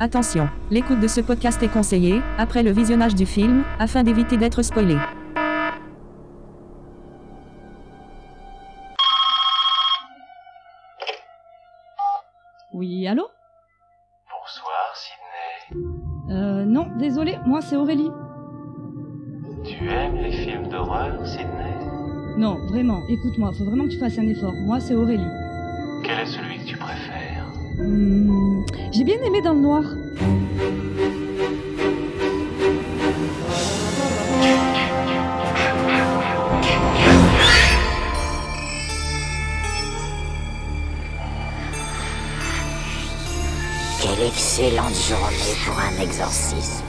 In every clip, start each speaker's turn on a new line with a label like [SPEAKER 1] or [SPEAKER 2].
[SPEAKER 1] Attention, l'écoute de ce podcast est conseillée, après le visionnage du film, afin d'éviter d'être spoilé.
[SPEAKER 2] Oui, allô
[SPEAKER 3] Bonsoir, Sydney.
[SPEAKER 2] Euh, non, désolé, moi c'est Aurélie.
[SPEAKER 3] Tu aimes les films d'horreur, Sydney
[SPEAKER 2] Non, vraiment, écoute-moi, faut vraiment que tu fasses un effort. Moi c'est Aurélie.
[SPEAKER 3] Quel est celui que tu préfères
[SPEAKER 2] Hmm, J'ai bien aimé dans le noir.
[SPEAKER 4] Quelle excellente journée pour un exorcisme.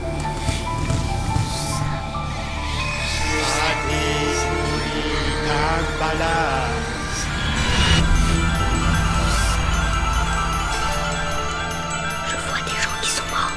[SPEAKER 4] Je vois des gens qui sont morts.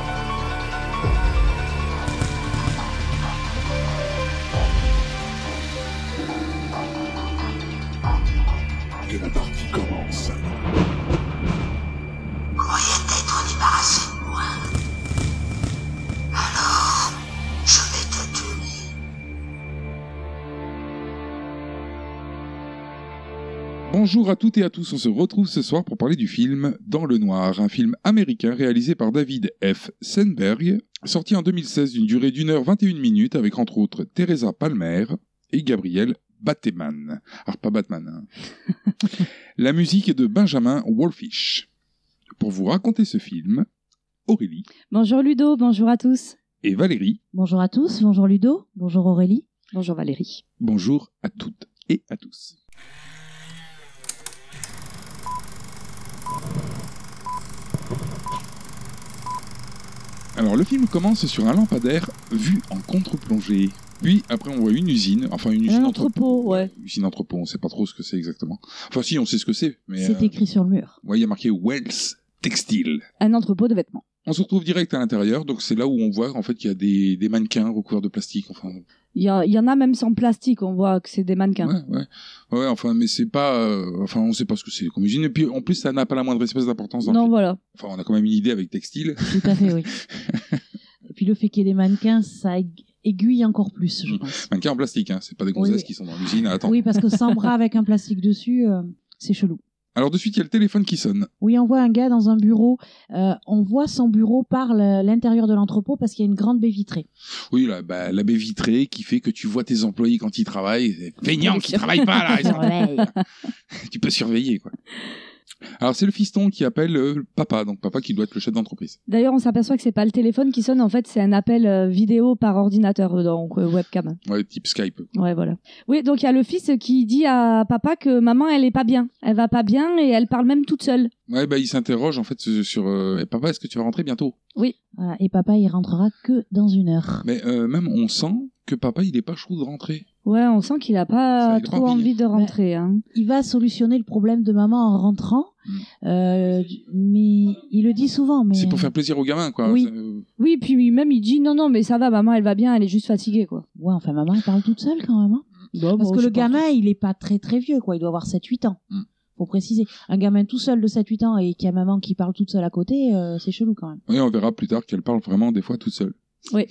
[SPEAKER 5] Et la partie commence.
[SPEAKER 4] Croyez t'être débarrassé de moi. Alors, je vais te donner.
[SPEAKER 5] Bonjour à toutes et à tous, on se retrouve ce soir pour parler du film Dans le Noir, un film américain réalisé par David F. Sandberg, sorti en 2016 d'une durée d'une heure 21 minutes avec entre autres Teresa Palmer et Gabriel Bateman. Alors pas Batman. hein. La musique est de Benjamin Wolfish. Pour vous raconter ce film, Aurélie
[SPEAKER 2] Bonjour Ludo, bonjour à tous.
[SPEAKER 5] et Valérie,
[SPEAKER 6] Bonjour à tous, bonjour Ludo, bonjour Aurélie, bonjour Valérie.
[SPEAKER 5] bonjour à toutes et à tous. Alors le film commence sur un lampadaire vu en contre-plongée. Puis après on voit une usine, enfin une usine
[SPEAKER 6] Un
[SPEAKER 5] entrepôt.
[SPEAKER 6] entrepôt, ouais.
[SPEAKER 5] Usine entrepôt, on sait pas trop ce que c'est exactement. Enfin si, on sait ce que c'est, mais
[SPEAKER 6] C'est
[SPEAKER 5] euh,
[SPEAKER 6] écrit sur le mur.
[SPEAKER 5] ouais, il y a marqué Wells Textile.
[SPEAKER 2] Un entrepôt de vêtements.
[SPEAKER 5] On se retrouve direct à l'intérieur, donc c'est là où on voit en fait qu'il y a des, des mannequins recouverts de plastique. Enfin,
[SPEAKER 2] Il y, a- il y en a même sans plastique, on voit que c'est des mannequins.
[SPEAKER 5] Ouais, ouais. Ouais, enfin, mais c'est pas. euh, enfin, on sait pas ce que c'est comme usine. Et puis, en plus, ça n'a pas la moindre espèce d'importance. dans le
[SPEAKER 2] non, bah.
[SPEAKER 5] film.
[SPEAKER 2] voilà.
[SPEAKER 5] Enfin, on a quand même une idée avec textile.
[SPEAKER 6] Tout à fait, oui. Et puis le fait qu'il y ait des mannequins, ça aig- aiguille encore plus, je pense.
[SPEAKER 5] Mannequin en plastique, hein. C'est pas des
[SPEAKER 6] Oui,
[SPEAKER 5] gonzesses
[SPEAKER 6] oui.
[SPEAKER 5] qui sont dans l'usine à attendre.
[SPEAKER 6] Oui, parce que sans bras avec un plastique dessus, euh, c'est chelou.
[SPEAKER 5] Alors, de suite, il y a le téléphone qui sonne.
[SPEAKER 6] Oui, on voit un gars dans un bureau. euh, on voit son bureau par le- l'intérieur de l'entrepôt parce qu'il y a une grande baie vitrée.
[SPEAKER 5] Oui, la, bah, la baie vitrée qui fait que tu vois tes employés quand ils travaillent. C'est Feignants
[SPEAKER 2] Oui,
[SPEAKER 5] qui
[SPEAKER 2] sûr.
[SPEAKER 5] travaillent pas, là. Ils sont-
[SPEAKER 6] Surveille.
[SPEAKER 5] tu peux surveiller, quoi. Alors, c'est le fiston qui appelle euh, papa. Donc, papa qui doit être le chef d'entreprise.
[SPEAKER 2] D'ailleurs, on s'aperçoit que c'est pas le téléphone qui sonne, en fait, c'est un appel euh, vidéo par ordinateur, euh, donc euh, webcam.
[SPEAKER 5] Ouais, type Skype.
[SPEAKER 2] Ouais, voilà. Oui, donc il y a le fils qui dit à papa que maman, elle est pas bien. Elle va pas bien et elle parle même toute seule.
[SPEAKER 5] Ouais, bah, il s'interroge, en fait, sur. euh, Eh, papa, est-ce que tu vas rentrer bientôt
[SPEAKER 6] Voilà, et papa, il rentrera que dans une heure.
[SPEAKER 5] Mais euh, même, on sent que papa, il est pas chaud de rentrer.
[SPEAKER 2] Ouais, on sent qu'il
[SPEAKER 5] Ça a
[SPEAKER 2] a pas
[SPEAKER 5] grand
[SPEAKER 2] trop
[SPEAKER 5] envie.
[SPEAKER 2] envie de rentrer. Hein.
[SPEAKER 6] Il va solutionner le problème de maman en rentrant, euh, mais il le dit souvent. Mais
[SPEAKER 5] Mm. C'est pour faire plaisir aux gamins, quoi.
[SPEAKER 6] Oui.
[SPEAKER 5] Euh,
[SPEAKER 2] Oui, puis même il dit non, non, mais ça va, maman, elle va bien, elle est juste fatiguée, quoi.
[SPEAKER 6] Ouais, enfin, maman, elle parle toute seule quand même. hein. Parce que le gamin, il est pas très très vieux, quoi. Il doit avoir 7-8 ans.
[SPEAKER 5] Mm.
[SPEAKER 6] Faut préciser. Un gamin tout seul de 7-8 ans et qui a maman qui parle toute seule à côté, euh, c'est chelou quand même.
[SPEAKER 5] Et on verra plus tard qu'elle parle vraiment des fois toute seule.
[SPEAKER 2] Oui.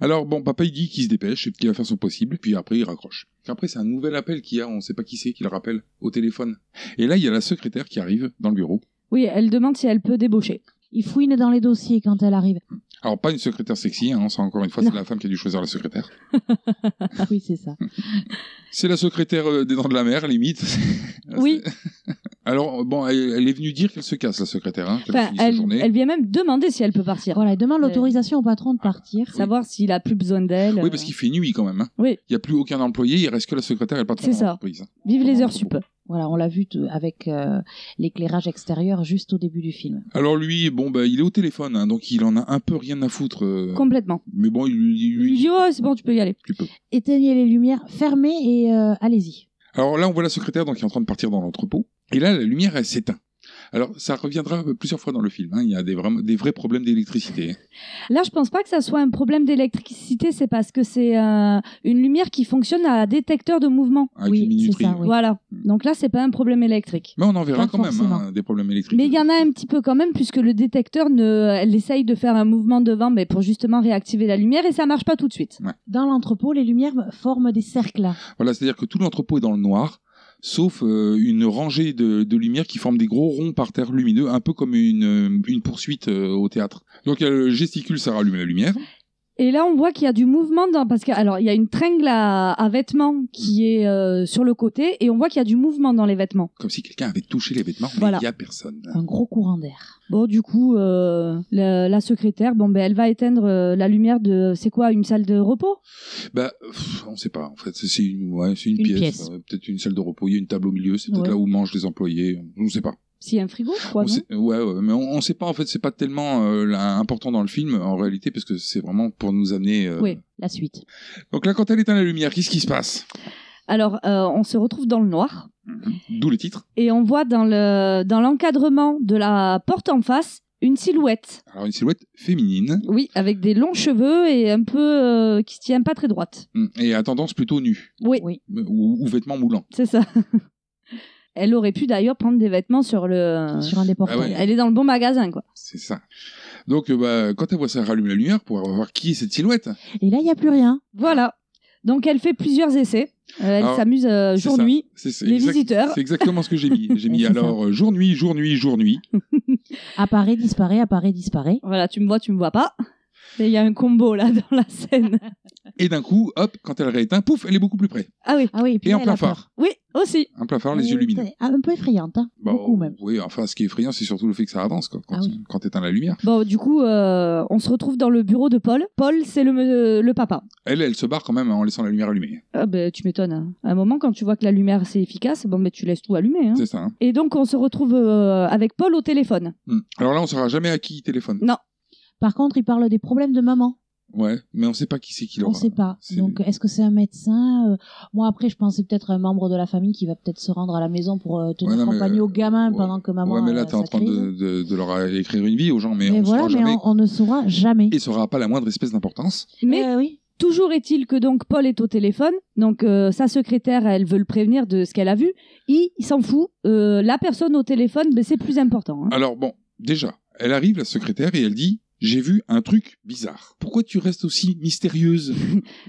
[SPEAKER 5] Alors bon, papa il dit qu'il se dépêche et qu'il va faire son possible, puis après il raccroche. Après c'est un nouvel appel qu'il y a, on sait pas qui c'est qui le rappelle au téléphone. Et là il y a la secrétaire qui arrive dans le bureau.
[SPEAKER 2] Oui, elle demande si elle peut débaucher.
[SPEAKER 6] Il fouine dans les dossiers quand elle arrive.
[SPEAKER 5] Alors pas une secrétaire sexy, hein, ça encore une fois c'est la femme qui a dû choisir la secrétaire.
[SPEAKER 6] Ah oui, c'est ça.
[SPEAKER 5] C'est la secrétaire euh, des dents de la mer limite. Ah,
[SPEAKER 2] Oui.
[SPEAKER 5] Alors bon, elle, elle est venue dire qu'elle se casse la secrétaire, hein, qu'elle
[SPEAKER 2] Enfin,
[SPEAKER 5] finit sa
[SPEAKER 2] elle,
[SPEAKER 5] journée.
[SPEAKER 2] elle vient même demander si elle peut partir.
[SPEAKER 6] Voilà, elle demande
[SPEAKER 2] Ouais.
[SPEAKER 6] l'autorisation au patron de partir.
[SPEAKER 2] Savoir s'il a plus besoin d'elle.
[SPEAKER 5] Oui parce qu'il fait nuit quand même. hein.
[SPEAKER 2] Oui.
[SPEAKER 5] Il y a plus aucun employé, il reste que la secrétaire et le patron hein,
[SPEAKER 2] C'est
[SPEAKER 5] de
[SPEAKER 2] ça.
[SPEAKER 5] l'entreprise.
[SPEAKER 2] Vive euh, les heures sup.
[SPEAKER 6] Voilà, on l'a vu t- avec euh, l'éclairage extérieur juste au début du film.
[SPEAKER 5] Alors lui, bon, bah, il est au téléphone, hein, donc il en a un peu rien à foutre. euh,
[SPEAKER 2] Complètement.
[SPEAKER 5] mais bon, il lui il
[SPEAKER 2] Il lui
[SPEAKER 5] lui dit
[SPEAKER 2] dit, oh, c'est bon, tu peux y aller.
[SPEAKER 5] tu peux.
[SPEAKER 6] Éteignez les lumières, fermez et euh, allez-y.
[SPEAKER 5] Alors là, on voit la secrétaire donc, qui est en train de partir dans l'entrepôt. Et là, la lumière, elle s'éteint. Alors, ça reviendra plusieurs fois dans le film. hein. Il y a des, vraiment, des vrais problèmes d'électricité. hein,
[SPEAKER 2] Là, je pense pas que ça soit un problème d'électricité, c'est parce que c'est euh, une lumière qui fonctionne à détecteur de mouvement.
[SPEAKER 5] Avec
[SPEAKER 6] Oui,
[SPEAKER 5] une
[SPEAKER 6] c'est
[SPEAKER 5] minuterie.
[SPEAKER 6] ça, oui.
[SPEAKER 2] Voilà. Donc là, c'est pas un problème électrique.
[SPEAKER 5] Mais on en verra
[SPEAKER 6] Pas
[SPEAKER 5] quand même
[SPEAKER 6] forcément.
[SPEAKER 5] hein, des problèmes électriques.
[SPEAKER 2] Mais il y en a un petit peu quand même, puisque le détecteur, ne... elle essaye de faire un mouvement devant mais pour justement réactiver la lumière et ça marche pas tout de suite.
[SPEAKER 6] Dans l'entrepôt, les lumières forment des cercles.
[SPEAKER 5] Voilà, c'est-à-dire que tout l'entrepôt est dans le noir, sauf euh, une rangée de, de lumières qui forment des gros ronds par terre lumineux, un peu comme une, euh, une poursuite euh, au théâtre. Donc il y a le gesticule, ça rallume la lumière.
[SPEAKER 2] Et là, on voit qu'il y a du mouvement dans. Parce que, alors, il y a une tringle à, à vêtements qui est euh, sur le côté et on voit qu'il y a du mouvement dans les vêtements.
[SPEAKER 5] comme si quelqu'un avait touché les vêtements, mais il
[SPEAKER 2] Voilà.
[SPEAKER 5] n'y a personne.
[SPEAKER 6] Un gros courant d'air.
[SPEAKER 2] Bon, du coup, euh, la, la secrétaire, bon, ben, elle va éteindre euh, la lumière de. C'est quoi, une salle de repos
[SPEAKER 5] Bah, pff, on ne sait pas, en fait. C'est- C'est une, ouais, c'est une
[SPEAKER 6] Une
[SPEAKER 5] pièce,
[SPEAKER 6] pièce.
[SPEAKER 5] euh, peut-être une salle de repos, il y a une table au milieu, c'est peut-être
[SPEAKER 6] Ouais.
[SPEAKER 5] là où mangent les employés, on ne sait pas.
[SPEAKER 2] Si, un frigo, je crois,
[SPEAKER 5] on
[SPEAKER 2] non
[SPEAKER 5] sait- ouais, ouais, mais on ne sait pas, en fait, c'est pas tellement euh, là, important dans le film, en réalité, parce que c'est vraiment pour nous amener... euh,
[SPEAKER 6] Oui, la suite.
[SPEAKER 5] Donc là, quand elle éteint la lumière, qu'est-ce qui se passe
[SPEAKER 2] Alors, euh, on se retrouve dans le noir
[SPEAKER 5] D'où le titre.
[SPEAKER 2] et on voit dans le dans l'encadrement de la porte en face une silhouette.
[SPEAKER 5] Alors, une silhouette féminine,
[SPEAKER 2] Oui, avec des longs cheveux et un peu euh, qui se tient pas très droite.
[SPEAKER 5] mm, et à tendance plutôt nue,
[SPEAKER 2] Oui,
[SPEAKER 6] Oui.
[SPEAKER 5] euh, ou, ou vêtements moulants.
[SPEAKER 2] c'est ça. Elle aurait pu d'ailleurs prendre des vêtements sur le.
[SPEAKER 6] Sur un des portails.
[SPEAKER 5] Ah ouais.
[SPEAKER 2] Elle est dans le bon magasin, quoi.
[SPEAKER 5] C'est ça. Donc, euh, bah, quand elle voit ça, elle rallume la lumière pour voir qui est cette silhouette.
[SPEAKER 6] Et là, il n'y a plus rien.
[SPEAKER 2] Voilà. Donc elle fait plusieurs essais. Euh, elle
[SPEAKER 5] Alors,
[SPEAKER 2] s'amuse euh,
[SPEAKER 5] C'est ça.
[SPEAKER 2] jour-nuit.
[SPEAKER 5] C'est- c'est
[SPEAKER 2] les
[SPEAKER 5] exact-
[SPEAKER 2] visiteurs.
[SPEAKER 5] C'est exactement ce que j'ai mis. J'ai mis
[SPEAKER 6] C'est ça.
[SPEAKER 5] alors euh, jour nuit, jour nuit, jour nuit.
[SPEAKER 6] Apparaît, disparaît, apparaît, disparaît.
[SPEAKER 2] Voilà, tu me vois, tu me vois pas. Et Il y a un combo là dans la scène.
[SPEAKER 5] Et d'un coup, hop, quand elle rééteint, pouf, elle est beaucoup plus près.
[SPEAKER 2] Ah oui,
[SPEAKER 6] Ah oui, et puis
[SPEAKER 5] Et
[SPEAKER 6] là,
[SPEAKER 5] en
[SPEAKER 6] elle
[SPEAKER 5] plein
[SPEAKER 6] a peur.
[SPEAKER 5] phare.
[SPEAKER 2] oui, aussi.
[SPEAKER 5] Un plafard, les yeux
[SPEAKER 6] Euh,
[SPEAKER 5] lumineux.
[SPEAKER 6] t'es- ah, un peu effrayante, hein.
[SPEAKER 5] Bah,
[SPEAKER 6] beaucoup même.
[SPEAKER 5] Oui, enfin, ce qui est effrayant, c'est surtout le fait que ça avance quoi, quand,
[SPEAKER 6] Ah oui.
[SPEAKER 5] quand t'éteins la lumière.
[SPEAKER 2] Bon, du coup, euh, on se retrouve dans le bureau de Paul. Paul, c'est le, me- le papa.
[SPEAKER 5] Elle, elle se barre quand même en laissant la lumière allumée.
[SPEAKER 2] Ah ben, tu m'étonnes. hein. À un moment, quand tu vois que la lumière c'est efficace, bon ben tu laisses tout allumé. hein.
[SPEAKER 5] C'est ça. hein.
[SPEAKER 2] Et donc on se retrouve euh, avec Paul au téléphone.
[SPEAKER 5] Hmm. Alors là, on saura jamais à qui il
[SPEAKER 6] Hein
[SPEAKER 5] téléphone.
[SPEAKER 6] Par contre, il parle des problèmes de maman.
[SPEAKER 5] Ouais, mais on sait pas qui c'est qui
[SPEAKER 6] On
[SPEAKER 5] l'aura.
[SPEAKER 6] ne sait pas.
[SPEAKER 5] c'est-
[SPEAKER 6] Donc, est-ce que c'est un médecin Euh, Moi, après, je pensais peut-être à un membre de la famille qui va peut-être se rendre à la maison pour euh, tenir
[SPEAKER 5] Ouais, non, mais,
[SPEAKER 6] compagnie au gamin
[SPEAKER 5] ouais.
[SPEAKER 6] pendant que maman.
[SPEAKER 5] ouais, mais
[SPEAKER 6] a
[SPEAKER 5] là, t'es en
[SPEAKER 6] sa
[SPEAKER 5] train
[SPEAKER 6] crise.
[SPEAKER 5] de, de- de leur écrire une vie aux gens, mais,
[SPEAKER 6] euh, Mais
[SPEAKER 5] on
[SPEAKER 6] voilà,
[SPEAKER 5] saura
[SPEAKER 6] mais
[SPEAKER 5] jamais.
[SPEAKER 6] on, on ne saura jamais.
[SPEAKER 5] Et ça aura pas la moindre espèce d'importance.
[SPEAKER 2] Mais
[SPEAKER 6] Euh, oui.
[SPEAKER 2] toujours est-il que donc Paul est au téléphone. Donc euh, sa secrétaire, elle veut le prévenir de ce qu'elle a vu. Il, il s'en fout. Euh, la personne au téléphone, ben, c'est plus important. hein.
[SPEAKER 5] Alors bon, déjà, elle arrive, la secrétaire, et elle dit J'ai vu un truc bizarre. Pourquoi tu restes aussi mystérieuse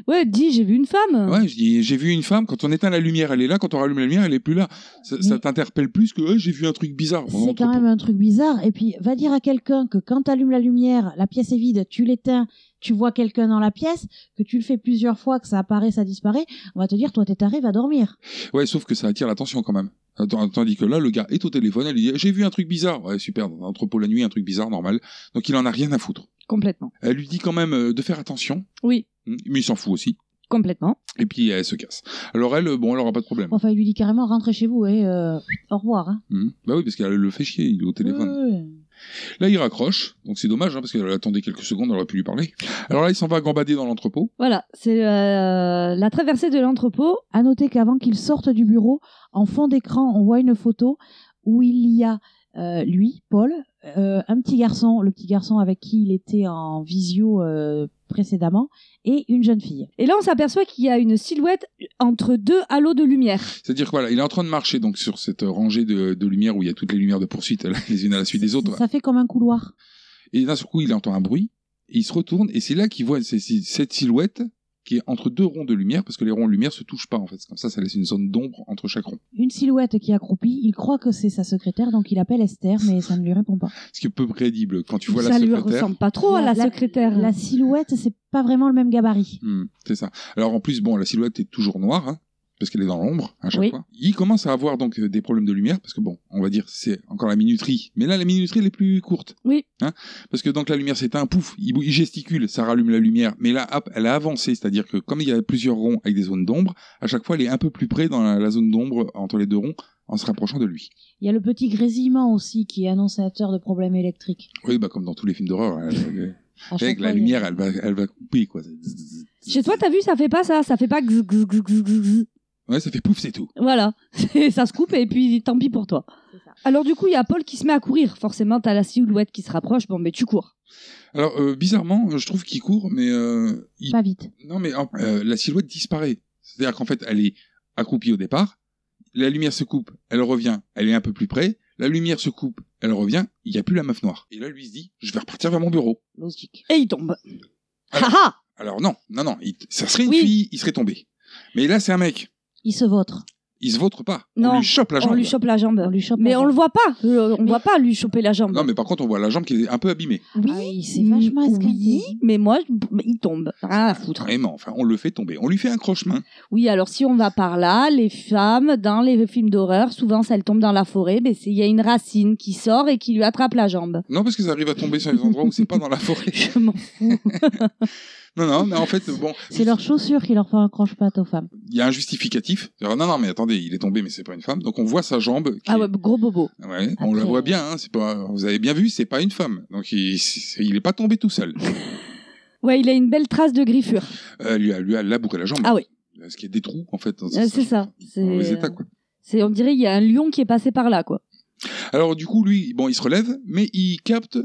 [SPEAKER 2] Ouais, dis, j'ai vu une femme.
[SPEAKER 5] Ouais, je dis J'ai vu une femme, quand on éteint la lumière, elle est là, quand on rallume la lumière, elle est plus là. Ça,
[SPEAKER 6] Mais-
[SPEAKER 5] ça t'interpelle plus que Ouais, J'ai vu un truc bizarre.
[SPEAKER 6] C'est quand même un truc bizarre. Et puis, va dire à quelqu'un que quand tu allumes la lumière, la pièce est vide, tu l'éteins, tu vois quelqu'un dans la pièce, que tu le fais plusieurs fois, que ça apparaît, ça disparaît, on va te dire, toi, t'es taré, va dormir.
[SPEAKER 5] Ouais, sauf que ça attire l'attention quand même. Attends, Tandis que là, le gars est au téléphone, elle lui dit J'ai vu un truc bizarre. Ouais, super, dans l'entrepôt la nuit, un truc bizarre, normal. Donc il en a rien à foutre.
[SPEAKER 2] Complètement.
[SPEAKER 5] Elle lui dit quand même euh, de faire attention.
[SPEAKER 2] Oui.
[SPEAKER 5] Mais il s'en fout aussi.
[SPEAKER 2] Complètement.
[SPEAKER 5] Et puis elle se casse. Alors elle, euh, bon, elle aura pas de problème.
[SPEAKER 6] Enfin, il lui dit carrément, rentrez chez vous et euh, au revoir. hein.
[SPEAKER 5] Mhm. Bah oui, parce qu'elle le fait chier, il est au téléphone.
[SPEAKER 6] Oui, oui, oui.
[SPEAKER 5] Là, il raccroche, donc c'est dommage, hein, parce qu'elle attendait quelques secondes, elle aurait pu lui parler. Alors là, il s'en va gambader dans l'entrepôt.
[SPEAKER 2] Voilà, c'est euh, la traversée de l'entrepôt.
[SPEAKER 6] À noter qu'avant qu'il sorte du bureau, en fond d'écran, on voit une photo où il y a euh, lui, Paul, euh, un petit garçon, le petit garçon avec qui il était en visio euh, précédemment, et une jeune fille.
[SPEAKER 2] Et là, on s'aperçoit qu'il y a une silhouette entre deux halos de lumière.
[SPEAKER 5] C'est-à-dire que voilà, il est en train de marcher donc sur cette euh, rangée de, de lumières où il y a toutes les lumières de poursuite, là, les unes à la suite des autres.
[SPEAKER 6] Ça fait comme un couloir.
[SPEAKER 5] Et d'un seul coup, il entend un bruit, et il se retourne, et c'est là qu'il voit c- c- cette silhouette qui est entre deux ronds de lumière, parce que les ronds de lumière se touchent pas en fait. Comme ça, ça laisse une zone d'ombre entre chaque rond.
[SPEAKER 6] Une silhouette qui est accroupie, il croit que c'est sa secrétaire, donc il appelle Esther, mais ça ne lui répond pas.
[SPEAKER 5] Ce qui est peu crédible quand tu vois
[SPEAKER 2] ça
[SPEAKER 5] la
[SPEAKER 2] lui
[SPEAKER 5] secrétaire.
[SPEAKER 2] ressemble pas trop à la, secrétaire.
[SPEAKER 6] La silhouette, c'est pas vraiment le même gabarit.
[SPEAKER 5] Hmm, c'est ça. Alors en plus, bon, la silhouette est toujours noire, hein, parce qu'elle est dans l'ombre à chaque
[SPEAKER 2] Oui.
[SPEAKER 5] fois. Il commence à avoir donc euh, des problèmes de lumière, parce que bon, on va dire c'est encore la minuterie, mais là la minuterie elle est plus courte.
[SPEAKER 2] Oui.
[SPEAKER 5] Hein, parce que donc la lumière s'éteint, pouf, il, bou- il gesticule, ça rallume la lumière, mais là hop, elle a avancé, c'est-à-dire que comme il y a plusieurs ronds avec des zones d'ombre, à chaque fois elle est un peu plus près dans la, la zone d'ombre entre les deux ronds en se rapprochant de lui.
[SPEAKER 6] Il y a le petit grésillement aussi qui est annonciateur de problèmes électriques.
[SPEAKER 5] Oui, bah comme dans tous les films d'horreur, hein, euh,
[SPEAKER 6] À chaque
[SPEAKER 5] avec la
[SPEAKER 6] fois, il y a-
[SPEAKER 5] lumière, elle va, elle va couper quoi.
[SPEAKER 2] Chez toi, t'as vu, ça fait pas ça, ça fait pas gz, gz, gz, gz, gz, gz.
[SPEAKER 5] Ouais, ça fait pouf, c'est tout.
[SPEAKER 2] Voilà, C'est- ça se coupe et puis tant pis pour toi. Alors du coup, il y a Paul qui se met à courir. Forcément, t'as la silhouette qui se rapproche. Bon, mais tu cours.
[SPEAKER 5] Alors, euh, bizarrement, je trouve qu'il court, mais euh, il-
[SPEAKER 2] Bah.
[SPEAKER 6] Pas vite.
[SPEAKER 5] Non, mais hein, euh, la silhouette disparaît. C'est-à-dire qu'en fait, elle est accroupie au départ. La lumière se coupe, elle revient, elle est un peu plus près. La lumière se coupe, elle revient, il n'y a plus la meuf noire. Et là, lui il se dit, je vais repartir vers mon bureau.
[SPEAKER 6] Logique.
[SPEAKER 2] Et il tombe. Ah,
[SPEAKER 5] Alors-
[SPEAKER 2] Haha
[SPEAKER 5] Alors non, non, non, il- ça serait une
[SPEAKER 2] Oui.
[SPEAKER 5] fille, il serait tombé. Mais là, c'est un mec,
[SPEAKER 6] Il se vautre.
[SPEAKER 5] il se vautre pas.
[SPEAKER 2] Non,
[SPEAKER 5] on lui chope la
[SPEAKER 2] On
[SPEAKER 5] jambe.
[SPEAKER 2] lui chope la
[SPEAKER 6] On
[SPEAKER 2] jambe.
[SPEAKER 6] lui chope
[SPEAKER 2] Mais
[SPEAKER 6] la
[SPEAKER 2] on
[SPEAKER 6] jambe.
[SPEAKER 2] le voit pas. Euh, On voit pas lui choper la jambe.
[SPEAKER 5] Non, mais par contre, on voit la jambe qui est un peu abîmée.
[SPEAKER 2] Oui,
[SPEAKER 6] Ah, il s'est vachement
[SPEAKER 2] oui,
[SPEAKER 6] escardé.
[SPEAKER 2] mais moi, je- il tombe. Rien à foutre.
[SPEAKER 5] Vraiment, Eh enfin, on le fait tomber. On lui fait un croche-main.
[SPEAKER 2] Oui, alors si on va par là, les femmes, dans les films d'horreur, souvent, ça, elles tombent dans la forêt, mais c'est- il y a une racine qui sort et qui lui attrape la jambe.
[SPEAKER 5] Non, parce qu'ils arrivent à tomber sur des endroits où c'est pas dans la forêt.
[SPEAKER 2] Je m'en fous.
[SPEAKER 5] Non, non, mais en fait, bon,
[SPEAKER 6] C'est leurs chaussures qui leur font un croche-patte aux femmes.
[SPEAKER 5] il y a un justificatif. C'est-à-dire, Non, non, mais attendez, il est tombé, mais c'est pas une femme. Donc on voit sa jambe. qui
[SPEAKER 2] Ah
[SPEAKER 5] est-
[SPEAKER 2] ouais, gros bobo.
[SPEAKER 5] Ouais, on
[SPEAKER 6] Après,
[SPEAKER 5] la voit
[SPEAKER 6] euh,
[SPEAKER 5] bien. Hein, c'est pas, vous avez bien vu, c'est pas une femme. Donc il, c'est- il est pas tombé tout seul.
[SPEAKER 2] Ouais, il a une belle trace de griffure.
[SPEAKER 5] Euh, lui, a, lui a labouré la jambe.
[SPEAKER 2] Ah oui.
[SPEAKER 5] Parce qu'il y a des trous en fait. dans
[SPEAKER 2] Euh,
[SPEAKER 5] sa-
[SPEAKER 2] C'est ça.
[SPEAKER 5] dans les
[SPEAKER 2] C'est-
[SPEAKER 5] états, quoi.
[SPEAKER 2] C'est, on dirait, il y a un lion qui est passé par là, quoi.
[SPEAKER 5] Alors du coup, lui, bon, il se relève, mais il capte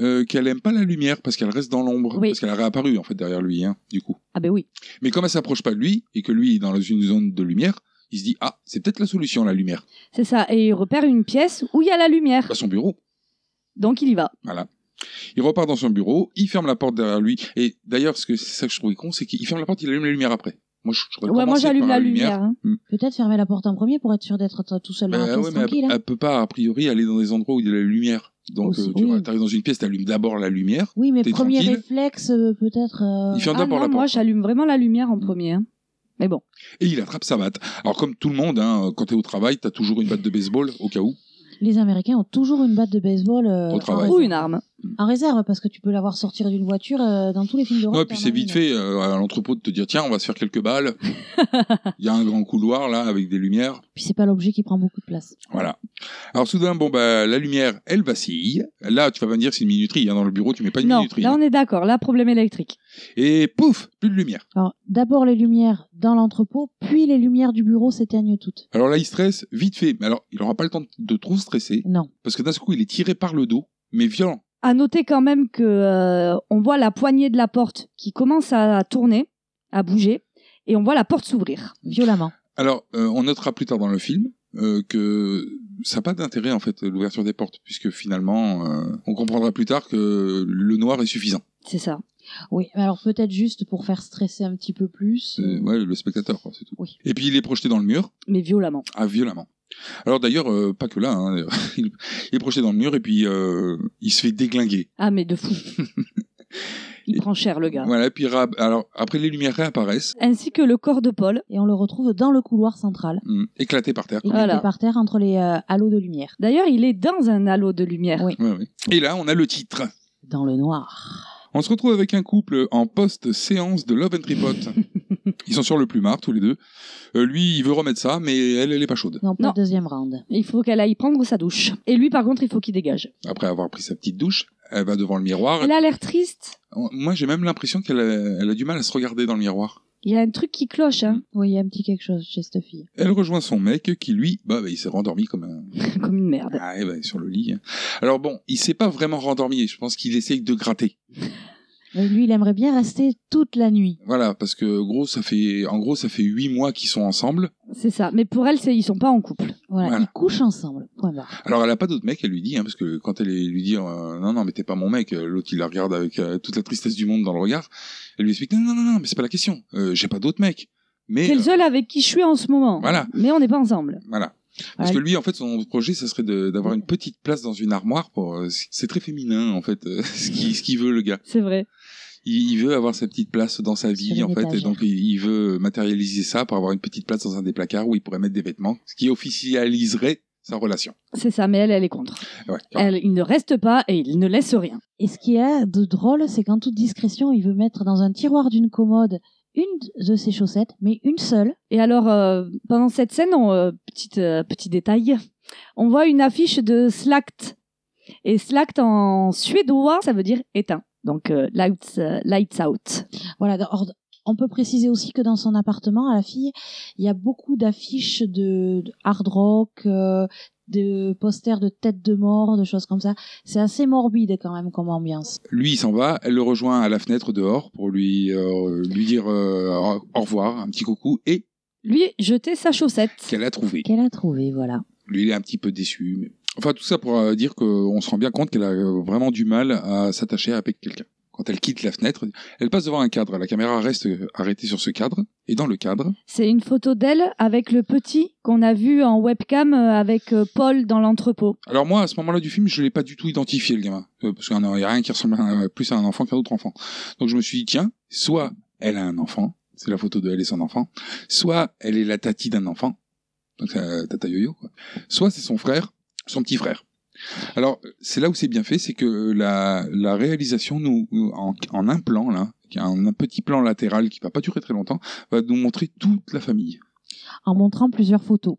[SPEAKER 5] euh, qu'elle aime pas la lumière parce qu'elle reste dans l'ombre,
[SPEAKER 2] Oui.
[SPEAKER 5] parce qu'elle a réapparu en fait derrière lui, hein, du coup.
[SPEAKER 2] Ah ben oui.
[SPEAKER 5] Mais comme elle s'approche pas de lui et que lui est dans une zone de lumière, il se dit ah, c'est peut-être la solution la lumière.
[SPEAKER 2] C'est ça. Et il repère une pièce où il y a la lumière.
[SPEAKER 5] À son bureau.
[SPEAKER 2] Donc il y va.
[SPEAKER 5] Voilà. Il repart dans son bureau, il ferme la porte derrière lui. Et d'ailleurs, ce que c'est ça que je trouvais con, c'est qu'il ferme la porte, il allume la lumière après. Moi, je, j'aurais
[SPEAKER 2] Ouais, moi
[SPEAKER 5] commencé
[SPEAKER 2] j'allume
[SPEAKER 5] par
[SPEAKER 2] la lumière. hein.
[SPEAKER 6] Peut-être fermer la porte en premier pour être sûr d'être t- tout seul dans
[SPEAKER 5] Bah
[SPEAKER 6] la
[SPEAKER 5] ouais,
[SPEAKER 6] pièce
[SPEAKER 5] mais
[SPEAKER 6] tranquille.
[SPEAKER 5] elle,
[SPEAKER 6] hein.
[SPEAKER 5] elle peut pas, a priori, aller dans des endroits où il y a la lumière.
[SPEAKER 2] Oh,
[SPEAKER 5] Donc,
[SPEAKER 6] Aussi,
[SPEAKER 5] euh, tu
[SPEAKER 6] oui.
[SPEAKER 5] vois, t'arrives dans une pièce, t'allumes d'abord la lumière.
[SPEAKER 6] Oui, mais
[SPEAKER 5] T'es
[SPEAKER 6] premier
[SPEAKER 5] tranquille.
[SPEAKER 6] réflexe, euh, peut-être. euh,
[SPEAKER 5] Il ferme
[SPEAKER 2] Ah
[SPEAKER 5] d'abord
[SPEAKER 2] non,
[SPEAKER 5] la
[SPEAKER 2] moi
[SPEAKER 5] porte. Mmh.
[SPEAKER 2] j'allume vraiment la lumière en premier. hein. Mais bon.
[SPEAKER 5] Et il attrape sa batte. Alors, comme tout le monde, hein, quand t'es au travail, t'as toujours une batte de baseball, au cas où.
[SPEAKER 6] Les Américains ont toujours une batte de baseball euh,
[SPEAKER 5] Au travail.
[SPEAKER 6] En,
[SPEAKER 2] Ou
[SPEAKER 6] réserve,
[SPEAKER 2] une arme.
[SPEAKER 6] En réserve, parce que tu peux la voir sortir d'une voiture euh, dans tous les films d'horreur.
[SPEAKER 5] Non, et puis
[SPEAKER 6] t'en
[SPEAKER 5] c'est
[SPEAKER 6] as
[SPEAKER 5] vite
[SPEAKER 6] une.
[SPEAKER 5] fait, euh, à l'entrepôt, de te dire, tiens, on va se faire quelques balles. Il y a un grand couloir, là, avec des lumières.
[SPEAKER 6] Puis c'est pas l'objet qui prend beaucoup de place.
[SPEAKER 5] Voilà. Alors soudain, bon bah la lumière, elle vacille. Là, tu vas pas me dire c'est une minuterie. hein, dans le bureau, tu mets pas une
[SPEAKER 2] Non,
[SPEAKER 5] minuterie.
[SPEAKER 2] là
[SPEAKER 5] hein.
[SPEAKER 2] on est d'accord. Là, problème électrique.
[SPEAKER 5] Et pouf, plus de lumière.
[SPEAKER 6] Alors, d'abord les lumières dans l'entrepôt, puis les lumières du bureau s'éteignent toutes.
[SPEAKER 5] Alors là, il stresse vite fait. Mais alors, il aura pas le temps de trop stresser
[SPEAKER 6] Non.
[SPEAKER 5] parce que d'un seul coup, il est tiré par le dos, mais violent.
[SPEAKER 2] À noter quand même que euh, on voit la poignée de la porte qui commence à tourner, à bouger, et on voit la porte s'ouvrir.
[SPEAKER 6] Violemment.
[SPEAKER 5] Alors, euh, on notera plus tard dans le film euh, que ça n'a pas d'intérêt en fait l'ouverture des portes, puisque finalement, euh, on comprendra plus tard que le noir est suffisant.
[SPEAKER 2] C'est ça.
[SPEAKER 6] Oui, mais alors peut-être juste pour faire stresser un petit peu plus.
[SPEAKER 5] C'est- ouais, le spectateur, quoi, c'est tout.
[SPEAKER 6] Oui.
[SPEAKER 5] Et puis il est projeté dans le mur.
[SPEAKER 2] Mais violemment.
[SPEAKER 5] Ah, violemment. Alors d'ailleurs, euh, pas que là, hein, il il est projeté dans le mur et puis euh, il se fait déglinguer.
[SPEAKER 2] Ah mais de fou. Il prend cher le gars.
[SPEAKER 5] Voilà, et puis ra- alors, après les lumières réapparaissent,
[SPEAKER 2] Ainsi que le corps de Paul.
[SPEAKER 6] Et on le retrouve dans le couloir central,
[SPEAKER 5] hum, éclaté par terre.
[SPEAKER 6] éclaté
[SPEAKER 2] Voilà.
[SPEAKER 6] par terre entre les euh, halos de lumière.
[SPEAKER 2] D'ailleurs, il est dans un halo de lumière.
[SPEAKER 6] Oui.
[SPEAKER 5] Ouais, ouais. Et là, on a le titre.
[SPEAKER 6] Dans le noir.
[SPEAKER 5] On se retrouve avec un couple en post-séance de Love and Tripod. Ils sont sur le plumard, tous les deux. Euh, lui, il veut remettre ça, mais elle, elle est pas chaude.
[SPEAKER 6] Non, pas
[SPEAKER 2] Non.
[SPEAKER 6] le deuxième round.
[SPEAKER 2] Il faut qu'elle aille prendre sa douche. Et lui, par contre, il faut qu'il dégage.
[SPEAKER 5] Après avoir pris sa petite douche, elle va devant le miroir.
[SPEAKER 2] Elle a l'air triste.
[SPEAKER 5] On- Moi, j'ai même l'impression qu'elle a, elle a du mal à se regarder dans le miroir.
[SPEAKER 2] Il y a un truc qui cloche, hein,
[SPEAKER 6] Oui, il y a un petit quelque chose chez cette fille.
[SPEAKER 5] Elle rejoint son mec qui, lui, bah, bah, il s'est rendormi comme un,
[SPEAKER 2] comme une merde.
[SPEAKER 5] Ah, eh ben, sur le lit. Alors bon, il s'est pas vraiment rendormi. Je pense qu'il essaye de gratter.
[SPEAKER 6] Mais lui, il aimerait bien rester toute la nuit.
[SPEAKER 5] Voilà, parce que gros, ça fait, en gros, ça fait huit mois qu'ils sont ensemble.
[SPEAKER 2] C'est ça. Mais pour elle, c'est ils sont pas en couple.
[SPEAKER 6] Voilà,
[SPEAKER 5] Voilà.
[SPEAKER 6] ils couchent ensemble. Point barre.
[SPEAKER 5] Alors elle a pas d'autre mec, elle lui dit, hein, parce que quand elle lui dit, euh, non, non, mais t'es pas mon mec, euh, l'autre il la regarde avec euh, toute la tristesse du monde dans le regard. Elle lui explique, non, non, non, non, mais c'est pas la question. Euh, J'ai pas d'autre mec. Mais
[SPEAKER 2] C'est le
[SPEAKER 5] euh,
[SPEAKER 2] seul avec qui je suis en ce moment.
[SPEAKER 5] Voilà.
[SPEAKER 2] Mais on n'est pas ensemble.
[SPEAKER 5] voilà. Parce
[SPEAKER 6] Ouais.
[SPEAKER 5] que lui, en fait, son projet, ça serait de- d'avoir une petite place dans une armoire. Pour, euh, c'est très féminin, en fait, euh, ce qu'il ce qu'il veut, le gars.
[SPEAKER 2] C'est vrai.
[SPEAKER 5] il, il veut avoir sa petite place dans sa vie
[SPEAKER 6] une
[SPEAKER 5] en fait et
[SPEAKER 6] étagère.
[SPEAKER 5] donc il, il veut matérialiser ça pour avoir une petite place dans un des placards où il pourrait mettre des vêtements ce qui officialiserait sa relation
[SPEAKER 2] C'est ça. Mais elle, elle est contre.
[SPEAKER 5] ouais.
[SPEAKER 6] Euh,
[SPEAKER 2] Elle, il ne reste pas et il ne laisse rien.
[SPEAKER 6] Et ce qui est de drôle, c'est qu'en toute discrétion, il veut mettre dans un tiroir d'une commode une de ses chaussettes, mais une seule.
[SPEAKER 2] Et alors, euh, pendant cette scène, on, euh, petite, euh, petit détail, on voit une affiche de Slakt. Et Slakt en suédois, ça veut dire éteint. Donc, euh, lights, euh, lights out.
[SPEAKER 6] Voilà, dans- hors- On peut préciser aussi que dans son appartement, à la fille, il y a beaucoup d'affiches de, de hard rock, euh, de posters de têtes de mort, de choses comme ça. C'est assez morbide quand même comme ambiance.
[SPEAKER 5] Lui, il s'en va, elle le rejoint à la fenêtre dehors pour lui, euh, lui dire euh, au au revoir, un petit coucou, et
[SPEAKER 2] Lui, jeter sa chaussette.
[SPEAKER 5] qu'elle a trouvé.
[SPEAKER 6] Qu'elle a trouvé, voilà.
[SPEAKER 5] Lui, il est un petit peu déçu. mais- Enfin, tout ça pour euh, dire qu'on se rend bien compte qu'elle a euh, vraiment du mal à s'attacher avec quelqu'un. Quand elle quitte la fenêtre, elle passe devant un cadre. La caméra reste euh, arrêtée sur ce cadre. Et dans le cadre,
[SPEAKER 2] C'est une photo d'elle avec le petit qu'on a vu en webcam euh, avec euh, Paul dans l'entrepôt.
[SPEAKER 5] alors moi, à ce moment-là du film, je l'ai pas du tout identifié, le gamin. Euh, Parce qu'il n'y a rien qui ressemble à un- euh, plus à un enfant qu'à un autre enfant. Donc je me suis dit, tiens, soit elle a un enfant, c'est la photo de elle et son enfant, soit elle est la tati d'un enfant, donc euh, tata yo-yo, quoi. soit c'est son frère, son petit frère. Alors, c'est là où c'est bien fait, c'est que la, la réalisation, nous, en, en un plan, là, qui a un, un petit plan latéral qui va pas durer très longtemps, va nous montrer toute la famille.
[SPEAKER 6] En montrant plusieurs photos.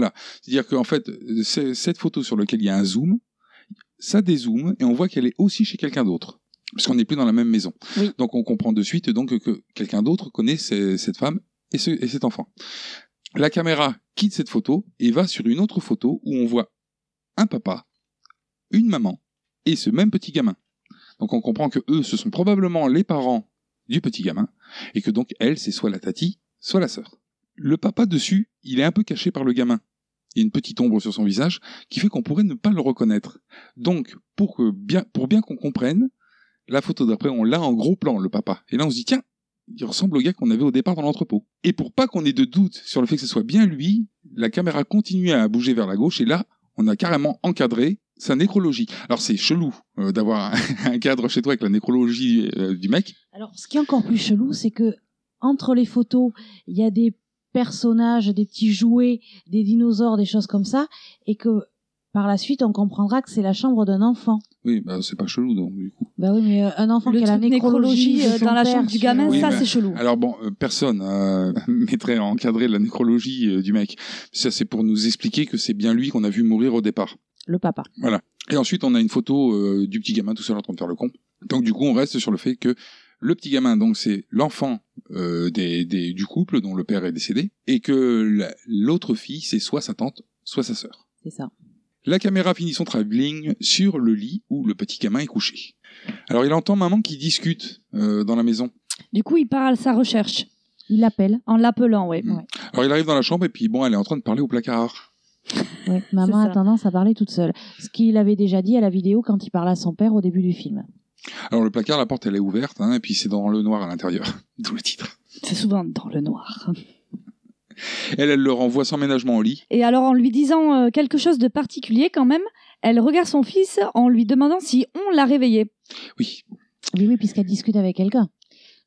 [SPEAKER 5] C'est-à-dire qu'en fait, euh, c'est- cette photo sur laquelle il y a un zoom, ça dézoome et on voit qu'elle est aussi chez quelqu'un d'autre. Parce qu'on n'est plus dans la même maison.
[SPEAKER 2] Oui.
[SPEAKER 5] Donc on comprend de suite donc que quelqu'un d'autre connaît ce- cette femme et, ce- et cet enfant. La caméra quitte cette photo et va sur une autre photo où on voit un papa, une maman et ce même petit gamin. Donc on comprend que eux, ce sont probablement les parents du petit gamin et que donc elle, c'est soit la tati, soit la sœur. Le papa dessus, il est un peu caché par le gamin. Il y a une petite ombre sur son visage qui fait qu'on pourrait ne pas le reconnaître. Donc, pour, que bien, pour bien qu'on comprenne, la photo d'après, on l'a en gros plan, le papa. Et là, on se dit, tiens, il ressemble au gars qu'on avait au départ dans l'entrepôt. Et pour pas qu'on ait de doute sur le fait que ce soit bien lui, la caméra continue à bouger vers la gauche et là, on a carrément encadré sa nécrologie. Alors c'est chelou euh, d'avoir un cadre chez toi avec la nécrologie euh, du mec.
[SPEAKER 6] Alors, ce qui est encore plus chelou, c'est que entre les photos, il y a des personnages, des petits jouets, des dinosaures, des choses comme ça, et que par la suite, on comprendra que c'est la chambre d'un enfant.
[SPEAKER 5] Oui, bah, c'est pas chelou donc du coup.
[SPEAKER 6] Bah oui, mais euh, un enfant
[SPEAKER 2] Le
[SPEAKER 6] qui a la
[SPEAKER 2] truc
[SPEAKER 6] nécrologie,
[SPEAKER 2] nécrologie,
[SPEAKER 6] de
[SPEAKER 2] euh,
[SPEAKER 6] son
[SPEAKER 2] dans la
[SPEAKER 6] père,
[SPEAKER 2] chambre du
[SPEAKER 6] sur-
[SPEAKER 2] gamin,
[SPEAKER 5] Oui,
[SPEAKER 2] ça
[SPEAKER 5] mais-
[SPEAKER 2] c'est chelou.
[SPEAKER 5] Alors bon, euh, personne euh, mettrait à encadrer la nécrologie euh, du mec. Ça, c'est pour nous expliquer que c'est bien lui qu'on a vu mourir au départ.
[SPEAKER 6] le papa.
[SPEAKER 5] Et ensuite, on a une photo euh, du petit gamin tout seul en train de faire le con. Donc du coup, on reste sur le fait que le petit gamin, donc c'est l'enfant euh, des, des- du couple dont le père est décédé, et que la- l'autre fille, c'est soit sa tante, soit sa sœur.
[SPEAKER 6] C'est ça.
[SPEAKER 5] La caméra finit son travelling sur le lit où le petit gamin est couché. Alors il entend maman qui discute euh, dans la maison.
[SPEAKER 2] Du coup, il part à sa recherche
[SPEAKER 6] Il appelle.
[SPEAKER 2] en l'appelant, ouais.
[SPEAKER 5] Mm. Alors il arrive dans la chambre et puis bon, elle est en train de parler au placard.
[SPEAKER 6] Ouais, maman a
[SPEAKER 2] ça.
[SPEAKER 6] tendance à parler toute seule. Ce qu'il avait déjà dit à la vidéo quand il parlait à son père au début du film.
[SPEAKER 5] Alors le placard, la porte, elle est ouverte, hein, et puis c'est dans le noir à l'intérieur, d'où le titre.
[SPEAKER 2] C'est souvent dans le noir.
[SPEAKER 5] Elle, elle le renvoie sans ménagement au lit.
[SPEAKER 2] Et alors, en lui disant euh, quelque chose de particulier quand même, elle regarde son fils en lui demandant si on l'a réveillé.
[SPEAKER 5] Oui,
[SPEAKER 6] Oui, oui, puisqu'elle discute avec quelqu'un.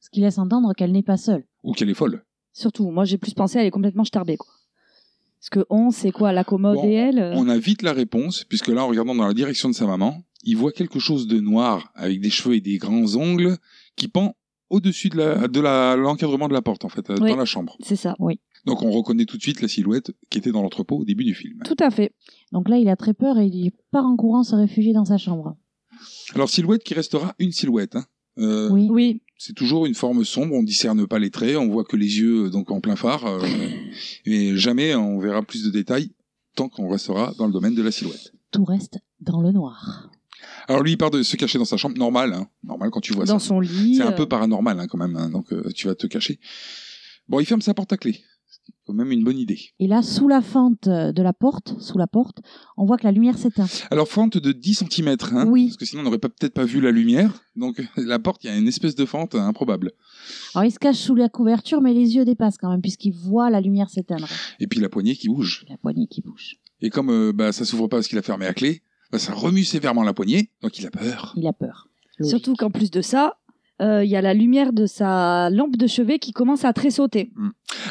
[SPEAKER 6] Ce qui laisse entendre qu'elle n'est pas seule.
[SPEAKER 5] ou qu'elle est folle.
[SPEAKER 2] Surtout, moi j'ai plus pensé, elle est complètement starbée, quoi. Parce que on, c'est quoi, la commode
[SPEAKER 5] Bon,
[SPEAKER 2] et elle euh,
[SPEAKER 5] On a vite la réponse, puisque là, en regardant dans la direction de sa maman, il voit quelque chose de noir, avec des cheveux et des grands ongles, qui pend au-dessus de la- de la- l'encadrement de, la porte, en fait, euh,
[SPEAKER 2] Oui.
[SPEAKER 5] dans la chambre.
[SPEAKER 2] C'est ça,
[SPEAKER 5] Donc on reconnaît tout de suite la silhouette qui était dans l'entrepôt au début du film.
[SPEAKER 2] tout à fait.
[SPEAKER 6] Donc là, il a très peur et il part en courant se réfugier dans sa chambre.
[SPEAKER 5] Alors silhouette qui restera une silhouette. Hein. Euh,
[SPEAKER 6] Oui.
[SPEAKER 2] Oui,
[SPEAKER 5] C'est toujours une forme sombre, on discerne pas les traits, on voit que les yeux euh, donc en plein phare, euh, mais jamais on verra plus de détails tant qu'on restera dans le domaine de la silhouette.
[SPEAKER 6] Tout reste dans le noir.
[SPEAKER 5] Alors lui, il part de se cacher dans sa chambre, normal, hein, normal quand tu vois
[SPEAKER 2] dans
[SPEAKER 5] ça.
[SPEAKER 2] son lit.
[SPEAKER 5] C'est un
[SPEAKER 2] euh,
[SPEAKER 5] peu paranormal hein, quand même, hein, donc euh, tu vas te cacher. Bon, il ferme sa porte à clé, c'est quand même une bonne idée.
[SPEAKER 6] Et là, sous la fente euh, de la porte, sous la porte, on voit que la lumière s'éteint.
[SPEAKER 5] Alors fente de 10 cm, hein,
[SPEAKER 6] Oui.
[SPEAKER 5] parce que sinon on n'aurait pas- peut-être pas vu la lumière, donc la porte, il y a une espèce de fente euh, improbable.
[SPEAKER 6] Alors, il se cache sous la couverture, mais les yeux dépassent quand même, puisqu'il voit la lumière s'éteindre.
[SPEAKER 5] Et puis la poignée qui bouge.
[SPEAKER 6] La poignée qui bouge.
[SPEAKER 5] Et comme euh, bah, ça s'ouvre pas parce qu'il a fermé à clé, bah, ça remue sévèrement la poignée, donc il a peur.
[SPEAKER 6] Il a peur. Logique.
[SPEAKER 2] Surtout qu'en plus de ça, euh, il y a la lumière de sa lampe de chevet qui commence à tressauter.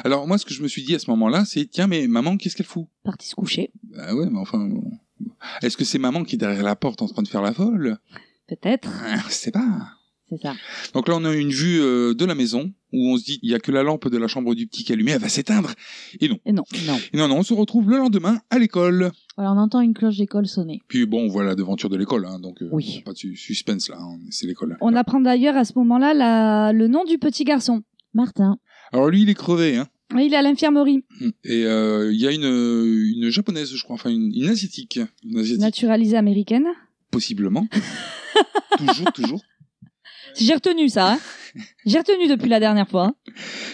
[SPEAKER 5] Alors moi, ce que je me suis dit à ce moment-là, c'est tiens, mais maman, qu'est-ce qu'elle fout
[SPEAKER 2] Parti se coucher,
[SPEAKER 5] Bah ouais, mais enfin, bon. est-ce que c'est maman qui est derrière la porte en train de faire la folle
[SPEAKER 2] peut-être.
[SPEAKER 5] Ah, Je sais pas.
[SPEAKER 6] C'est ça.
[SPEAKER 5] Donc là, on a une vue euh, de la maison où on se dit il y a que la lampe de la chambre du petit qui est allumée, elle va s'éteindre.
[SPEAKER 2] Et non.
[SPEAKER 6] Non.
[SPEAKER 5] Et non, non, on se retrouve le lendemain à l'école.
[SPEAKER 6] Voilà, on entend une cloche d'école sonner.
[SPEAKER 5] Puis bon, on voit la devanture de l'école, hein, donc euh,
[SPEAKER 6] Oui.
[SPEAKER 5] pas de su- suspense là, hein, c'est l'école.
[SPEAKER 2] On apprend d'ailleurs à ce moment-là la- le nom du petit garçon.
[SPEAKER 6] Martin.
[SPEAKER 5] Alors lui, il est crevé. Hein.
[SPEAKER 2] Il est à l'infirmerie,
[SPEAKER 5] Et euh, il y a une, une japonaise, je crois, enfin une, une asiatique. Une asiatique,
[SPEAKER 2] naturalisée américaine.
[SPEAKER 5] possiblement. toujours, toujours.
[SPEAKER 2] J'ai retenu ça. hein. J'ai retenu depuis la dernière fois. hein.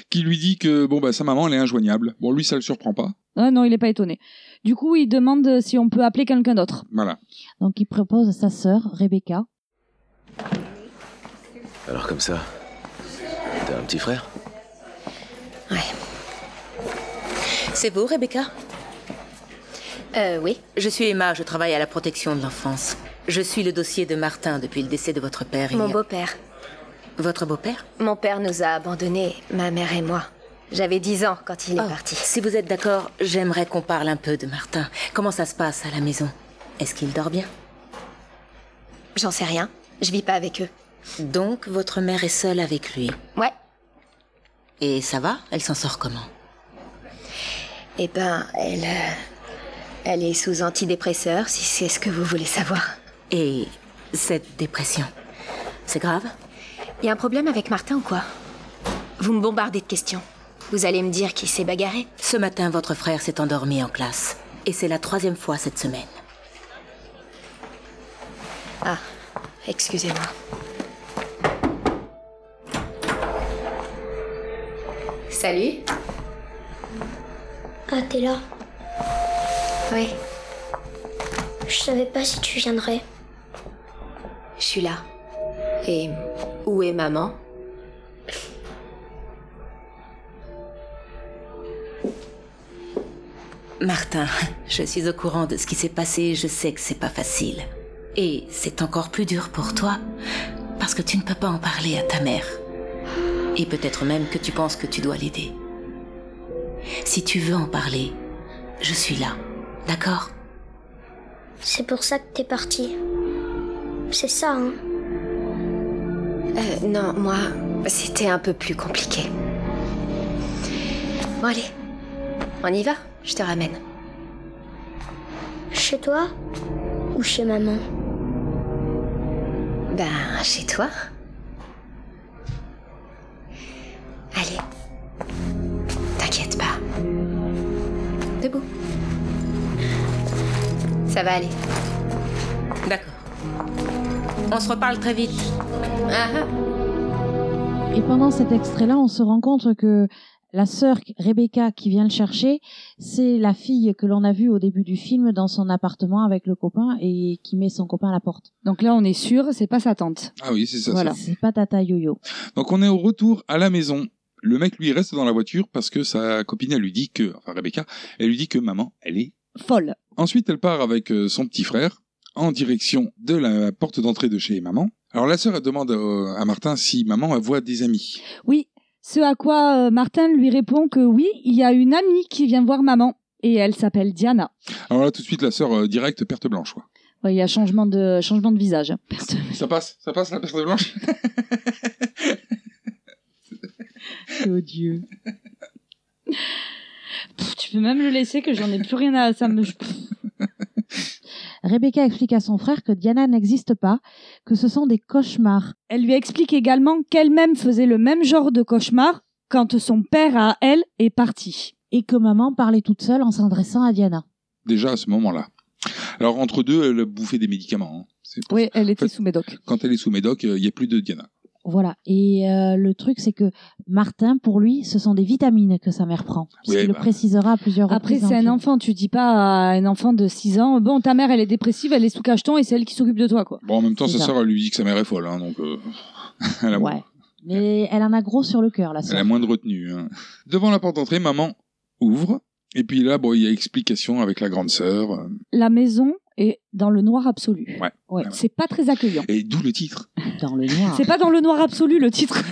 [SPEAKER 5] Qui lui dit que bon, bah, sa maman, elle est injoignable. Bon, lui, ça le surprend pas.
[SPEAKER 2] Ah non, il n'est pas étonné. Du coup, il demande si on peut appeler quelqu'un d'autre.
[SPEAKER 5] Voilà.
[SPEAKER 6] Donc il propose à sa sœur, Rebecca.
[SPEAKER 7] Alors comme ça, t'as un petit frère
[SPEAKER 8] C'est vous, Rebecca Euh, oui. Je suis Emma, je travaille à la protection de l'enfance. Je suis le dossier de Martin depuis le décès de votre père. il
[SPEAKER 9] Mon
[SPEAKER 8] y a-
[SPEAKER 9] beau-père.
[SPEAKER 8] Votre beau-père
[SPEAKER 9] Mon père nous a abandonnés, ma mère et moi. J'avais 10 ans quand il est
[SPEAKER 8] Oh,
[SPEAKER 9] parti.
[SPEAKER 8] Si vous êtes d'accord, j'aimerais qu'on parle un peu de Martin. Comment ça se passe à la maison Est-ce qu'il dort bien
[SPEAKER 9] J'en sais rien. Je vis pas avec eux.
[SPEAKER 8] Donc, votre mère est seule avec lui.
[SPEAKER 9] Ouais.
[SPEAKER 8] Et ça va Elle s'en sort comment
[SPEAKER 9] Eh ben, elle. euh, elle est sous antidépresseur, si c'est ce que vous voulez savoir.
[SPEAKER 8] Et cette dépression C'est grave
[SPEAKER 9] Y a un problème avec Martin ou quoi Vous me bombardez de questions. Vous allez me dire qu'il s'est bagarré
[SPEAKER 8] Ce matin, votre frère s'est endormi en classe. Et c'est la troisième fois cette semaine.
[SPEAKER 9] Ah, excusez-moi. Salut
[SPEAKER 10] Ah, t'es là.
[SPEAKER 9] Oui,
[SPEAKER 10] Je savais pas si tu viendrais.
[SPEAKER 9] je suis là. Et où est maman
[SPEAKER 8] Martin, je suis au courant de ce qui s'est passé, je sais que c'est pas facile. Et c'est encore plus dur pour toi, parce que tu ne peux pas en parler à ta mère. Et peut-être même que tu penses que tu dois l'aider. Si tu veux en parler, je suis là, d'accord
[SPEAKER 10] C'est pour ça que t'es parti. C'est ça, hein.
[SPEAKER 9] Euh, non, moi, c'était un peu plus compliqué. Bon, allez, on y va, je te ramène.
[SPEAKER 10] Chez toi ou chez maman
[SPEAKER 9] Ben, chez toi. Allez. T'inquiète pas. Debout. Ça va aller.
[SPEAKER 8] D'accord. On se reparle très vite.
[SPEAKER 9] Ah, ah.
[SPEAKER 6] Et pendant cet extrait-là, on se rend compte que la sœur Rebecca qui vient le chercher, c'est la fille que l'on a vue au début du film dans son appartement avec le copain et qui met son copain à la porte.
[SPEAKER 2] Donc là, on est sûr, c'est pas sa tante.
[SPEAKER 5] Ah oui, c'est ça.
[SPEAKER 2] Voilà.
[SPEAKER 6] C'est pas Tata Yo-Yo.
[SPEAKER 5] c'est- Donc on est au retour à la maison. Le mec, lui, reste dans la voiture parce que sa copine, elle lui dit que, enfin Rebecca, elle lui dit que maman, elle est
[SPEAKER 2] Folle.
[SPEAKER 5] Ensuite, elle part avec euh, son petit frère en direction de la porte d'entrée de chez maman. Alors la sœur elle demande euh, à Martin si maman elle voit des amis.
[SPEAKER 2] Oui. Ce à quoi euh, Martin lui répond que oui, il y a une amie qui vient voir maman. Et elle s'appelle Diana.
[SPEAKER 5] Alors là tout de suite la sœur euh, directe perte blanche. quoi.
[SPEAKER 2] Ouais, il y a changement de, changement de visage.
[SPEAKER 5] Ça passe, ça passe la perte blanche.
[SPEAKER 6] C'est odieux.
[SPEAKER 2] Pff, tu peux même le laisser que j'en ai plus rien à. Ça me...
[SPEAKER 6] Rebecca explique à son frère que Diana n'existe pas, que ce sont des cauchemars.
[SPEAKER 2] Elle lui explique également qu'elle-même faisait le même genre de cauchemar quand son père à elle est parti.
[SPEAKER 6] Et que maman parlait toute seule en s'adressant à Diana.
[SPEAKER 5] Déjà à ce moment-là. Alors entre deux, elle a bouffé des médicaments. hein. C'est pour
[SPEAKER 2] Oui, elle était
[SPEAKER 5] fait-
[SPEAKER 2] sous médoc.
[SPEAKER 5] ça. Quand elle est sous médoc, euh, il n'y a plus de Diana.
[SPEAKER 6] Voilà. Et euh, le truc, c'est que Martin, pour lui, ce sont des vitamines que sa mère prend. Puisqu'il
[SPEAKER 5] Oui,
[SPEAKER 6] le
[SPEAKER 5] bah.
[SPEAKER 6] précisera à plusieurs
[SPEAKER 2] Après,
[SPEAKER 6] reprises. dans
[SPEAKER 2] c'est
[SPEAKER 6] le
[SPEAKER 2] un
[SPEAKER 6] film.
[SPEAKER 2] enfant, tu dis pas à un enfant de 6 ans, bon, ta mère, elle est dépressive, elle est sous cacheton et c'est elle qui s'occupe de toi, quoi.
[SPEAKER 5] Bon en même temps
[SPEAKER 6] C'est
[SPEAKER 5] sa
[SPEAKER 6] ça.
[SPEAKER 5] sœur elle lui dit que sa mère est folle, hein, donc euh, elle, a,
[SPEAKER 6] Ouais. Mais elle en a gros sur le cœur, la
[SPEAKER 5] elle
[SPEAKER 6] sœur.
[SPEAKER 5] a moins de retenue. hein. Devant la porte d'entrée, maman ouvre. Et puis là, bon, il y a explication avec la grande sœur. euh,
[SPEAKER 2] La maison est dans le noir absolu.
[SPEAKER 5] Ouais.
[SPEAKER 2] ouais. C'est pas très accueillant.
[SPEAKER 5] Et d'où le titre.
[SPEAKER 6] Dans le noir.
[SPEAKER 2] C'est pas dans le noir absolu le titre.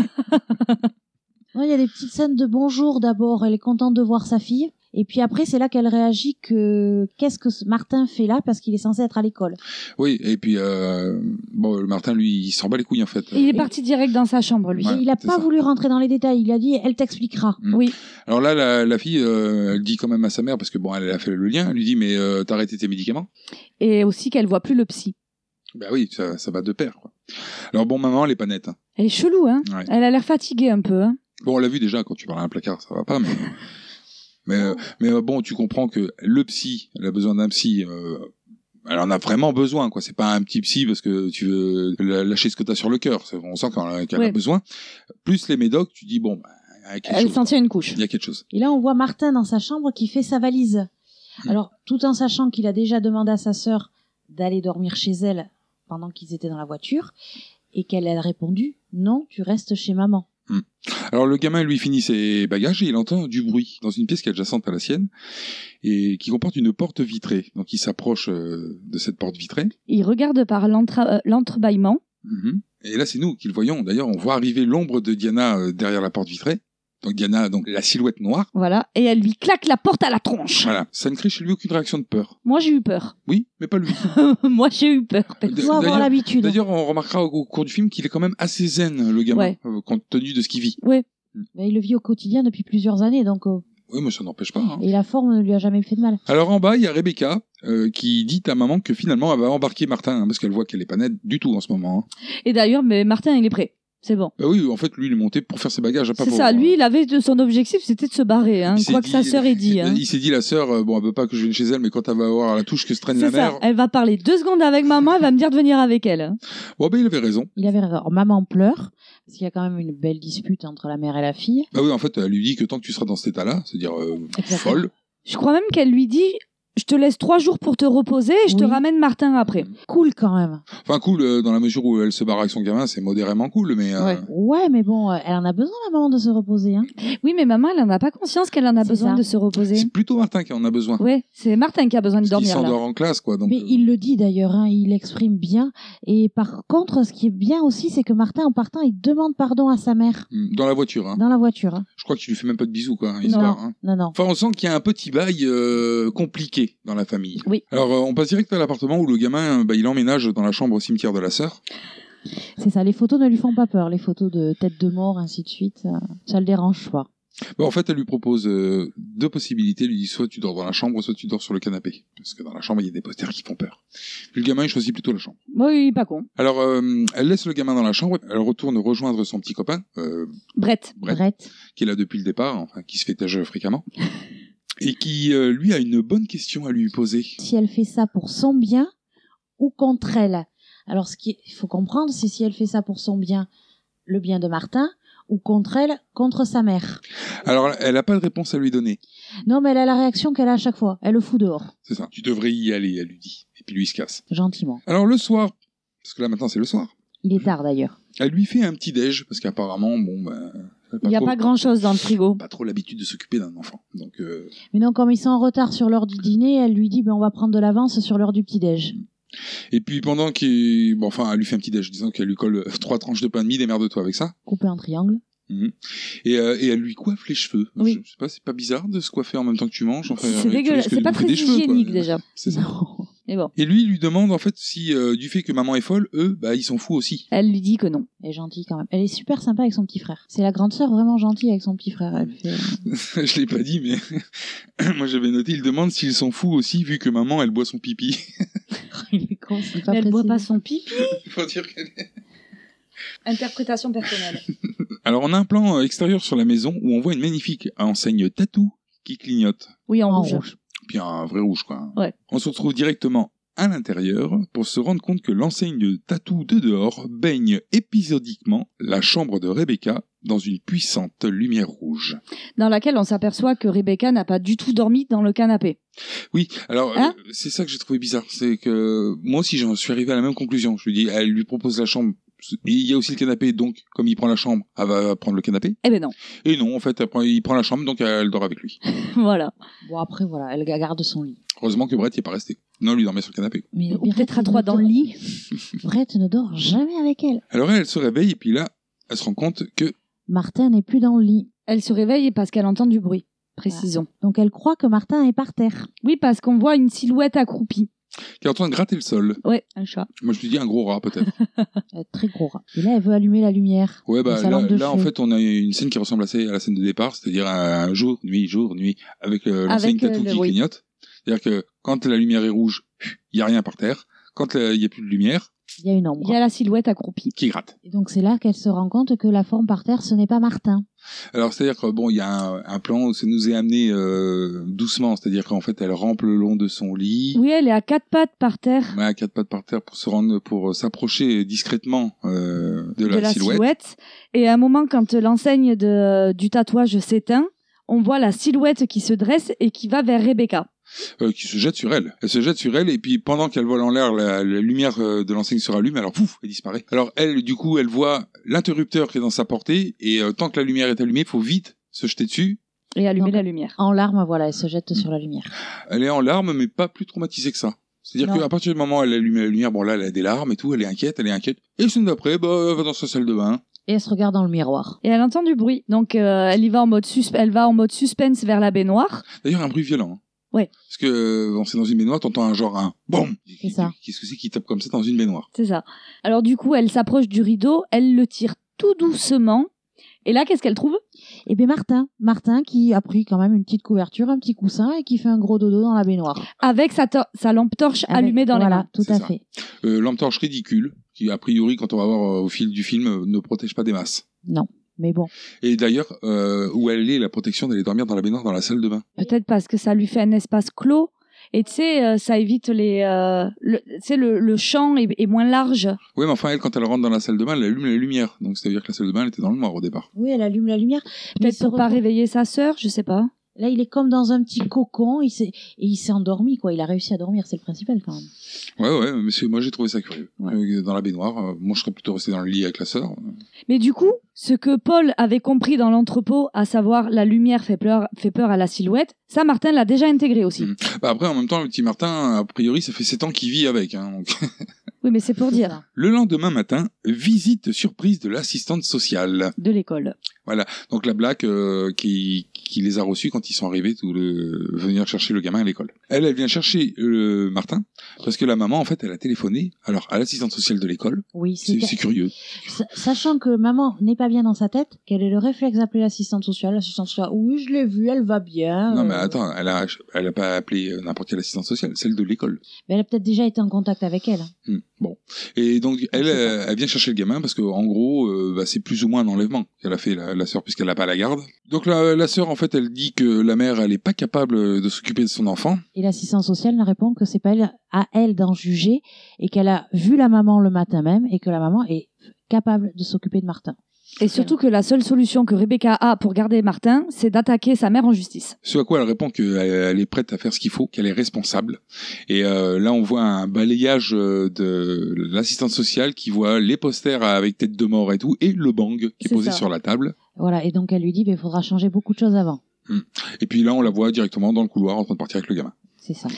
[SPEAKER 6] Non, il y a des petites scènes de bonjour d'abord. Elle est contente de voir sa fille. Et puis après, c'est là qu'elle réagit que qu'est-ce que ce- Martin fait là parce qu'il est censé être à l'école.
[SPEAKER 5] Oui, et puis euh, bon, le Martin lui, il s'en bat les couilles en fait.
[SPEAKER 2] Et il est parti direct dans sa chambre, lui.
[SPEAKER 5] Ouais,
[SPEAKER 6] Et il a
[SPEAKER 5] c'est
[SPEAKER 6] pas
[SPEAKER 5] ça.
[SPEAKER 6] voulu rentrer dans les détails. Il a dit, elle t'expliquera.
[SPEAKER 5] Mm.
[SPEAKER 2] Oui,
[SPEAKER 5] Alors là, la, la fille, euh, elle dit quand même à sa mère parce que bon, elle a fait le lien. Elle lui dit mais euh, t'as arrêté tes médicaments
[SPEAKER 2] et aussi qu'elle voit plus le psy.
[SPEAKER 5] Bah oui, ça, ça va de pair. Quoi. Alors bon, maman, elle est pas nette. hein.
[SPEAKER 2] Elle est chelou, hein
[SPEAKER 5] Ouais.
[SPEAKER 2] Elle a l'air fatiguée un peu. hein.
[SPEAKER 5] Bon, on l'a vu déjà, quand tu parles à un placard, ça va pas, mais. Mais, euh, mais, euh, bon, tu comprends que le psy, elle a besoin d'un psy. euh, elle en a vraiment besoin, quoi. C'est pas un petit psy parce que tu veux la- lâcher ce que t'as sur le cœur. C'est- On sent qu'elle en a- qu'elle en a
[SPEAKER 2] Ouais.
[SPEAKER 5] besoin. Plus les médocs, tu dis, bon, bah, il y a quelque
[SPEAKER 2] Elle
[SPEAKER 5] chose.
[SPEAKER 2] s'en tient une couche.
[SPEAKER 5] Il y a quelque chose.
[SPEAKER 6] Et là, on voit Martin dans sa chambre qui fait sa valise.
[SPEAKER 5] Hmm.
[SPEAKER 6] Alors, tout en sachant qu'il a déjà demandé à sa sœur d'aller dormir chez elle pendant qu'ils étaient dans la voiture, et qu'elle a répondu non, tu restes chez maman.
[SPEAKER 5] Alors le gamin lui finit ses bagages et il entend du bruit dans une pièce qui est adjacente à la sienne et qui comporte une porte vitrée. Donc il s'approche euh, de cette porte vitrée.
[SPEAKER 2] Il regarde par l'entra- euh, l'entrebâillement.
[SPEAKER 5] Mhm. Et là c'est nous qui le voyons. D'ailleurs on voit arriver l'ombre de Diana euh, derrière la porte vitrée. Donc Diana, donc la silhouette noire.
[SPEAKER 2] Voilà, et elle lui claque la porte à la tronche.
[SPEAKER 5] Voilà. Ça ne crée chez lui aucune réaction de peur.
[SPEAKER 2] Moi, j'ai eu peur.
[SPEAKER 5] Oui, mais pas lui.
[SPEAKER 2] Moi, j'ai eu peur.
[SPEAKER 6] Il faut avoir
[SPEAKER 5] D'ailleurs-
[SPEAKER 6] l'habitude.
[SPEAKER 5] D'ailleurs on remarquera au, au cours du film qu'il est quand même assez zen le gamin
[SPEAKER 2] Ouais.
[SPEAKER 5] euh, compte tenu de ce qu'il vit.
[SPEAKER 6] Mais il le vit au quotidien depuis plusieurs années, donc euh,
[SPEAKER 5] Oui mais ça n'empêche pas. hein.
[SPEAKER 6] et la forme ne lui a jamais fait de mal.
[SPEAKER 5] Alors en bas, il y a Rebecca euh, qui dit à maman que finalement elle va embarquer Martin hein, parce qu'elle voit qu'elle est pas nette du tout en ce moment. hein.
[SPEAKER 2] Et d'ailleurs, mais Martin, il est prêt. C'est bon.
[SPEAKER 5] Bah oui, en fait, lui, il est monté pour faire ses bagages. hein, pas
[SPEAKER 2] C'est
[SPEAKER 5] pour-
[SPEAKER 2] ça, lui, il avait de- son objectif, c'était de se barrer. Hein.
[SPEAKER 5] Il
[SPEAKER 2] Je
[SPEAKER 5] s'est
[SPEAKER 2] crois que sa
[SPEAKER 5] dit-
[SPEAKER 2] sœur est dit. hein.
[SPEAKER 5] Il s'est dit la sœur, euh, bon, elle veut pas que je vienne chez elle, mais quand elle va avoir la touche que se traîne la
[SPEAKER 2] C'est ça,
[SPEAKER 5] mère,
[SPEAKER 2] elle va parler deux secondes avec maman, elle va me dire de venir avec elle.
[SPEAKER 5] bon ben il avait raison.
[SPEAKER 6] Il avait raison. Alors, maman pleure parce qu'il y a quand même une belle dispute entre la mère et la fille.
[SPEAKER 5] Bah oui, en fait, elle lui dit que tant que tu seras dans cet état-là, c'est-à-dire euh,
[SPEAKER 6] Exactement.
[SPEAKER 5] folle,
[SPEAKER 2] Je crois même qu'elle lui dit Je te laisse trois jours pour te reposer et je te
[SPEAKER 6] Oui.
[SPEAKER 2] ramène Martin après.
[SPEAKER 6] Cool quand même.
[SPEAKER 5] enfin cool euh, dans la mesure où elle se barre avec son gamin, c'est modérément cool, mais euh,
[SPEAKER 2] Ouais.
[SPEAKER 6] Ouais, mais bon, euh, elle en a besoin la maman de se reposer. Hein.
[SPEAKER 2] Oui, mais maman, elle en a pas conscience qu'elle en a
[SPEAKER 6] C'est
[SPEAKER 2] besoin
[SPEAKER 6] ça.
[SPEAKER 2] de se reposer.
[SPEAKER 5] c'est plutôt Martin qui en a besoin.
[SPEAKER 2] Ouais, c'est Martin qui a besoin de
[SPEAKER 5] Parce qu'il
[SPEAKER 2] dormir là.
[SPEAKER 5] s'endort en classe, quoi. Donc,
[SPEAKER 6] Mais
[SPEAKER 5] euh,
[SPEAKER 6] il le dit d'ailleurs, hein, il l'exprime bien. Et par contre, ce qui est bien aussi, c'est que Martin, en partant, il demande pardon à sa mère
[SPEAKER 5] Dans la voiture, hein.
[SPEAKER 6] dans la voiture. hein.
[SPEAKER 5] je crois que tu lui fais même pas de bisous, quoi. hein, il se
[SPEAKER 6] Non.
[SPEAKER 5] barre, hein.
[SPEAKER 6] Non, non.
[SPEAKER 5] Enfin, on sent qu'il y a un petit bail euh, compliqué dans la famille.
[SPEAKER 2] Oui.
[SPEAKER 5] Alors, euh, on passe direct à l'appartement où le gamin, euh, bah, il emménage dans la chambre au cimetière de la sœur.
[SPEAKER 6] C'est ça, les photos ne lui font pas peur. Les photos de tête de mort, ainsi de suite, euh, ça le dérange pas.
[SPEAKER 5] Bah, en fait, elle lui propose euh, deux possibilités. Elle lui dit soit tu dors dans la chambre, soit tu dors sur le canapé. Parce que dans la chambre, il y a des posters qui font peur. Puis le gamin, il choisit plutôt la chambre.
[SPEAKER 2] Bah Oui, pas con.
[SPEAKER 5] Alors, euh, elle laisse le gamin dans la chambre. Elle retourne rejoindre son petit copain, euh,
[SPEAKER 2] Brett.
[SPEAKER 5] Brett,
[SPEAKER 6] Brett,
[SPEAKER 5] qui est là depuis le départ, enfin, qui se fait tâcher fréquemment. Et qui, euh, lui, a une bonne question à lui poser.
[SPEAKER 6] si elle fait ça pour son bien ou contre elle. Alors, ce qu'il faut comprendre, c'est si elle fait ça pour son bien, le bien de Martin, ou contre elle, contre sa mère.
[SPEAKER 5] Alors, elle n'a pas de réponse à lui donner.
[SPEAKER 6] Non, mais elle a la réaction qu'elle a à chaque fois. Elle le fout dehors,
[SPEAKER 5] C'est ça. Tu devrais y aller, elle lui dit. Et puis lui, il se casse.
[SPEAKER 6] gentiment.
[SPEAKER 5] Alors le soir, parce que là maintenant c'est le soir,
[SPEAKER 6] Il est tard d'ailleurs.
[SPEAKER 5] elle lui fait un petit déj, parce qu'apparemment, bon, ben, elle
[SPEAKER 2] Il n'y a
[SPEAKER 5] trop,
[SPEAKER 2] pas grand chose dans le frigo.
[SPEAKER 5] pas trop l'habitude de s'occuper d'un enfant. Donc, euh,
[SPEAKER 6] Mais non, comme ils sont en retard sur l'heure du dîner, elle lui dit ben, on va prendre de l'avance sur l'heure du petit-déj.
[SPEAKER 5] Et puis pendant qu'il... Bon, enfin, elle lui fait un petit déj, disant qu'elle lui colle euh, trois tranches de pain de mie, démerde-toi avec ça.
[SPEAKER 6] Coupé en triangle.
[SPEAKER 5] Et, euh, et elle lui coiffe les cheveux.
[SPEAKER 2] Oui.
[SPEAKER 5] Je sais pas, c'est pas bizarre de se coiffer en même temps que tu manges. Enfin, euh, tu
[SPEAKER 2] C'est dégueulasse,
[SPEAKER 5] risques de
[SPEAKER 2] c'est pas
[SPEAKER 5] bouffer
[SPEAKER 2] très
[SPEAKER 5] des cheveux, quoi.
[SPEAKER 2] hygiénique déjà.
[SPEAKER 5] C'est ça.
[SPEAKER 6] Non.
[SPEAKER 2] Mais bon,
[SPEAKER 5] Et lui, il lui demande en fait si euh, du fait que maman est folle, eux, bah, ils s'en foutent aussi.
[SPEAKER 2] elle lui dit que non.
[SPEAKER 6] Elle est gentille quand même. Elle est super sympa avec son petit frère. C'est la grande sœur vraiment gentille avec son petit frère. Elle fait...
[SPEAKER 5] Je l'ai pas dit, mais moi j'avais noté, il demande s'ils s'en foutent aussi vu que maman, elle boit son pipi.
[SPEAKER 6] Il est con, c'est pas
[SPEAKER 2] Mais elle boit
[SPEAKER 6] précis.
[SPEAKER 2] pas son pipi.
[SPEAKER 5] Faut dire qu'elle est-
[SPEAKER 2] Interprétation personnelle.
[SPEAKER 5] Alors, on a un plan euh, extérieur sur la maison où on voit une magnifique enseigne tatou qui clignote.
[SPEAKER 2] Oui, en,
[SPEAKER 6] En
[SPEAKER 2] rouge.
[SPEAKER 6] rouge.
[SPEAKER 5] Puis un vrai rouge, quoi.
[SPEAKER 2] Ouais.
[SPEAKER 5] On se retrouve directement à l'intérieur pour se rendre compte que l'enseigne de tatou de dehors baigne épisodiquement la chambre de Rebecca dans une puissante lumière rouge.
[SPEAKER 2] Dans laquelle on s'aperçoit que Rebecca n'a pas du tout dormi dans le canapé.
[SPEAKER 5] Oui, alors,
[SPEAKER 2] Hein
[SPEAKER 5] euh, c'est ça que j'ai trouvé bizarre. C'est que moi aussi, j'en suis arrivé à la même conclusion. Je lui dis, elle lui propose la chambre. Et il y a aussi le canapé, donc, comme il prend la chambre, elle va prendre le canapé.
[SPEAKER 2] Eh ben non.
[SPEAKER 5] Et non, en fait, elle prend- il prend la chambre, donc elle dort avec lui.
[SPEAKER 2] voilà.
[SPEAKER 6] Bon, après, voilà, elle garde son lit.
[SPEAKER 5] Heureusement que Brett n'y est pas resté. Non, lui dormait sur le canapé.
[SPEAKER 6] Mais
[SPEAKER 2] Ou peut-être à
[SPEAKER 6] ne
[SPEAKER 2] trois dans
[SPEAKER 6] dort-
[SPEAKER 2] le lit.
[SPEAKER 6] Brett ne dort jamais avec elle.
[SPEAKER 5] Alors elle, elle se réveille et puis là, elle se rend compte que
[SPEAKER 6] Martin n'est plus dans le lit.
[SPEAKER 2] Elle se réveille parce qu'elle entend du bruit. Précisons.
[SPEAKER 6] Donc elle croit que Martin est par terre.
[SPEAKER 2] Oui, parce qu'on voit une silhouette accroupie.
[SPEAKER 5] qu'elle est en train de gratter le sol.
[SPEAKER 2] Ouais, un chat.
[SPEAKER 5] Moi, je lui dis un gros rat peut-être.
[SPEAKER 6] Euh, très gros rat. Et là, elle veut allumer la lumière.
[SPEAKER 5] Ouais,
[SPEAKER 6] de
[SPEAKER 5] bah
[SPEAKER 6] sa
[SPEAKER 5] là,
[SPEAKER 6] lampe de
[SPEAKER 5] là, en
[SPEAKER 6] chevet.
[SPEAKER 5] fait, on a une scène qui ressemble assez à la scène de départ, c'est-à-dire un jour, nuit, jour, nuit, avec euh, l'enseigne
[SPEAKER 2] Avec, euh,
[SPEAKER 5] tatou
[SPEAKER 2] le-
[SPEAKER 5] qui
[SPEAKER 2] oui.
[SPEAKER 5] clignote. C'est-à-dire que quand la lumière est rouge, il y a rien par terre. quand la- il n'y a plus de lumière,
[SPEAKER 6] Il y a une ombre.
[SPEAKER 2] Il y a la silhouette accroupie.
[SPEAKER 5] qui gratte.
[SPEAKER 6] Et donc c'est là qu'elle se rend compte que la forme par terre, ce n'est pas Martin.
[SPEAKER 5] Alors, c'est-à-dire que bon, il y a un, un plan où ça nous est amené euh, doucement, c'est-à-dire qu'en fait, elle rampe le long de son lit.
[SPEAKER 2] Oui, elle est à quatre pattes par terre
[SPEAKER 5] Ouais, à quatre pattes par terre pour se rendre, pour euh, s'approcher discrètement euh, de, la, silhouette.
[SPEAKER 2] Et à un moment, quand l'enseigne de- du tatouage s'éteint, on voit la silhouette qui se dresse et qui va vers Rebecca.
[SPEAKER 5] euh, qui se jette sur elle. Elle se jette sur elle et puis pendant qu'elle vole en l'air, la, la lumière euh, de l'enseigne se rallume. Alors pouf, elle disparaît. Alors elle, du coup, elle voit l'interrupteur qui est dans sa portée et euh, tant que la lumière est allumée, faut vite se jeter dessus.
[SPEAKER 2] Et allumer
[SPEAKER 6] Donc-
[SPEAKER 2] la lumière.
[SPEAKER 6] En larmes, voilà, elle se jette sur la lumière.
[SPEAKER 5] Elle est en larmes, mais pas plus traumatisée que ça. C'est-à-dire
[SPEAKER 6] Non.
[SPEAKER 5] qu'à partir du moment où elle allume la lumière, bon là, elle a des larmes et tout, elle est inquiète, elle est inquiète. Et la semaine d'après, bah, elle va dans sa salle de bain.
[SPEAKER 6] Et elle se regarde dans le miroir.
[SPEAKER 2] Et elle entend du bruit. Donc, euh, elle, y va en mode sus- elle va en mode suspense vers la baignoire.
[SPEAKER 5] D'ailleurs, un bruit violent. hein.
[SPEAKER 2] Ouais.
[SPEAKER 5] Parce que euh, on c'est dans une baignoire, t'entends un genre un BOM
[SPEAKER 6] C'est ça.
[SPEAKER 5] Qu'est-ce que c'est qui tape comme ça dans une baignoire
[SPEAKER 2] C'est ça. Alors, du coup, elle s'approche du rideau, elle le tire tout doucement. Et là, qu'est-ce qu'elle trouve
[SPEAKER 6] Et Eh bien Martin, Martin qui a pris quand même une petite couverture, un petit coussin et qui fait un gros dodo dans la baignoire.
[SPEAKER 2] Avec sa, to- sa lampe torche
[SPEAKER 6] Avec-
[SPEAKER 2] allumée dans
[SPEAKER 6] voilà,
[SPEAKER 2] les mains.
[SPEAKER 6] tout
[SPEAKER 5] C'est
[SPEAKER 6] à
[SPEAKER 5] ça.
[SPEAKER 6] fait.
[SPEAKER 5] euh, Lampe torche ridicule, qui a priori, quand on va voir euh, au fil du film, euh, ne protège pas des masses.
[SPEAKER 6] Mais bon,
[SPEAKER 5] Et d'ailleurs, euh, où elle est, la protection d'aller dormir dans la baignoire, dans la salle de bain.
[SPEAKER 2] Peut-être parce que ça lui fait un espace clos. Et tu sais, euh, ça évite les. euh, le, tu sais, le, le champ est, est moins large.
[SPEAKER 5] Oui, mais enfin, elle, quand elle rentre dans la salle de bain, elle allume la lumière. Donc, c'est-à-dire que la salle de bain, elle était dans le noir au départ.
[SPEAKER 6] oui, elle allume la lumière. mais il
[SPEAKER 2] Peut-être
[SPEAKER 6] se
[SPEAKER 2] pour pas
[SPEAKER 6] retrouve-
[SPEAKER 2] réveiller sa sœur, je sais pas.
[SPEAKER 6] Là, il est comme dans un petit cocon, il s'est et il s'est endormi quoi. Il a réussi à dormir, c'est le principal quand même.
[SPEAKER 5] Ouais, ouais, mais c'est- moi, j'ai trouvé ça curieux. Euh, dans la baignoire, euh, moi, je serais plutôt resté dans le lit avec la sœur.
[SPEAKER 2] Mais du coup, ce que Paul avait compris dans l'entrepôt, à savoir la lumière fait peur, fait peur à la silhouette, ça, Martin l'a déjà intégré aussi.
[SPEAKER 5] Mm. Bah, après, en même temps, le petit Martin, a priori, ça fait 7 ans qu'il vit avec. Hein, donc.
[SPEAKER 2] Oui, mais c'est pour dire
[SPEAKER 5] Le lendemain matin, visite surprise de l'assistante sociale.
[SPEAKER 2] de l'école.
[SPEAKER 5] Donc, la blague euh, qui, qui les a reçus quand ils sont arrivés, tout le... venir chercher le gamin à l'école. Elle, elle vient chercher euh, Martin, parce que la maman, en fait, elle a téléphoné alors à l'assistante sociale de l'école.
[SPEAKER 6] Oui, c'est
[SPEAKER 5] C'est c'est curieux.
[SPEAKER 6] Sa- Sachant que maman n'est pas bien dans sa tête, qu'elle ait le réflexe d'appeler l'assistante sociale, l'assistante sociale, oui, je l'ai vue, elle va bien.
[SPEAKER 5] Non, mais
[SPEAKER 6] euh,
[SPEAKER 5] attends, elle a, elle a pas appelé euh, n'importe quelle assistante sociale, celle de l'école.
[SPEAKER 6] mais elle a peut-être déjà été en contact avec elle.
[SPEAKER 5] Hmm, Bon. Et donc, elle,
[SPEAKER 6] Je sais
[SPEAKER 5] euh, elle vient chercher le gamin parce que, en gros, euh, bah, c'est plus ou moins un enlèvement qu'elle a fait, la, la sœur, puisqu'elle n'a pas la garde. Donc, la, la sœur, en fait, elle dit que la mère, elle n'est pas capable de s'occuper de son enfant.
[SPEAKER 6] Et l'assistante sociale ne répond que c'est pas elle, à elle d'en juger et qu'elle a vu la maman le matin même et que la maman est capable de s'occuper de Martin.
[SPEAKER 2] Et surtout que la seule solution que Rebecca a pour garder Martin, c'est d'attaquer sa mère en justice.
[SPEAKER 5] Ce à quoi elle répond qu'elle elle est prête à faire ce qu'il faut, qu'elle est responsable. Et euh, là, on voit un balayage euh, de l'assistante sociale qui voit les posters avec tête de mort et tout, et le bang qui est
[SPEAKER 2] C'est
[SPEAKER 5] posé
[SPEAKER 2] ça.
[SPEAKER 5] sur la table.
[SPEAKER 6] Voilà, et donc elle lui dit, ben, il faudra changer beaucoup de choses avant.
[SPEAKER 5] Et puis là, on la voit directement dans le couloir en train de partir avec le gamin.
[SPEAKER 6] C'est ça.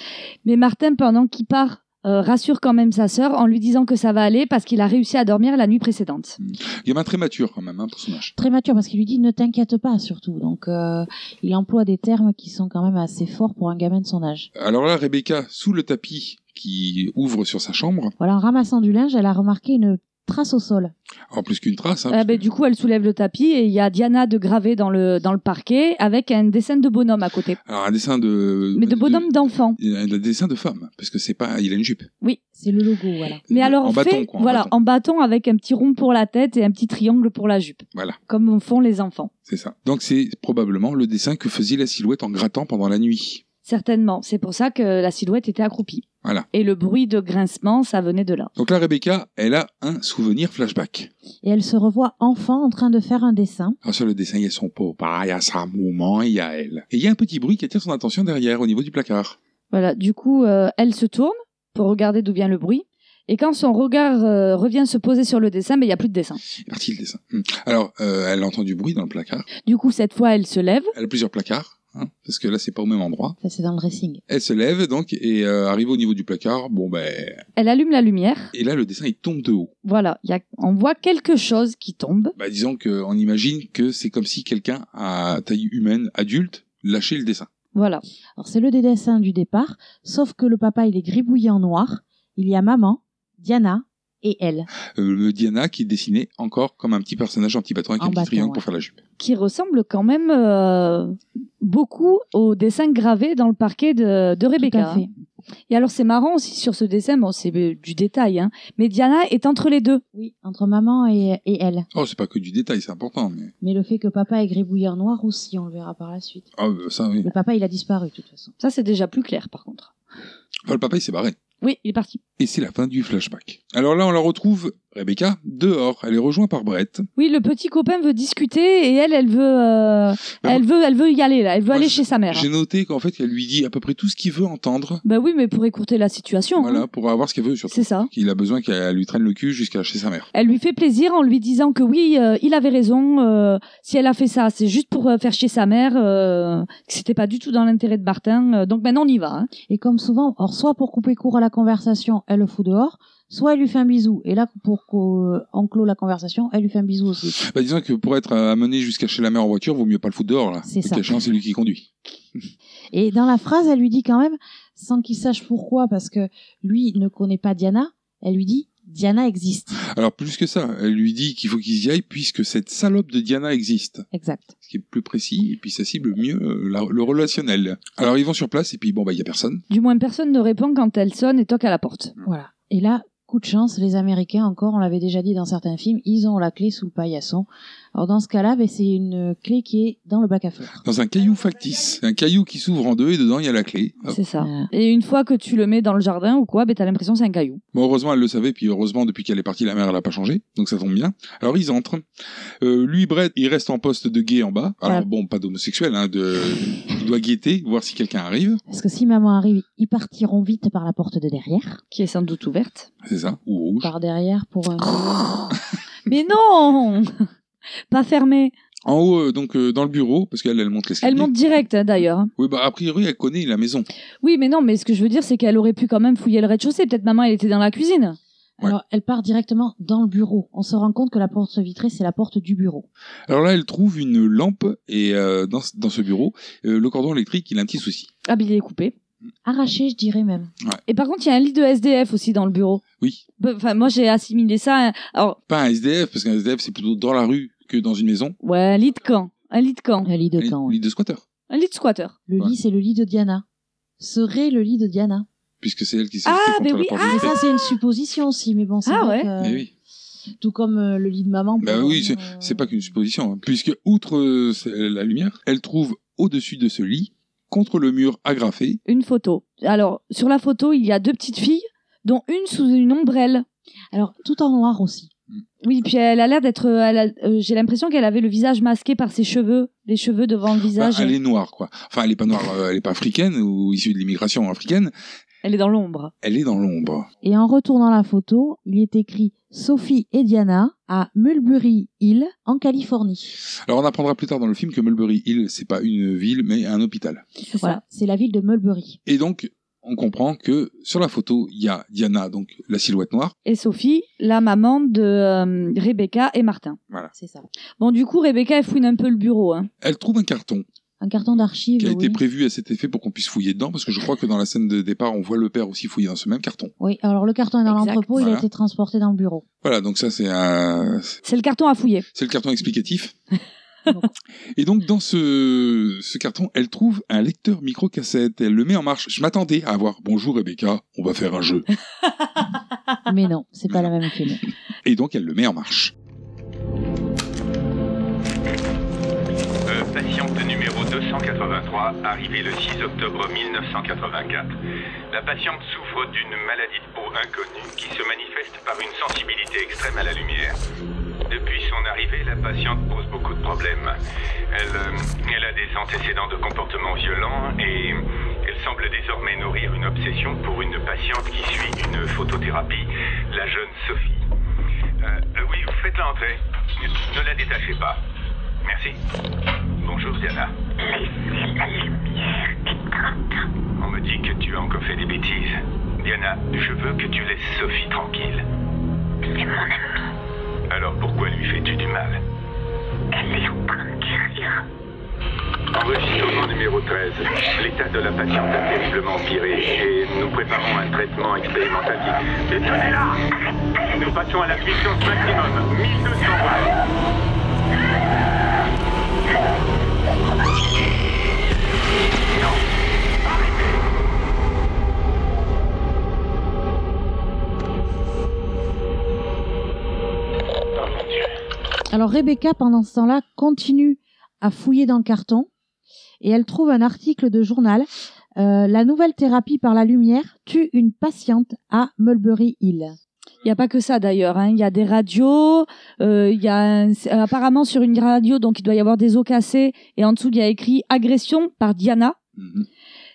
[SPEAKER 2] Mais Martin, pendant qu'il part, euh, rassure quand même sa sœur en lui disant que ça va aller parce qu'il a réussi à dormir la nuit précédente.
[SPEAKER 5] Gamin très mature quand même hein, pour son âge.
[SPEAKER 6] Très mature parce qu'il lui dit, ne t'inquiète pas surtout. Donc euh, il emploie des termes qui sont quand même assez forts pour un gamin de son âge.
[SPEAKER 5] Alors là, Rebecca, sous le tapis qui ouvre sur sa chambre,
[SPEAKER 6] Voilà, en ramassant du linge, elle a remarqué une trace au sol.
[SPEAKER 5] alors plus qu'une trace, hein,
[SPEAKER 2] Euh,
[SPEAKER 5] parce
[SPEAKER 2] ben,
[SPEAKER 5] que-
[SPEAKER 2] du coup, elle soulève le tapis et il y a Diana de gravé dans le, dans le parquet avec un dessin de bonhomme à côté.
[SPEAKER 5] alors un dessin de...
[SPEAKER 2] Mais de bonhomme d'enfant.
[SPEAKER 5] de- Un dessin de femme, parce que c'est pas... Il a une jupe.
[SPEAKER 6] C'est le logo, voilà.
[SPEAKER 2] Mais alors
[SPEAKER 5] en
[SPEAKER 2] fait,
[SPEAKER 5] bâton, quoi, en
[SPEAKER 2] voilà,
[SPEAKER 5] bâton.
[SPEAKER 2] en bâton avec un petit rond pour la tête et un petit triangle pour la jupe,
[SPEAKER 5] Voilà,
[SPEAKER 2] comme font les enfants.
[SPEAKER 5] c'est ça. Donc c'est probablement le dessin que faisait la silhouette en grattant pendant la nuit.
[SPEAKER 2] Certainement, c'est pour ça que la silhouette était accroupie.
[SPEAKER 5] Voilà.
[SPEAKER 2] Et le bruit de grincement, ça venait de là.
[SPEAKER 5] Donc là, Rebecca, elle a un souvenir flashback.
[SPEAKER 6] et elle se revoit enfant en train de faire un dessin.
[SPEAKER 5] Alors sur le dessin, il y a son papa, il y a sa maman, il y a elle. Et il y a un petit bruit qui attire son attention derrière, au niveau du placard.
[SPEAKER 2] Voilà, du coup, euh, elle se tourne pour regarder d'où vient le bruit. Et quand son regard euh, revient se poser sur le dessin, mais il n'y a plus de dessin.
[SPEAKER 5] Il est parti le dessin. Hmm. Alors, euh, elle entend du bruit dans le placard.
[SPEAKER 2] Du coup, cette fois, elle se lève.
[SPEAKER 5] Elle a plusieurs placards, hein, parce que là, c'est pas au même endroit.
[SPEAKER 6] Ça, c'est dans le dressing.
[SPEAKER 5] Elle se lève donc et euh, arrive au niveau du placard. Bon ben,
[SPEAKER 2] Elle allume la lumière.
[SPEAKER 5] et là le dessin il tombe de haut.
[SPEAKER 2] Voilà, il y a- on voit quelque chose qui tombe.
[SPEAKER 5] Bah disons que on imagine que c'est comme si quelqu'un à taille humaine adulte lâchait le dessin.
[SPEAKER 2] Voilà.
[SPEAKER 6] Alors, c'est le dessin du départ, sauf que le papa, il est gribouillé en noir. Il y a maman, Diana et elle.
[SPEAKER 5] Euh, le Diana qui dessinait encore comme un petit personnage en petit bâton avec
[SPEAKER 6] En
[SPEAKER 5] un petit
[SPEAKER 6] bâton,
[SPEAKER 5] triangle
[SPEAKER 6] ouais.
[SPEAKER 5] pour faire la jupe.
[SPEAKER 2] Qui ressemble quand même euh, beaucoup au dessin gravé dans le parquet de, de
[SPEAKER 6] Tout à
[SPEAKER 2] Rebecca.
[SPEAKER 6] fait.
[SPEAKER 2] Et alors c'est marrant aussi sur ce dessin, bon c'est euh, du détail, hein, mais Diana est entre les deux.
[SPEAKER 6] Oui, entre maman et, et elle.
[SPEAKER 5] Oh, c'est pas que du détail, c'est important. Mais...
[SPEAKER 6] Mais le fait que papa est gribouilleur noir aussi, on le verra par la suite.
[SPEAKER 5] Ah, euh, ça, oui.
[SPEAKER 6] Le papa, il a disparu de toute façon.
[SPEAKER 2] Ça c'est déjà plus clair par contre.
[SPEAKER 5] Enfin, le papa, il s'est barré.
[SPEAKER 2] Oui, il est parti.
[SPEAKER 5] Et c'est la fin du flashback. Alors là, on la retrouve, Rebecca, dehors. Elle est rejointe par Brett.
[SPEAKER 2] Oui, le petit copain veut discuter et elle, elle veut, euh,
[SPEAKER 5] Ben,
[SPEAKER 2] elle veut, elle veut y aller là. Elle veut
[SPEAKER 5] moi,
[SPEAKER 2] aller
[SPEAKER 5] je-
[SPEAKER 2] chez sa mère.
[SPEAKER 5] J'ai noté qu'en fait, elle lui dit à peu près tout ce qu'il veut entendre.
[SPEAKER 2] Ben oui, mais pour écourter la
[SPEAKER 6] Mhm.
[SPEAKER 2] situation.
[SPEAKER 5] Voilà,
[SPEAKER 2] hein.
[SPEAKER 5] pour avoir ce qu'elle veut, surtout.
[SPEAKER 2] C'est ça.
[SPEAKER 5] Qu'il a besoin qu'elle lui traîne le cul jusqu'à chez sa mère.
[SPEAKER 2] Elle lui fait plaisir en lui disant que oui, euh, il avait raison. euh, si elle a fait ça, c'est juste pour euh, faire chier sa mère, euh, que c'était pas du tout dans l'intérêt de Martin. euh, donc maintenant on y va. hein.
[SPEAKER 6] Et comme souvent, alors soit pour couper court à la conversation, elle le fout dehors, soit elle lui fait un bisou. Et là, pour qu'on enclos la conversation, elle lui fait un bisou aussi.
[SPEAKER 5] Bah, disons que pour être euh, amené jusqu'à chez la mère en voiture, vaut mieux pas le foutre dehors, là.
[SPEAKER 6] C'est ça.
[SPEAKER 5] Parce que c'est lui qui conduit.
[SPEAKER 6] Et dans la phrase, elle lui dit quand même, sans qu'il sache pourquoi, parce que lui ne connaît pas Diana, elle lui dit Diana existe.
[SPEAKER 5] Alors, plus que ça, elle lui dit qu'il faut qu'ils y aillent puisque cette salope de Diana existe.
[SPEAKER 6] Exact.
[SPEAKER 5] Ce qui est plus précis, et puis ça cible mieux euh, la- le relationnel. Alors, ils vont sur place, et puis bon, bah, il y a personne.
[SPEAKER 2] Du moins personne ne répond quand elle sonne et toque à la porte.
[SPEAKER 6] Voilà. Et là, coup de chance, les Américains, encore, on l'avait déjà dit dans certains films, ils ont la clé sous le paillasson. Alors dans ce cas-là, ben, c'est une clé qui est dans le bac à fleurs.
[SPEAKER 5] Dans un caillou factice. Un caillou qui s'ouvre en deux, et dedans, il y a la clé. Hop.
[SPEAKER 2] C'est ça.
[SPEAKER 6] Euh,
[SPEAKER 2] Et une fois que tu le mets dans le jardin ou quoi, ben t'as l'impression que c'est un caillou.
[SPEAKER 5] Bon, heureusement, elle le savait, puis heureusement, depuis qu'elle est partie, la mère, elle a pas changé, donc ça tombe bien. Alors, ils entrent. Euh, lui, Brett, il reste en poste de gay en bas. Alors,
[SPEAKER 6] Voilà.
[SPEAKER 5] bon, pas d'homosexuel, hein, de... il doit guetter, voir si quelqu'un arrive,
[SPEAKER 6] Parce que si maman arrive, ils partiront vite par la porte de derrière.
[SPEAKER 2] qui est sans doute ouverte.
[SPEAKER 5] c'est ça, ou rouge.
[SPEAKER 6] Par derrière pour... euh,
[SPEAKER 2] Mais non Pas fermée.
[SPEAKER 5] En haut, euh, donc, euh, dans le bureau, parce qu'elle, elle monte l'escalier.
[SPEAKER 2] Elle monte direct hein, d'ailleurs.
[SPEAKER 5] Oui, bah, a priori, elle connaît la maison.
[SPEAKER 2] Oui, mais non, mais ce que je veux dire, c'est qu'elle aurait pu quand même fouiller le rez-de-chaussée. Peut-être maman, elle était dans la cuisine.
[SPEAKER 5] Ouais.
[SPEAKER 6] Alors, elle part directement dans le bureau. On se rend compte que la porte vitrée, c'est la porte du bureau.
[SPEAKER 5] Alors là, elle trouve une lampe, et euh, dans, ce- dans ce bureau, euh, le cordon électrique, il a un petit souci.
[SPEAKER 2] Ah, ben, il est coupé.
[SPEAKER 6] Arrachée, je dirais même.
[SPEAKER 2] Et par contre, il y a un lit de SDF aussi dans le bureau.
[SPEAKER 5] Oui.
[SPEAKER 2] Ben, Enfin, moi, j'ai assimilé ça. à- Alors,
[SPEAKER 5] Pas un SDF, parce qu'un SDF, c'est plutôt dans la rue que dans une maison.
[SPEAKER 2] ouais, un lit de camp. Un lit de camp.
[SPEAKER 6] Le lit de
[SPEAKER 5] Lit-
[SPEAKER 6] camp. ouais.
[SPEAKER 5] lit de squatter.
[SPEAKER 2] Un lit de squatter.
[SPEAKER 6] Le
[SPEAKER 5] Ouais.
[SPEAKER 6] lit, c'est le lit de Diana. Serait le lit de Diana.
[SPEAKER 5] Puisque c'est elle qui s'est
[SPEAKER 2] Ah,
[SPEAKER 5] jetée
[SPEAKER 2] mais
[SPEAKER 5] contre
[SPEAKER 2] oui,
[SPEAKER 5] la porte
[SPEAKER 6] Mais
[SPEAKER 5] de
[SPEAKER 6] ça, c'est une supposition aussi, mais bon, c'est
[SPEAKER 2] Ah
[SPEAKER 6] vrai
[SPEAKER 2] ouais.
[SPEAKER 6] que-
[SPEAKER 5] Eh oui.
[SPEAKER 6] Tout comme euh, le lit de maman.
[SPEAKER 5] Bah
[SPEAKER 6] pour
[SPEAKER 5] oui,
[SPEAKER 6] dormir, euh,
[SPEAKER 5] C'est pas qu'une supposition, hein, puisque outre euh, c'est- la lumière, elle trouve au-dessus de ce lit, contre le mur agrafé,
[SPEAKER 2] Une photo. Alors, sur la photo, il y a deux petites filles, dont une sous une ombrelle.
[SPEAKER 6] Alors, tout en noir aussi.
[SPEAKER 2] Oui, puis elle a l'air d'être. elle a- euh, j'ai l'impression qu'elle avait le visage masqué par ses cheveux, les cheveux devant le
[SPEAKER 5] bah,
[SPEAKER 2] visage.
[SPEAKER 5] elle est noire, quoi. Enfin, elle est pas noire, euh, elle est pas africaine ou issue de l'immigration africaine,
[SPEAKER 2] Elle est dans l'ombre.
[SPEAKER 5] elle est dans l'ombre.
[SPEAKER 6] Et en retournant la photo, il est écrit Sophie et Diana à Mulberry Hill, en Californie.
[SPEAKER 5] Alors, on apprendra plus tard dans le film que Mulberry Hill, c'est pas une ville, mais un hôpital.
[SPEAKER 2] C'est
[SPEAKER 6] Voilà, c'est la ville de Mulberry.
[SPEAKER 5] Et donc, on comprend que sur la photo, il y a Diana, donc la silhouette noire.
[SPEAKER 2] Et Sophie, la maman de euh, Rebecca et Martin.
[SPEAKER 6] C'est ça.
[SPEAKER 2] Bon, du coup, Rebecca, elle fouine un peu le bureau. Hein.
[SPEAKER 5] Elle trouve un carton
[SPEAKER 6] Un carton d'archives.
[SPEAKER 5] qui a
[SPEAKER 6] Eh ben oui.
[SPEAKER 5] été prévu à cet effet pour qu'on puisse fouiller dedans, parce que je crois que dans la scène de départ, on voit le père aussi fouiller dans ce même carton.
[SPEAKER 6] Oui, alors le carton est dans
[SPEAKER 2] Exact.
[SPEAKER 6] l'entrepôt, il
[SPEAKER 5] Voilà.
[SPEAKER 6] a été transporté dans le bureau.
[SPEAKER 5] Voilà, donc ça, c'est un,
[SPEAKER 2] C'est le carton à fouiller.
[SPEAKER 5] C'est le carton explicatif.
[SPEAKER 6] Bon.
[SPEAKER 5] Et donc, dans ce, ce carton, elle trouve un lecteur micro-cassette. Elle le met en marche. Je m'attendais à avoir Bonjour Rebecca, on va faire un jeu.
[SPEAKER 6] Mais non, c'est pas la même film.
[SPEAKER 5] Et donc, elle le met en marche.
[SPEAKER 11] Euh, patiente numéro 283, arrivée le 6 octobre 1984. La patiente souffre d'une maladie de peau inconnue qui se manifeste par une sensibilité extrême à la lumière. Depuis son arrivée, la patiente pose beaucoup de problèmes. Elle, euh, elle a des antécédents de comportement violent et elle semble désormais nourrir une obsession pour une patiente qui suit une photothérapie, la jeune Sophie. Euh, euh, oui, vous faites-la entrer. Ne la détachez pas. Merci. Bonjour Diana. On me dit que tu as encore fait des bêtises. Diana, je veux que tu laisses Sophie tranquille.
[SPEAKER 4] C'est mon ami.
[SPEAKER 11] Alors pourquoi lui fais-tu du mal
[SPEAKER 4] Elle est en train de guérir.
[SPEAKER 11] Enregistrement numéro 13. L'état de la patiente a terriblement empiré et nous préparons un traitement expérimental qui... Détenez-la Nous passons à la puissance maximum, 1200 watts.
[SPEAKER 6] Alors Rebecca, pendant ce temps-là, continue à fouiller dans le carton et elle trouve un article de journal. euh, la nouvelle thérapie par la lumière tue une patiente à Mulberry Hill.
[SPEAKER 2] Il n'y a pas que ça d'ailleurs. hein. Il y a des radios. euh, Il y a un- c'est- euh, apparemment sur une radio, donc il doit y avoir des os cassés. Et en dessous, il y a écrit agression par Diana.
[SPEAKER 5] Mhm.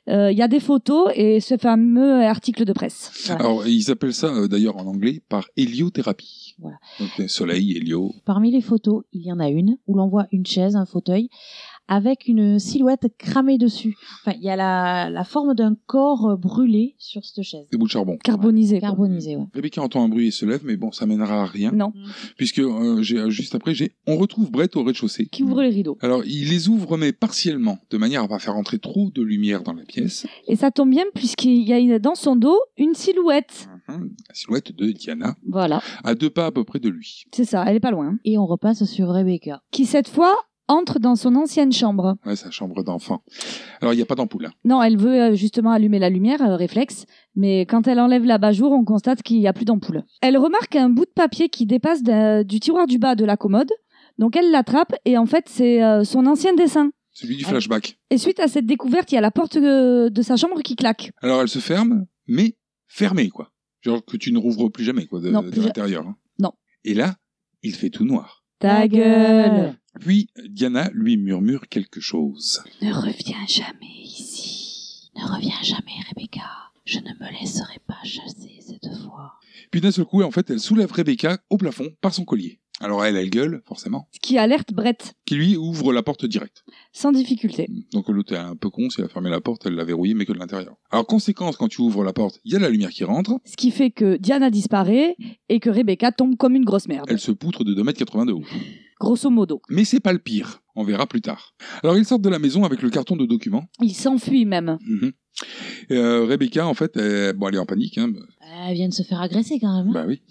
[SPEAKER 2] Euh, Il y a des photos et ce fameux article de presse.
[SPEAKER 5] Alors, ils appellent ça, euh, d'ailleurs en anglais, par héliothérapie.
[SPEAKER 6] Voilà.
[SPEAKER 5] Donc, euh, soleil, hélio.
[SPEAKER 6] Parmi les photos, il y en a une où l'on voit une chaise, un fauteuil, avec une silhouette cramée dessus. Enfin, il y a la, la forme d'un corps euh, brûlé sur cette chaise.
[SPEAKER 5] Des bouts de charbon.
[SPEAKER 2] Carbonisé.
[SPEAKER 6] Carbonisé, ouais.
[SPEAKER 5] Rebecca entend Eh un bruit et se lève, mais bon, ça mènera à rien.
[SPEAKER 2] Non.
[SPEAKER 5] Puisque euh, j'ai- juste après, j'ai on retrouve Brett au rez-de-chaussée.
[SPEAKER 2] Qui ouvre les rideaux.
[SPEAKER 5] Alors, il les ouvre, mais partiellement, de manière à pas faire entrer trop de lumière dans la pièce.
[SPEAKER 2] Et ça tombe bien puisqu'il y a une- dans son dos une silhouette.
[SPEAKER 5] La silhouette de Diana,
[SPEAKER 2] Voilà.
[SPEAKER 5] à deux pas à peu près de lui.
[SPEAKER 2] C'est ça, elle est pas loin. hein.
[SPEAKER 6] Et on repasse sur Rebecca.
[SPEAKER 2] Qui cette fois entre dans son ancienne chambre.
[SPEAKER 5] Ouais, sa chambre d'enfant. Alors, il n'y a pas d'ampoule. hein.
[SPEAKER 2] Non, elle veut euh, justement allumer la lumière, euh, réflexe, mais quand elle enlève l'abat-jour, on constate qu'il n'y a plus d'ampoule. Elle remarque un bout de papier qui dépasse d'un- du tiroir du bas de la commode, donc elle l'attrape et en fait c'est euh, son ancien dessin.
[SPEAKER 5] Celui
[SPEAKER 2] Ah.
[SPEAKER 5] du flashback.
[SPEAKER 2] Et suite à cette découverte, il y a la porte euh, de sa chambre qui claque.
[SPEAKER 5] Alors, elle se ferme, mais fermée, quoi. Genre que tu ne rouvres plus jamais, quoi, de,
[SPEAKER 2] Non,
[SPEAKER 5] de
[SPEAKER 2] plus ja-
[SPEAKER 5] l'intérieur. hein.
[SPEAKER 2] Non.
[SPEAKER 5] Et là, il fait tout noir.
[SPEAKER 2] Ta gueule
[SPEAKER 5] Puis, Diana lui murmure quelque chose.
[SPEAKER 6] Ne reviens jamais ici. Ne reviens jamais, Rebecca. Je ne me laisserai pas chasser cette fois.
[SPEAKER 5] Puis d'un seul coup, en fait, elle soulève Rebecca au plafond par son collier. Alors elle, elle gueule, forcément,
[SPEAKER 2] Ce qui alerte Brett,
[SPEAKER 5] qui lui ouvre la porte directe.
[SPEAKER 2] sans difficulté.
[SPEAKER 5] Donc l'autre est un peu con, si elle a fermé la porte, elle l'a verrouillée, mais que de l'intérieur. Alors conséquence, quand tu ouvres la porte, il y a la lumière qui rentre,
[SPEAKER 2] Ce qui fait que Diana disparaît et que Rebecca tombe comme une grosse merde,
[SPEAKER 5] elle se poutre de 2m80 de haut.
[SPEAKER 2] grosso modo.
[SPEAKER 5] Mais c'est pas le pire, on verra plus tard. Alors ils sortent de la maison avec le carton de documents.
[SPEAKER 2] Il s'enfuit même.
[SPEAKER 5] Mhm. Euh, Rebecca, en fait, elle, bon, elle est en panique, hein,
[SPEAKER 6] Elle vient de se faire agresser quand même. hein.
[SPEAKER 5] Bah oui.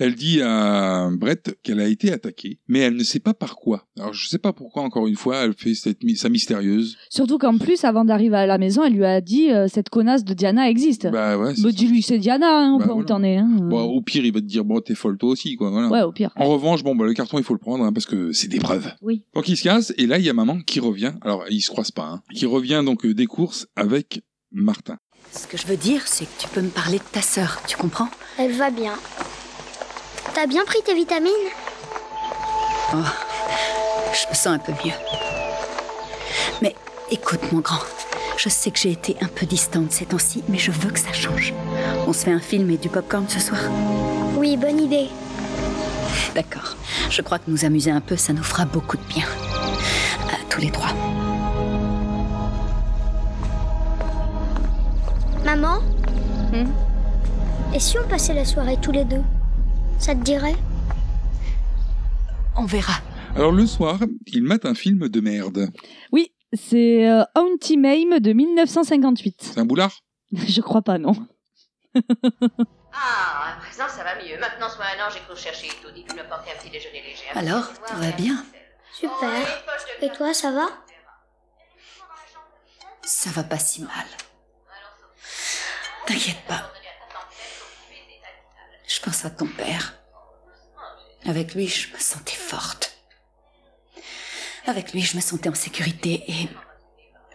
[SPEAKER 5] Elle dit à Brett qu'elle a été attaquée, mais elle ne sait pas par quoi. Alors je sais pas pourquoi encore une fois elle fait cette mi- sa mystérieuse.
[SPEAKER 2] Surtout qu'en plus, avant d'arriver à la maison, elle lui a dit euh, cette connasse de Diana existe.
[SPEAKER 5] Bah ouais. c'est
[SPEAKER 2] Bah,
[SPEAKER 5] ça.
[SPEAKER 2] dis-lui, c'est Diana, hein, au
[SPEAKER 5] Bah,
[SPEAKER 2] point où
[SPEAKER 5] voilà.
[SPEAKER 2] t'en es. hein.
[SPEAKER 5] Bon, au pire il va te dire bon t'es folle toi aussi quoi. Voilà.
[SPEAKER 2] Ouais, au pire.
[SPEAKER 5] En revanche bon bah le carton il faut le prendre hein, parce que c'est des preuves.
[SPEAKER 6] Oui.
[SPEAKER 5] Donc il se casse et là il y a maman qui revient. Alors ils se croisent pas. Hein, qui revient donc euh, des courses avec Martin.
[SPEAKER 8] Ce que je veux dire, c'est que tu peux me parler de ta sœur, tu comprends
[SPEAKER 10] Elle va bien. T'as bien pris tes vitamines
[SPEAKER 8] Oh, je me sens un peu mieux. Mais écoute, mon grand, je sais que j'ai été un peu distante ces temps-ci, mais je veux que ça change. On se fait un film et du popcorn ce soir
[SPEAKER 10] Oui, bonne idée.
[SPEAKER 8] D'accord. Je crois que nous amuser un peu, ça nous fera beaucoup de bien. À tous les trois.
[SPEAKER 10] Maman Et si on passait la soirée tous les deux Ça te dirait
[SPEAKER 8] On verra.
[SPEAKER 5] Alors le soir ils mettent un film de merde.
[SPEAKER 2] Oui, c'est euh, Auntie Mame de 1958.
[SPEAKER 5] C'est un boulard.
[SPEAKER 2] Je crois pas, non.
[SPEAKER 12] Ah, à présent, ça va mieux. Maintenant, sois un ange et cours chercher tout. Dis qu'il me portait un petit déjeuner léger. Hein.
[SPEAKER 8] Alors, tout va bien
[SPEAKER 12] Oh,
[SPEAKER 10] Super. Et toi, ça va
[SPEAKER 8] Ça va pas si mal. T'inquiète pas. Je pense à ton père. Avec lui, je me sentais forte. Avec lui, je me sentais en sécurité et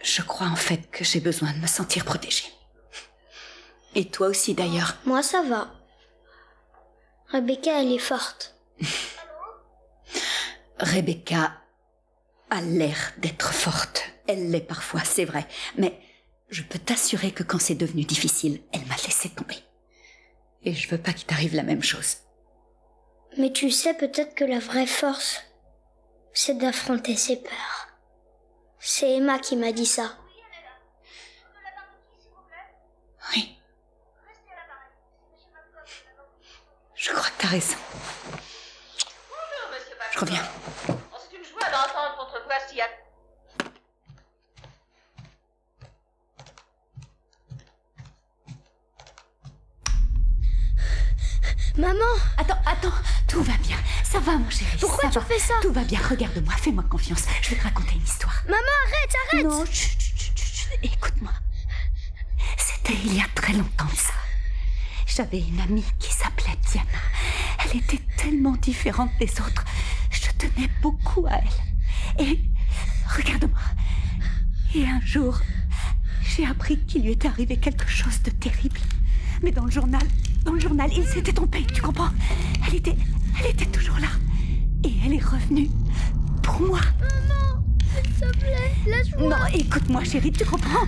[SPEAKER 8] je crois en fait que j'ai besoin de me sentir protégée. Et toi aussi d'ailleurs.
[SPEAKER 10] Moi, ça va. Rebecca, elle est forte.
[SPEAKER 8] Rebecca a l'air d'être forte. Elle l'est parfois, c'est vrai. Mais je peux t'assurer que quand c'est devenu difficile, elle m'a laissé tomber. Et je veux pas qu'il t'arrive la même chose.
[SPEAKER 10] Mais tu sais peut-être que la vraie force, c'est d'affronter ses peurs. C'est Emma qui m'a dit ça.
[SPEAKER 8] Oui. Je crois que t'as raison. Je reviens.
[SPEAKER 12] Oh, C'est une joie d'entendre votre voix si... at-
[SPEAKER 10] Maman
[SPEAKER 8] Attends, attends, tout va bien. Ça va, mon chéri. Pourquoi tu fais ça Tout va bien, regarde-moi, fais-moi confiance. Je vais te raconter une histoire.
[SPEAKER 10] Maman, arrête,
[SPEAKER 8] arrête Non, chut, chut, chut, chut, chut, écoute-moi. C'était il y a très longtemps de ça. J'avais une amie qui s'appelait Diana. Elle était tellement différente des autres. Je tenais beaucoup à elle. Et regarde-moi. Et un jour, j'ai appris qu'il lui est arrivé quelque chose de terrible. Mais dans le journal, dans le journal, il s'était trompé, tu comprends Elle était, elle était toujours là. Et elle est revenue pour moi. Maman, s'il te plaît, laisse-moi. Non, écoute-moi, chérie, tu comprends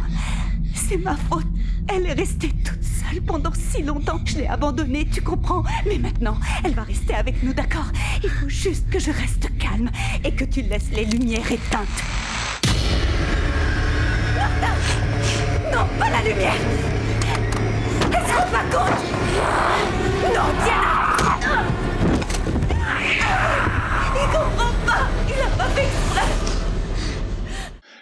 [SPEAKER 8] C'est ma faute. Elle est restée toute seule pendant si longtemps. Je l'ai abandonnée, tu comprends Mais maintenant, elle va rester avec nous, d'accord Il faut juste que je reste calme et que tu laisses les lumières éteintes. Non, pas la lumière Elle se rend pas compte Non, Diana Il comprend pas Il a pas fait exprès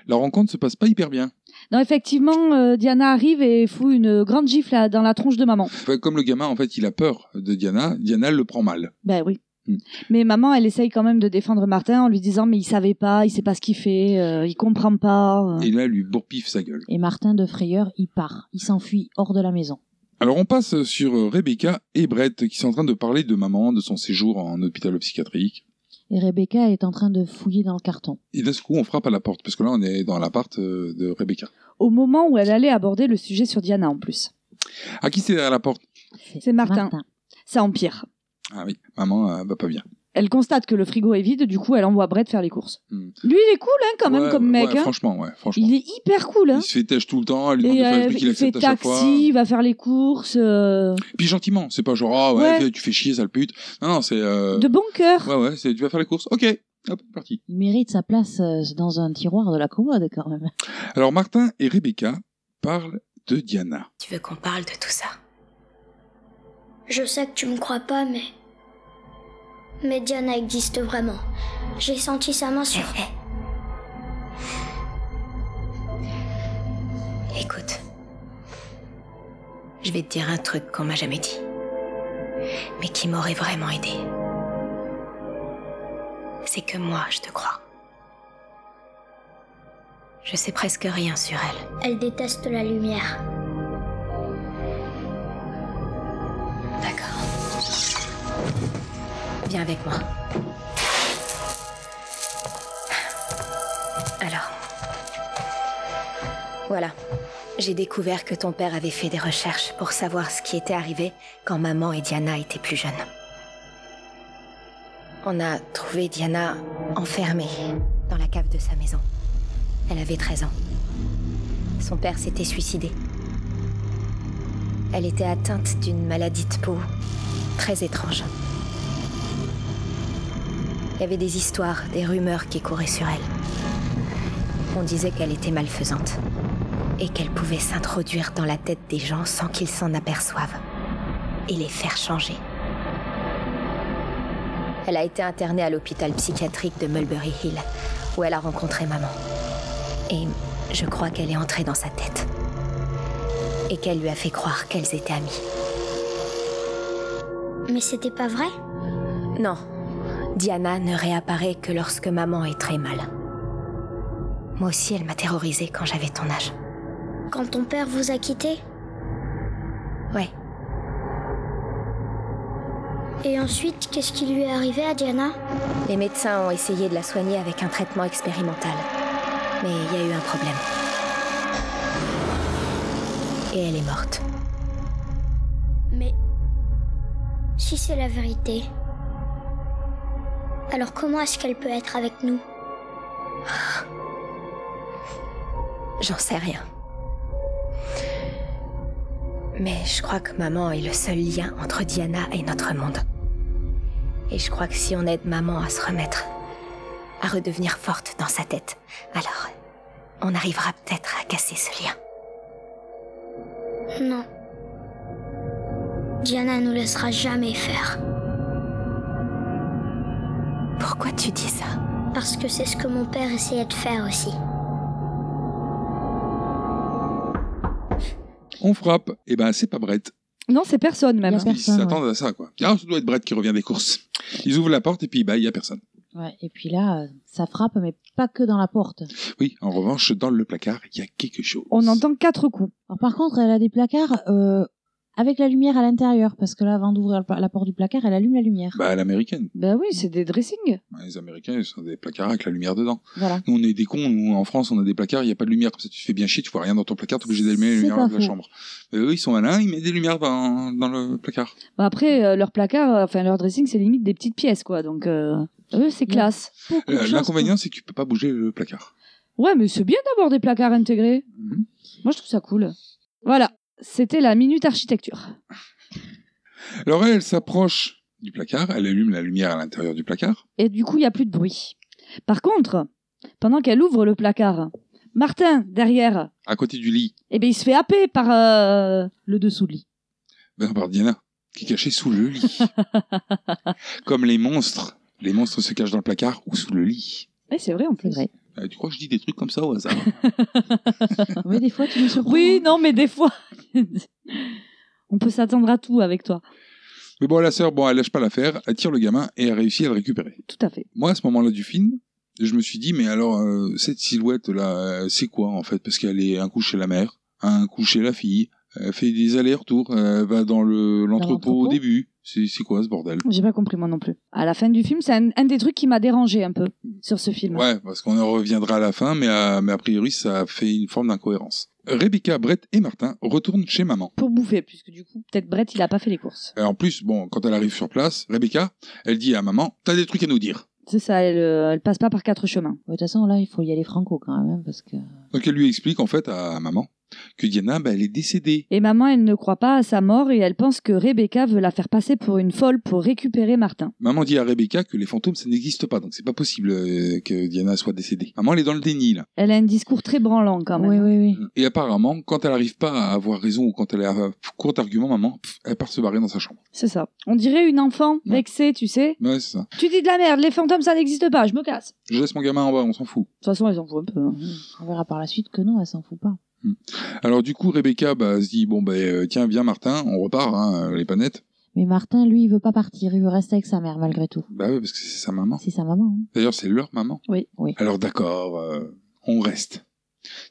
[SPEAKER 5] La rencontre se passe pas hyper bien.
[SPEAKER 2] Non, effectivement, euh, Diana arrive et fout une grande gifle à- dans la tronche de maman.
[SPEAKER 5] Enfin, comme le gamin, en fait, il a peur de Diana, Diana le prend mal.
[SPEAKER 2] Ben oui.
[SPEAKER 5] Hmm.
[SPEAKER 2] Mais maman, elle essaye quand même de défendre Martin en lui disant mais il savait pas, il sait pas ce qu'il fait, euh, il comprend pas. euh.
[SPEAKER 5] Et là, elle lui bourpiffe sa gueule.
[SPEAKER 6] Et Martin de frayeur, il part. Il s'enfuit hors de la maison.
[SPEAKER 5] Alors on passe sur euh, Rebecca et Brett qui sont en train de parler de maman, de son séjour en hôpital psychiatrique.
[SPEAKER 6] Et Rebecca est en train de fouiller dans le carton.
[SPEAKER 5] Et d'un seul coup on frappe à la porte, parce que là on est dans l'appart euh, de Rebecca.
[SPEAKER 2] Au moment où elle allait aborder le sujet sur Diana en plus.
[SPEAKER 5] À qui c'est derrière la porte
[SPEAKER 2] C'est Martin. Ça empire.
[SPEAKER 5] Ah oui, maman euh, va pas bien.
[SPEAKER 2] Elle constate que le frigo est vide, du coup elle envoie Brett faire les courses. Lui il est cool hein, quand même
[SPEAKER 5] Hmm. Ouais,
[SPEAKER 2] comme
[SPEAKER 5] ouais,
[SPEAKER 2] mec. hein.
[SPEAKER 5] Franchement, ouais, franchement.
[SPEAKER 2] Il est hyper cool. Hein.
[SPEAKER 5] Il se fait têche tout le temps, elle lui demande
[SPEAKER 2] Et
[SPEAKER 5] de faire des
[SPEAKER 2] euh,
[SPEAKER 5] trucs qu'il
[SPEAKER 2] il fait
[SPEAKER 5] accepte à chaque fois.
[SPEAKER 2] taxi, il va faire les courses. euh,
[SPEAKER 5] Puis gentiment, c'est pas genre, ah ouais,
[SPEAKER 2] Ouais.
[SPEAKER 5] tu fais chier, sale pute. Non, non, c'est. euh,
[SPEAKER 2] De bon cœur.
[SPEAKER 5] Ouais, ouais, c'est tu vas faire les courses. Ok, hop, parti.
[SPEAKER 6] Il mérite sa place euh, dans un tiroir de la commode quand même.
[SPEAKER 5] Alors Martin et Rebecca parlent de Diana.
[SPEAKER 13] Tu veux qu'on parle de tout ça Je sais que tu me crois pas, mais. Mais Diana existe vraiment. J'ai senti sa main sur.
[SPEAKER 12] Eh, eh. Écoute, je vais te dire un truc qu'on m'a jamais dit, mais qui m'aurait vraiment aidé. C'est que moi, je te crois. Je sais presque rien sur elle.
[SPEAKER 13] Elle déteste la lumière.
[SPEAKER 12] Viens avec moi. Alors. Voilà. J'ai découvert que ton père avait fait des recherches pour savoir ce qui était arrivé quand maman et Diana étaient plus jeunes. On a trouvé Diana enfermée dans la cave de sa maison. Elle avait 13 ans. Son père s'était suicidé. Elle était atteinte d'une maladie de peau très étrange. Il y avait des histoires, des rumeurs qui couraient sur elle. On disait qu'elle était malfaisante et qu'elle pouvait s'introduire dans la tête des gens sans qu'ils s'en aperçoivent et les faire changer. Elle a été internée à l'hôpital psychiatrique de Mulberry Hill où elle a rencontré maman. Et je crois qu'elle est entrée dans sa tête et qu'elle lui a fait croire qu'elles étaient amies.
[SPEAKER 13] Mais c'était pas vrai
[SPEAKER 12] Non, Diana ne réapparaît que lorsque maman est très mal. Moi aussi, elle m'a terrorisée quand j'avais ton âge.
[SPEAKER 13] Quand ton père vous a quitté
[SPEAKER 12] Ouais.
[SPEAKER 13] Et ensuite, qu'est-ce qui lui est arrivé à Diana
[SPEAKER 12] Les médecins ont essayé de la soigner avec un traitement expérimental. Mais il y a eu un problème. Et elle est morte.
[SPEAKER 13] Mais. Si c'est la vérité. Alors comment est-ce qu'elle peut être avec nous
[SPEAKER 12] J'en sais rien. Mais je crois que maman est le seul lien entre Diana et notre monde. Et je crois que si on aide maman à se remettre, à redevenir forte dans sa tête, alors on arrivera peut-être à casser ce lien.
[SPEAKER 13] Non. Diana nous laissera jamais faire.
[SPEAKER 12] Pourquoi tu dis ça
[SPEAKER 13] Parce que c'est ce que mon père essayait de faire aussi.
[SPEAKER 5] On frappe, et ben c'est pas Brett.
[SPEAKER 2] Non, c'est personne même.
[SPEAKER 5] Ils s'attendent à ça quoi. Ah, ça doit être Brett qui revient des courses. Ils ouvrent la porte et puis bah il y a personne.
[SPEAKER 6] Ouais, et puis là, euh, ça frappe, mais pas que dans la porte.
[SPEAKER 5] Oui, en revanche dans le placard il y a quelque chose.
[SPEAKER 2] On hein. entend quatre coups.
[SPEAKER 6] Alors, par contre, elle a des placards euh, avec la lumière à l'intérieur, parce que là, avant d'ouvrir la porte du placard, elle allume la lumière.
[SPEAKER 5] Bah, à l'américaine.
[SPEAKER 2] Bah oui, c'est des dressings.
[SPEAKER 5] Bah, Les Américains, ils ont des placards avec la lumière dedans.
[SPEAKER 6] Voilà.
[SPEAKER 5] Nous, on est des cons. Nous, en France, on a des placards, il n'y a pas de lumière. Comme ça, tu te fais bien chier, tu vois rien dans ton placard, t'es obligé d'allumer les
[SPEAKER 2] C'est
[SPEAKER 5] lumières
[SPEAKER 2] pas
[SPEAKER 5] de la
[SPEAKER 2] faux.
[SPEAKER 5] chambre. Mais eux, ils sont malins, ils mettent des lumières dans, dans le placard.
[SPEAKER 2] Bah après, euh, leur placard, euh, enfin leur dressing, c'est limite des petites pièces, quoi. Donc, euh, eux, c'est classe.
[SPEAKER 5] Euh, L'inconvénient, c'est que tu peux pas bouger le placard.
[SPEAKER 2] Ouais, mais c'est bien d'avoir des placards intégrés. Moi, je trouve ça cool. Voilà, c'était la minute architecture.
[SPEAKER 5] Alors, elle, elle s'approche du placard, elle allume la lumière à l'intérieur du placard.
[SPEAKER 2] Et du coup, il n'y a plus de bruit. Par contre, pendant qu'elle ouvre le placard, Martin, derrière,
[SPEAKER 5] À côté du lit,
[SPEAKER 2] eh ben, il se fait happer par... euh,
[SPEAKER 6] Le dessous de lit.
[SPEAKER 5] ben, par Diana, qui est cachée sous le lit. Comme les monstres. Les monstres se cachent dans le placard ou sous le lit.
[SPEAKER 2] c'est vrai, en plus. Vrai.
[SPEAKER 5] Euh, tu crois que je dis des trucs comme ça au hasard
[SPEAKER 6] Oui, des fois, tu me surprends.
[SPEAKER 2] Oui, non, mais des fois... On peut s'attendre à tout avec toi.
[SPEAKER 5] Mais bon, la sœur, bon, elle lâche pas l'affaire, elle tire le gamin et elle réussit à le récupérer.
[SPEAKER 2] Tout à fait.
[SPEAKER 5] Moi, à ce moment-là du film, je me suis dit, mais alors, euh, cette silhouette-là, euh, c'est quoi en fait Parce qu'elle est un coup chez la mère, un coup chez la fille, elle fait des allers-retours, elle va dans le- l'entrepôt au
[SPEAKER 2] l'entrepôt
[SPEAKER 5] début. C'est c'est quoi ce bordel
[SPEAKER 2] J'ai pas compris moi non plus. À la fin du film, c'est un, un des trucs qui m'a dérangé un peu sur ce film.
[SPEAKER 5] Ouais, parce qu'on en reviendra à la fin, mais, euh, mais a priori, ça fait une forme d'incohérence. Rebecca, Brett et Martin retournent chez maman.
[SPEAKER 2] Pour bouffer, puisque du coup, peut-être Brett, il a pas fait les courses.
[SPEAKER 5] Et en plus, bon, quand elle arrive sur place, Rebecca, elle dit à maman, t'as des trucs à nous dire.
[SPEAKER 2] C'est ça, elle, euh, elle passe pas par quatre chemins.
[SPEAKER 6] De toute façon, là, il faut y aller franco quand même, hein, parce que.
[SPEAKER 5] Donc elle lui explique en fait à maman que Diana, bah, elle est décédée.
[SPEAKER 2] Et maman, elle ne croit pas à sa mort et elle pense que Rebecca veut la faire passer pour une folle pour récupérer Martin.
[SPEAKER 5] Maman dit à Rebecca que les fantômes, ça n'existe pas, donc c'est pas possible euh, que Diana soit décédée. Maman, elle est dans le déni, là.
[SPEAKER 2] Elle a un discours très branlant quand même. hein.
[SPEAKER 6] Oui, oui, oui.
[SPEAKER 5] Et apparemment, quand elle arrive pas à avoir raison ou quand elle a court d'argument, maman, pff, elle part se barrer dans sa chambre.
[SPEAKER 2] C'est ça. On dirait une enfant vexée, tu sais.
[SPEAKER 5] Ouais, c'est ça.
[SPEAKER 2] Tu dis de la merde, les fantômes, ça n'existe pas, je me casse.
[SPEAKER 5] Je laisse mon gamin en bas, on s'en fout.
[SPEAKER 2] De toute façon, elles en foutent un peu. hein.
[SPEAKER 6] On verra par la suite que non, elle s'en fout pas.
[SPEAKER 5] Alors du coup, Rebecca, bah, elle se dit, bon, bah, euh, tiens, viens Martin, on repart, hein, euh, les panettes.
[SPEAKER 6] Mais Martin, lui, il veut pas partir, il veut rester avec sa mère malgré tout.
[SPEAKER 5] Bah oui, parce que c'est sa maman.
[SPEAKER 6] C'est sa maman. hein.
[SPEAKER 5] D'ailleurs, c'est leur maman.
[SPEAKER 2] Oui.
[SPEAKER 6] Oui.
[SPEAKER 5] Alors d'accord, euh, on reste.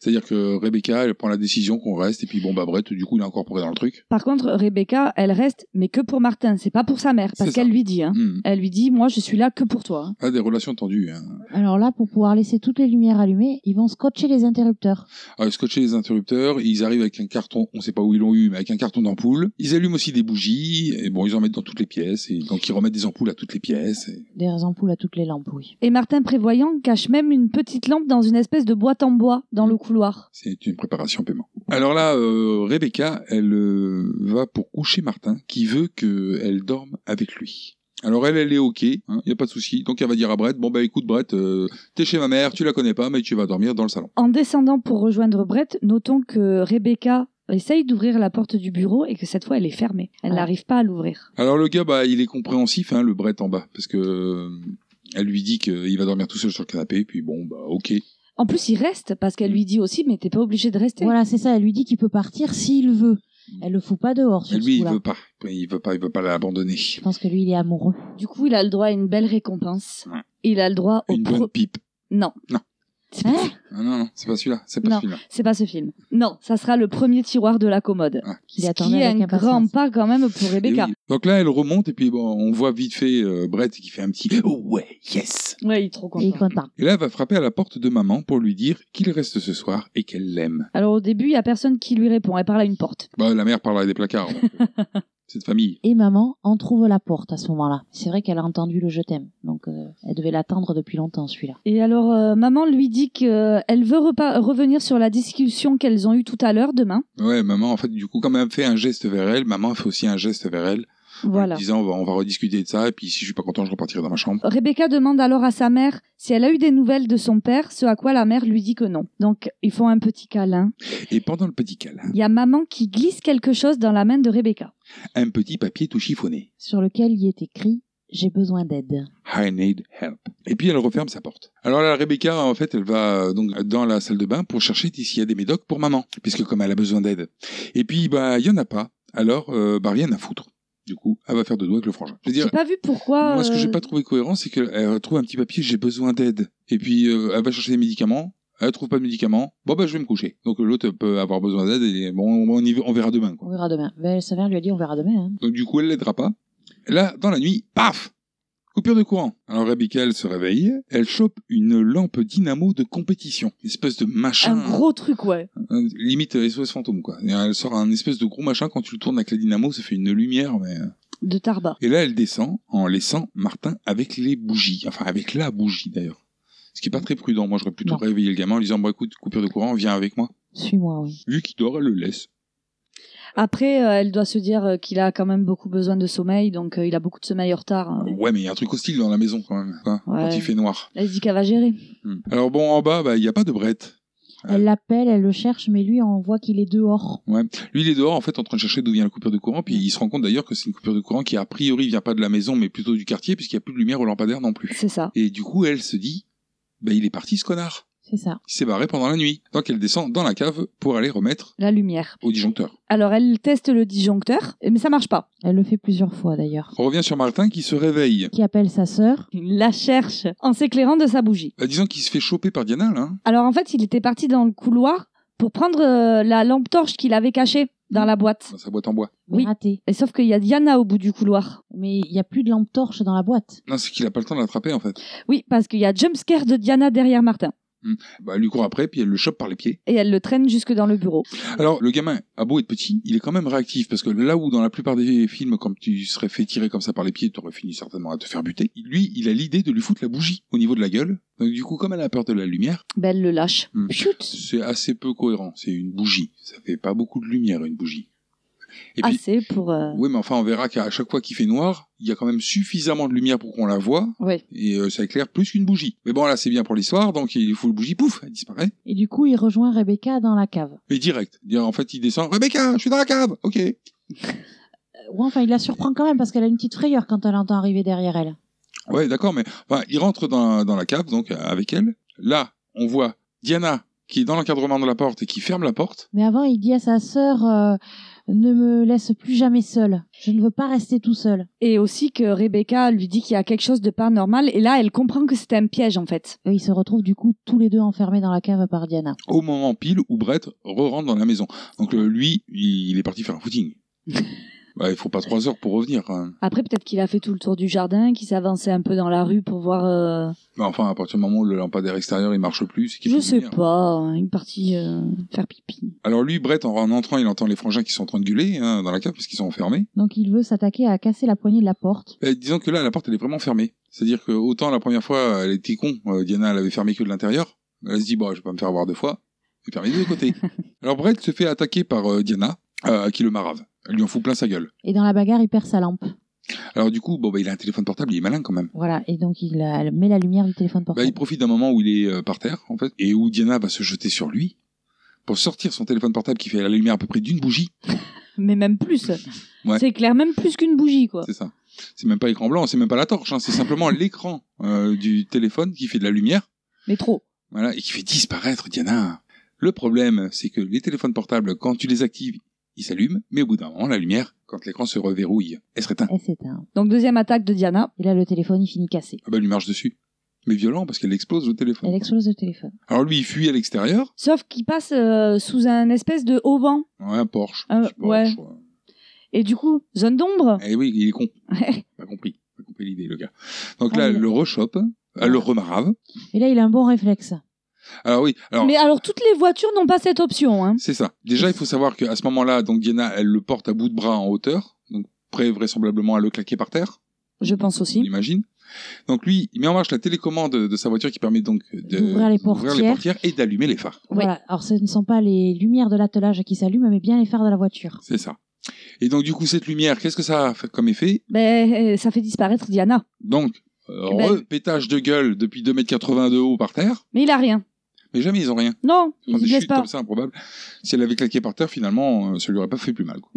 [SPEAKER 5] C'est-à-dire que Rebecca, elle prend la décision qu'on reste, et puis bon, bah Brett, du coup, il est incorporé dans le truc.
[SPEAKER 2] Par contre, Rebecca, elle reste, mais que pour Martin, c'est pas pour sa mère, parce
[SPEAKER 5] C'est ça.
[SPEAKER 2] qu'elle lui dit. hein.
[SPEAKER 5] Hmm.
[SPEAKER 2] Elle lui dit, moi, je suis là que pour toi. hein.
[SPEAKER 5] Ah, des relations tendues. Hein.
[SPEAKER 6] Alors là, pour pouvoir laisser toutes les lumières allumées, ils vont scotcher les interrupteurs.
[SPEAKER 5] Alors, ils scotchaient les interrupteurs, ils arrivent avec un carton, on sait pas où ils l'ont eu, mais avec un carton d'ampoule. Ils allument aussi des bougies, et bon, ils en mettent dans toutes les pièces, et donc ils remettent des ampoules à toutes les pièces. et-
[SPEAKER 6] Des ampoules à toutes les lampes, oui.
[SPEAKER 2] Et Martin Prévoyant cache même une petite lampe dans une espèce de boîte en bois dans le couloir.
[SPEAKER 5] C'est une préparation paiement. Alors là, euh, Rebecca, elle euh, va pour coucher Martin, qui veut qu'elle dorme avec lui. Alors elle, elle est ok, il y a pas de souci. Donc elle va dire à Brett, bon bah écoute Brett, euh, t'es chez ma mère, tu la connais pas, mais tu vas dormir dans le salon.
[SPEAKER 2] En descendant pour rejoindre Brett, notons que Rebecca essaye d'ouvrir la porte du bureau et que cette fois elle est fermée. Elle n'arrive pas à l'ouvrir.
[SPEAKER 5] Alors le gars, bah, il est compréhensif, hein, le Brett en bas, parce que euh, elle lui dit qu'il va dormir tout seul sur le canapé, puis bon, bah ok.
[SPEAKER 2] En plus, il reste parce qu'elle lui dit aussi, mais t'es pas obligé de rester.
[SPEAKER 6] Voilà, c'est ça. Elle lui dit qu'il peut partir s'il veut. Elle le fout pas dehors sur
[SPEAKER 5] Mais lui,
[SPEAKER 6] ce
[SPEAKER 5] il
[SPEAKER 6] coup-là.
[SPEAKER 5] veut pas, il veut pas, il veut pas l'abandonner.
[SPEAKER 6] Je pense que lui, il est amoureux.
[SPEAKER 2] Du coup, il a le droit à une belle récompense.
[SPEAKER 5] Ouais.
[SPEAKER 2] Il a le droit au
[SPEAKER 5] Une bonne
[SPEAKER 2] pro-
[SPEAKER 5] pipe.
[SPEAKER 2] Non.
[SPEAKER 5] Non.
[SPEAKER 2] C'est pas-
[SPEAKER 6] Hein
[SPEAKER 5] Ah non, non, c'est pas celui-là, c'est pas
[SPEAKER 2] Non,
[SPEAKER 5] celui-là.
[SPEAKER 2] c'est pas ce film. Non, ça sera le premier tiroir de la commode.
[SPEAKER 5] Ouais.
[SPEAKER 6] Qu'il
[SPEAKER 2] Ce
[SPEAKER 6] attendait
[SPEAKER 2] qui est
[SPEAKER 6] avec
[SPEAKER 2] un grand
[SPEAKER 6] impatience.
[SPEAKER 2] pas quand même pour
[SPEAKER 5] Ah. Et
[SPEAKER 2] Rebecca.
[SPEAKER 5] oui. Donc là, elle remonte et puis bon, on voit vite fait euh, Brett qui fait un petit oh ouais yes.
[SPEAKER 2] Ouais, il est trop
[SPEAKER 6] Il
[SPEAKER 2] content.
[SPEAKER 6] est content.
[SPEAKER 5] Et là, elle va frapper à la porte de maman pour lui dire qu'il reste ce soir et qu'elle l'aime.
[SPEAKER 2] Alors au début, il y a personne qui lui répond. Elle parle à une porte.
[SPEAKER 5] Bah, la mère parle à des placards. donc, euh, C'est de famille.
[SPEAKER 6] Et maman en trouve la porte à ce moment-là. C'est vrai qu'elle a entendu le je t'aime. Donc, euh, elle devait l'attendre depuis longtemps, celui-là.
[SPEAKER 2] Et alors, euh, maman lui dit qu'elle veut repa- revenir sur la discussion qu'elles ont eue tout à l'heure demain.
[SPEAKER 5] Ouais, maman, en fait, du coup, quand même fait un geste vers elle, maman fait aussi un geste vers elle, en
[SPEAKER 2] Voilà.
[SPEAKER 5] lui disant on va, on va rediscuter de ça et puis si je suis pas content, je repartirai dans ma chambre.
[SPEAKER 2] Rebecca demande alors à sa mère si elle a eu des nouvelles de son père, ce à quoi la mère lui dit que non. Donc, ils font un petit câlin.
[SPEAKER 5] Et pendant le petit câlin,
[SPEAKER 2] Il y a maman qui glisse quelque chose dans la main de Rebecca.
[SPEAKER 5] un petit papier tout chiffonné.
[SPEAKER 6] Sur lequel il est écrit J'ai besoin d'aide.
[SPEAKER 5] I need help. Et puis elle referme sa porte. Alors là, Rebecca, en fait, elle va euh, donc dans la salle de bain pour chercher s'il y a des médocs pour maman, puisque comme elle a besoin d'aide. Et puis bah il y en a pas. Alors euh, bah rien à foutre. Du coup, elle va faire de doigts avec le frangin. Je veux
[SPEAKER 2] J'ai
[SPEAKER 5] dire,
[SPEAKER 2] pas vu pourquoi.
[SPEAKER 5] moi ce que j'ai
[SPEAKER 2] euh,
[SPEAKER 5] pas trouvé cohérent, c'est qu'elle retrouve un petit papier, j'ai besoin d'aide. Et puis euh, elle va chercher des médicaments. elle trouve pas de médicaments, bon bah je vais me coucher. Donc l'autre peut avoir besoin d'aide et bon on, y- on verra demain. quoi.
[SPEAKER 6] On verra demain. Ben, sa mère lui a dit on verra demain. hein.
[SPEAKER 5] Donc du coup elle l'aidera pas. Là, dans la nuit, paf Coupure de courant. Alors Rebecca, elle se réveille, elle chope une lampe dynamo de compétition. Une espèce de machin.
[SPEAKER 2] Un gros truc, ouais.
[SPEAKER 5] Euh, Limite euh, SOS fantôme quoi. Et elle sort un espèce de gros machin, quand tu le tournes avec la dynamo, ça fait une lumière mais... euh,
[SPEAKER 2] De Tarba.
[SPEAKER 5] et là, elle descend en laissant Martin avec les bougies. Enfin, avec la bougie d'ailleurs. Ce qui est pas très prudent. Moi, j'aurais plutôt
[SPEAKER 6] Non.
[SPEAKER 5] réveillé le gamin en lui disant Bon, écoute, coupure de courant, viens avec moi.
[SPEAKER 6] Suis-moi, oui.
[SPEAKER 5] Vu qu'il dort, elle le laisse.
[SPEAKER 2] Après, euh, elle doit se dire euh, qu'il a quand même beaucoup besoin de sommeil, donc euh, il a beaucoup de sommeil en retard. hein.
[SPEAKER 5] Ouais, mais il y a un truc hostile dans la maison quand même, quoi, quand
[SPEAKER 2] Ouais.
[SPEAKER 5] il fait noir.
[SPEAKER 2] Elle se dit qu'elle va gérer.
[SPEAKER 5] Hmm. Alors, bon, en bas, bah, il n'y a pas de brette.
[SPEAKER 6] Elle l'appelle, elle le cherche, mais lui, on voit qu'il est dehors.
[SPEAKER 5] Ouais. Lui, il est dehors, en fait, en train de chercher d'où vient la coupure de courant, puis il se rend compte d'ailleurs que c'est une coupure de courant qui, a priori, vient pas de la maison, mais plutôt du quartier, puisqu'il n'y a plus de lumière au lampadaire non plus.
[SPEAKER 2] C'est ça.
[SPEAKER 5] Et du coup, elle se dit, bah, il est parti, ce connard.
[SPEAKER 6] C'est ça.
[SPEAKER 5] Il s'est barré pendant la nuit. Donc, elle descend dans la cave pour aller remettre
[SPEAKER 2] La lumière.
[SPEAKER 5] au disjoncteur.
[SPEAKER 2] Alors, elle teste le disjoncteur, mais ça marche pas.
[SPEAKER 6] Elle le fait plusieurs fois d'ailleurs.
[SPEAKER 5] On revient sur Martin qui se réveille.
[SPEAKER 6] Qui appelle sa sœur.
[SPEAKER 2] Il la cherche en s'éclairant de sa bougie.
[SPEAKER 5] Bah, disons qu'il se fait choper par Diana, là. hein.
[SPEAKER 2] Alors, en fait, il était parti dans le couloir pour prendre euh, la lampe torche qu'il avait cachée dans la boîte.
[SPEAKER 5] Dans sa boîte en bois.
[SPEAKER 6] Oui. Raté.
[SPEAKER 2] Et sauf qu'il y a Diana au bout du couloir.
[SPEAKER 6] Mais il n'y a plus de lampe torche dans la boîte.
[SPEAKER 5] Non, c'est qu'il a pas le temps de l'attraper, en fait.
[SPEAKER 2] Oui, parce qu'il y a jumpscare de Diana derrière Martin.
[SPEAKER 5] Bah, elle lui court après, puis elle le chope par les pieds.
[SPEAKER 2] Et elle le traîne jusque dans le bureau.
[SPEAKER 5] Alors, le gamin, à beau être petit, il est quand même réactif, parce que là où, dans la plupart des films, quand tu serais fait tirer comme ça par les pieds, tu aurais fini certainement à te faire buter, lui, il a l'idée de lui foutre la bougie au niveau de la gueule. Donc, du coup, comme elle a peur de la lumière,
[SPEAKER 2] Ben, elle le lâche.
[SPEAKER 5] Hmm.
[SPEAKER 2] Chut
[SPEAKER 5] c'est assez peu cohérent. C'est une bougie. Ça fait pas beaucoup de lumière, une bougie. Et puis,
[SPEAKER 2] Assez pour... euh,
[SPEAKER 5] oui, mais enfin, on verra qu'à chaque fois qu'il fait noir, il y a quand même suffisamment de lumière pour qu'on la voit,
[SPEAKER 2] Ouais.
[SPEAKER 5] et euh, ça éclaire plus qu'une bougie. Mais bon, là, c'est bien pour l'histoire, donc il fout le bougie, pouf, elle disparaît.
[SPEAKER 6] Et du coup, il rejoint Rebecca dans la cave.
[SPEAKER 5] Et direct. Dire, En fait, il descend, Rebecca, je suis dans la cave, ok.
[SPEAKER 6] Euh, Ouais, enfin, il la surprend quand même parce qu'elle a une petite frayeur quand elle entend arriver derrière elle.
[SPEAKER 5] Ouais, d'accord, mais enfin, il rentre dans, dans la cave, donc euh, avec elle. Là, on voit Diana qui est dans l'encadrement de la porte et qui ferme la porte.
[SPEAKER 6] Mais avant, il dit à sa sœur euh, Ne me laisse plus jamais seule. Je ne veux pas rester tout seul.
[SPEAKER 2] Et aussi que Rebecca lui dit qu'il y a quelque chose de paranormal. Et là, elle comprend que c'était un piège, en fait.
[SPEAKER 6] Et ils se retrouvent du coup tous les deux enfermés dans la cave par Diana.
[SPEAKER 5] Au moment pile où Brett re-rentre dans la maison. Donc euh, lui, il est parti faire un footing. Ouais, il faut pas trois heures pour revenir. hein. quand même.
[SPEAKER 2] Après, peut-être qu'il a fait tout le tour du jardin, qu'il s'est avancé un peu dans la rue pour voir... euh,
[SPEAKER 5] Mais Bah, enfin, à partir du moment où le lampadaire extérieur il marche plus, c'est qu'il
[SPEAKER 2] Je
[SPEAKER 5] peut
[SPEAKER 2] sais
[SPEAKER 5] venir.
[SPEAKER 2] pas, une partie euh, faire pipi.
[SPEAKER 5] Alors lui, Brett, en, en entrant, il entend les frangins qui sont en train de gueuler hein, dans la cave parce qu'ils sont enfermés.
[SPEAKER 6] Donc il veut s'attaquer à casser la poignée de la porte.
[SPEAKER 5] Eh, disons que là, la porte, elle est vraiment fermée. C'est-à-dire que autant la première fois, elle était con, euh, Diana, elle avait fermé que de l'intérieur. Elle se dit, bon, je vais pas me faire avoir deux fois. Elle ferme les deux côtés. Alors Brett se fait attaquer par euh, Diana, euh, qui le marave. Elle lui en fout plein sa gueule.
[SPEAKER 6] Et dans la bagarre, il perd sa lampe.
[SPEAKER 5] Alors du coup, bon, bah, il a un téléphone portable, il est malin quand même.
[SPEAKER 6] Voilà, et donc il euh, elle met la lumière du téléphone
[SPEAKER 5] Bah,
[SPEAKER 6] portable.
[SPEAKER 5] il profite d'un moment où il est euh, par terre, en fait, et où Diana va se jeter sur lui pour sortir son téléphone portable qui fait la lumière à peu près d'une bougie.
[SPEAKER 2] Mais même plus.
[SPEAKER 5] Ouais.
[SPEAKER 2] C'est clair, même plus qu'une bougie, quoi.
[SPEAKER 5] C'est ça. C'est même pas écran blanc, c'est même pas la torche, hein, c'est simplement l'écran euh, du téléphone qui fait de la lumière.
[SPEAKER 2] Mais trop.
[SPEAKER 5] Voilà, et qui fait disparaître Diana. Le problème, c'est que les téléphones portables, quand tu les actives, ils s'allument, mais au bout d'un moment, la lumière, quand l'écran se reverrouille, elle se réteint.
[SPEAKER 6] Elle s'éteint.
[SPEAKER 2] Donc, deuxième attaque de Diana.
[SPEAKER 6] Et là, le téléphone, il finit cassé.
[SPEAKER 5] Ah bah, elle lui marche dessus. Mais violent, parce qu'elle explose le téléphone.
[SPEAKER 6] Elle explose le téléphone.
[SPEAKER 5] Alors lui, il fuit à l'extérieur.
[SPEAKER 2] Sauf qu'il passe euh, sous un espèce de haut vent.
[SPEAKER 5] Ouais, un Porsche.
[SPEAKER 2] Ah,
[SPEAKER 5] petit
[SPEAKER 2] ouais.
[SPEAKER 5] Porsche, ouais.
[SPEAKER 2] Et du coup, zone d'ombre.
[SPEAKER 5] Eh oui, il est con.
[SPEAKER 2] Ouais.
[SPEAKER 5] Pas compris. Pas compris l'idée, le gars. Donc
[SPEAKER 6] Ah,
[SPEAKER 5] là,
[SPEAKER 6] il-
[SPEAKER 5] elle le rechoppe, elle le remarave.
[SPEAKER 6] Et là, il a un bon réflexe.
[SPEAKER 5] Alors oui, alors...
[SPEAKER 2] Mais alors, toutes les voitures n'ont pas cette option. Hein.
[SPEAKER 5] C'est ça. Déjà, il faut savoir qu'à ce moment-là, donc Diana, elle le porte à bout de bras en hauteur, donc prêt vraisemblablement à le claquer par terre,
[SPEAKER 2] Je pense
[SPEAKER 5] on
[SPEAKER 2] aussi.
[SPEAKER 5] imagine. Donc lui, il met en marche la télécommande de sa voiture qui permet donc de-
[SPEAKER 6] D'ouvrir les
[SPEAKER 5] d'ouvrir
[SPEAKER 6] portières.
[SPEAKER 5] et d'allumer les phares.
[SPEAKER 6] Voilà. Alors, ce ne sont pas les lumières de l'attelage qui s'allument, mais bien les phares de la voiture.
[SPEAKER 5] C'est ça. Et donc du coup, cette lumière, qu'est-ce que ça a fait comme effet
[SPEAKER 2] Ben, euh, ça fait disparaître Diana.
[SPEAKER 5] Donc, euh,
[SPEAKER 2] Ben-
[SPEAKER 5] repétage de gueule depuis 2m80 de haut par terre,
[SPEAKER 2] Mais il a rien.
[SPEAKER 5] mais jamais ils ont rien.
[SPEAKER 2] Non,
[SPEAKER 5] Quand des
[SPEAKER 2] il ne laisse
[SPEAKER 5] chutes
[SPEAKER 2] pas.
[SPEAKER 5] comme ça improbables, si elle avait claqué par terre, finalement, euh, ça lui aurait pas fait plus mal. quoi.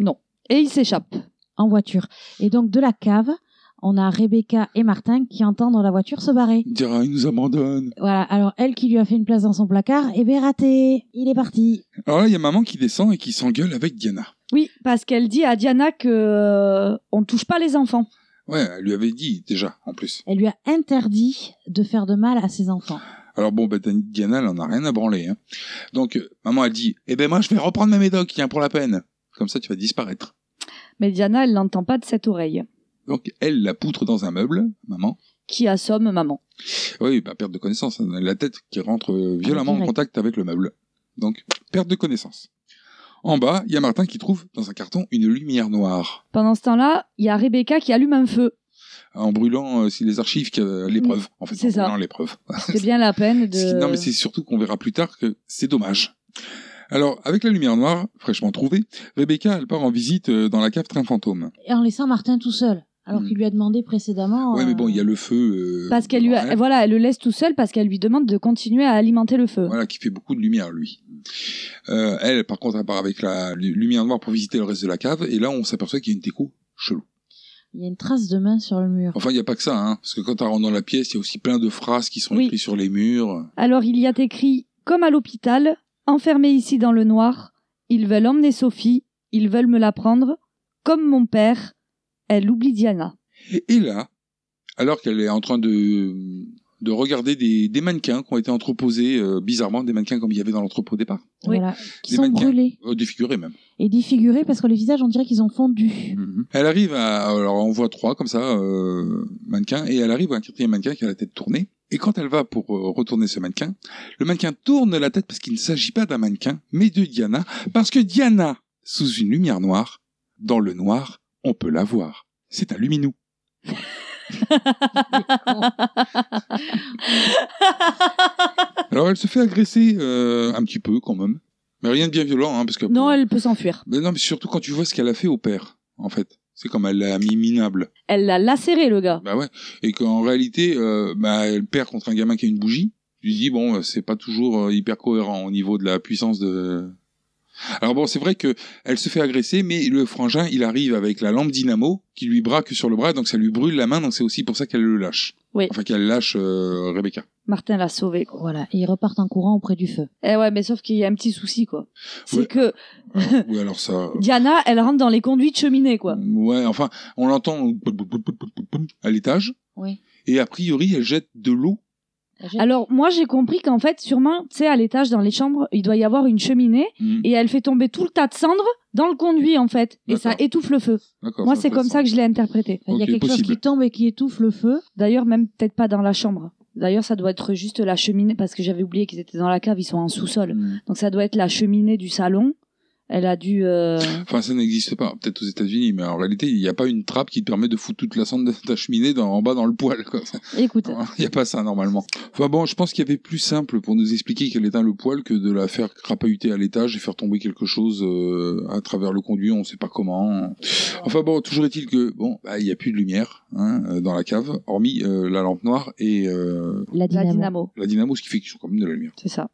[SPEAKER 2] Et il s'échappe.
[SPEAKER 6] En voiture. Et donc, de la cave, on a Rebecca et Martin qui entendent la voiture se barrer.
[SPEAKER 5] Il dira, il nous abandonne.
[SPEAKER 6] Voilà. Alors, elle qui lui a fait une place dans son placard, eh bien, raté. Il est parti.
[SPEAKER 5] Alors là, il y a maman qui descend et qui s'engueule avec Diana.
[SPEAKER 2] Oui, parce qu'elle dit à Diana que euh, on ne touche pas les enfants.
[SPEAKER 5] Ouais, elle lui avait dit déjà, en plus.
[SPEAKER 6] Elle lui a interdit de faire de mal à ses enfants.
[SPEAKER 5] Alors bon, bah, Diana, elle en a rien à branler. hein. Donc, euh, maman, elle dit Eh ben moi, je vais reprendre ma médoc, tiens, pour la peine. Comme ça, tu vas disparaître.
[SPEAKER 2] Mais Diana, elle l'entend pas de cette oreille,
[SPEAKER 5] Donc, elle la poutre dans un meuble, maman.
[SPEAKER 2] qui assomme maman.
[SPEAKER 5] Oui, bah, perte de connaissance. hein. La tête qui rentre euh, violemment en
[SPEAKER 2] Ah, Direct.
[SPEAKER 5] contact avec le meuble. Donc, perte de connaissance. En bas, il y a Martin qui trouve dans un carton une lumière noire,
[SPEAKER 2] Pendant ce temps-là, il y a Rebecca qui allume un feu.
[SPEAKER 5] en brûlant euh, c'est les archives, qui, euh, l'épreuve. En fait,
[SPEAKER 2] C'est
[SPEAKER 5] en
[SPEAKER 2] ça.
[SPEAKER 5] brûlant l'épreuve.
[SPEAKER 2] C'est bien la peine de.
[SPEAKER 5] C'est- Non, mais c'est surtout qu'on verra plus tard que c'est dommage. Alors, avec la lumière noire, fraîchement trouvée, Rebecca, elle part en visite euh, dans la cave Train Fantôme.
[SPEAKER 6] Et en laissant Martin tout seul, alors
[SPEAKER 5] Mm.
[SPEAKER 6] qu'il lui a demandé précédemment.
[SPEAKER 5] Ouais,
[SPEAKER 6] euh,
[SPEAKER 5] mais bon, il y a le feu. euh,
[SPEAKER 2] Oh. Parce qu'elle lui,
[SPEAKER 5] ouais,
[SPEAKER 2] voilà, elle le laisse tout seul parce qu'elle lui demande de continuer à alimenter le feu.
[SPEAKER 5] Voilà, qui fait beaucoup de lumière, lui. Euh, elle, par contre, elle part avec la lu- lumière noire pour visiter le reste de la cave, et là, on s'aperçoit qu'il y a une déco chelou.
[SPEAKER 6] euh, il y a une trace de main sur le mur.
[SPEAKER 5] Enfin, il n'y a pas que ça, hein, parce que quand tu rentres dans la pièce, il y a aussi plein de phrases qui sont
[SPEAKER 2] Oui.
[SPEAKER 5] écrites sur les murs.
[SPEAKER 2] Alors il y a écrit comme à l'hôpital, enfermé ici dans le noir, ils veulent emmener Sophie, ils veulent me la prendre, comme mon père, elle oublie Diana.
[SPEAKER 5] Et là, alors qu'elle est en train de, de regarder des, des mannequins qui ont été entreposés, euh, bizarrement, des mannequins comme il y avait dans l'entrepôt au départ.
[SPEAKER 6] Voilà. Qui
[SPEAKER 5] Des
[SPEAKER 6] sont
[SPEAKER 5] mannequins.
[SPEAKER 6] brûlés
[SPEAKER 5] Euh, défigurés même.
[SPEAKER 6] et défigurés parce que les visages, on dirait qu'ils ont fondu.
[SPEAKER 5] Elle arrive à... Alors on voit trois comme ça, euh, mannequins, et elle arrive à un quatrième mannequin qui a la tête tournée. Et quand elle va pour euh, retourner ce mannequin, le mannequin tourne la tête parce qu'il ne s'agit pas d'un mannequin, mais de Diana. Parce que Diana, sous une lumière noire, dans le noir, on peut la voir. C'est un luminou. Alors elle se fait agresser euh, un petit peu quand même. Mais rien de bien violent, hein, parce que...
[SPEAKER 2] Non, elle peut s'enfuir.
[SPEAKER 5] Mais non, mais surtout quand tu vois ce qu'elle a fait au père, en fait. C'est comme elle l'a mis minable.
[SPEAKER 2] Elle l'a lacéré le gars.
[SPEAKER 5] Bah ouais. Et qu'en réalité, euh, bah, elle perd contre un gamin qui a une bougie. Tu te dis, bon, euh, c'est pas toujours euh, hyper cohérent au niveau de la puissance de. Alors bon, c'est vrai que elle se fait agresser, mais le frangin, il arrive avec la lampe dynamo qui lui braque sur le bras, donc ça lui brûle la main, donc c'est aussi pour ça qu'elle le lâche.
[SPEAKER 2] Oui.
[SPEAKER 5] Enfin, qu'elle lâche euh, Rebecca.
[SPEAKER 2] Martin l'a sauvé.
[SPEAKER 6] Voilà, et ils repartent en courant auprès du feu.
[SPEAKER 2] Eh ouais, mais sauf qu'il y a un petit souci quoi. C'est
[SPEAKER 5] Ouais.
[SPEAKER 2] que
[SPEAKER 5] Alors, oui, alors ça. euh,
[SPEAKER 2] Diana, elle rentre dans les conduits de cheminée quoi.
[SPEAKER 5] Mm, Ouais, enfin, on l'entend à l'étage.
[SPEAKER 6] Oui.
[SPEAKER 5] Et a priori, elle jette de l'eau.
[SPEAKER 2] Alors moi j'ai compris qu'en fait sûrement tu sais à l'étage dans les chambres il doit y avoir une cheminée
[SPEAKER 5] Mm.
[SPEAKER 2] et elle fait tomber tout le tas de cendres dans le conduit en fait et ça étouffe le feu.
[SPEAKER 5] D'accord,
[SPEAKER 2] Moi
[SPEAKER 5] ça
[SPEAKER 2] c'est
[SPEAKER 5] fait
[SPEAKER 2] comme
[SPEAKER 5] sens.
[SPEAKER 2] ça que je l'ai interprété.
[SPEAKER 6] Il y a quelque chose qui tombe et qui étouffe le feu.
[SPEAKER 2] D'ailleurs même peut-être pas dans la chambre. D'ailleurs ça doit être juste la cheminée parce que j'avais oublié qu'ils étaient dans la cave ils sont en sous-sol
[SPEAKER 5] Mm.
[SPEAKER 2] donc ça doit être la cheminée du salon. Elle a dû euh,
[SPEAKER 5] Enfin, ça n'existe pas, peut-être aux États-Unis, mais en réalité, il n'y a pas une trappe qui te permet de foutre toute la cendre de ta cheminée dans, en bas dans le poêle. quoi.
[SPEAKER 2] écoute
[SPEAKER 5] Il n'y a pas ça normalement. Enfin bon, je pense qu'il y avait plus simple pour nous expliquer qu'elle éteint le poêle que de la faire crapahuter à l'étage et faire tomber quelque chose euh, à travers le conduit, on ne sait pas comment. Enfin bon, toujours est-il que, bon, bah, il n'y a plus de lumière hein, euh, dans la cave, hormis euh, la lampe noire et euh,
[SPEAKER 6] la
[SPEAKER 2] dynamo.
[SPEAKER 5] la dynamo, ce qui fait qu'ils ont quand même de la lumière.
[SPEAKER 2] C'est ça.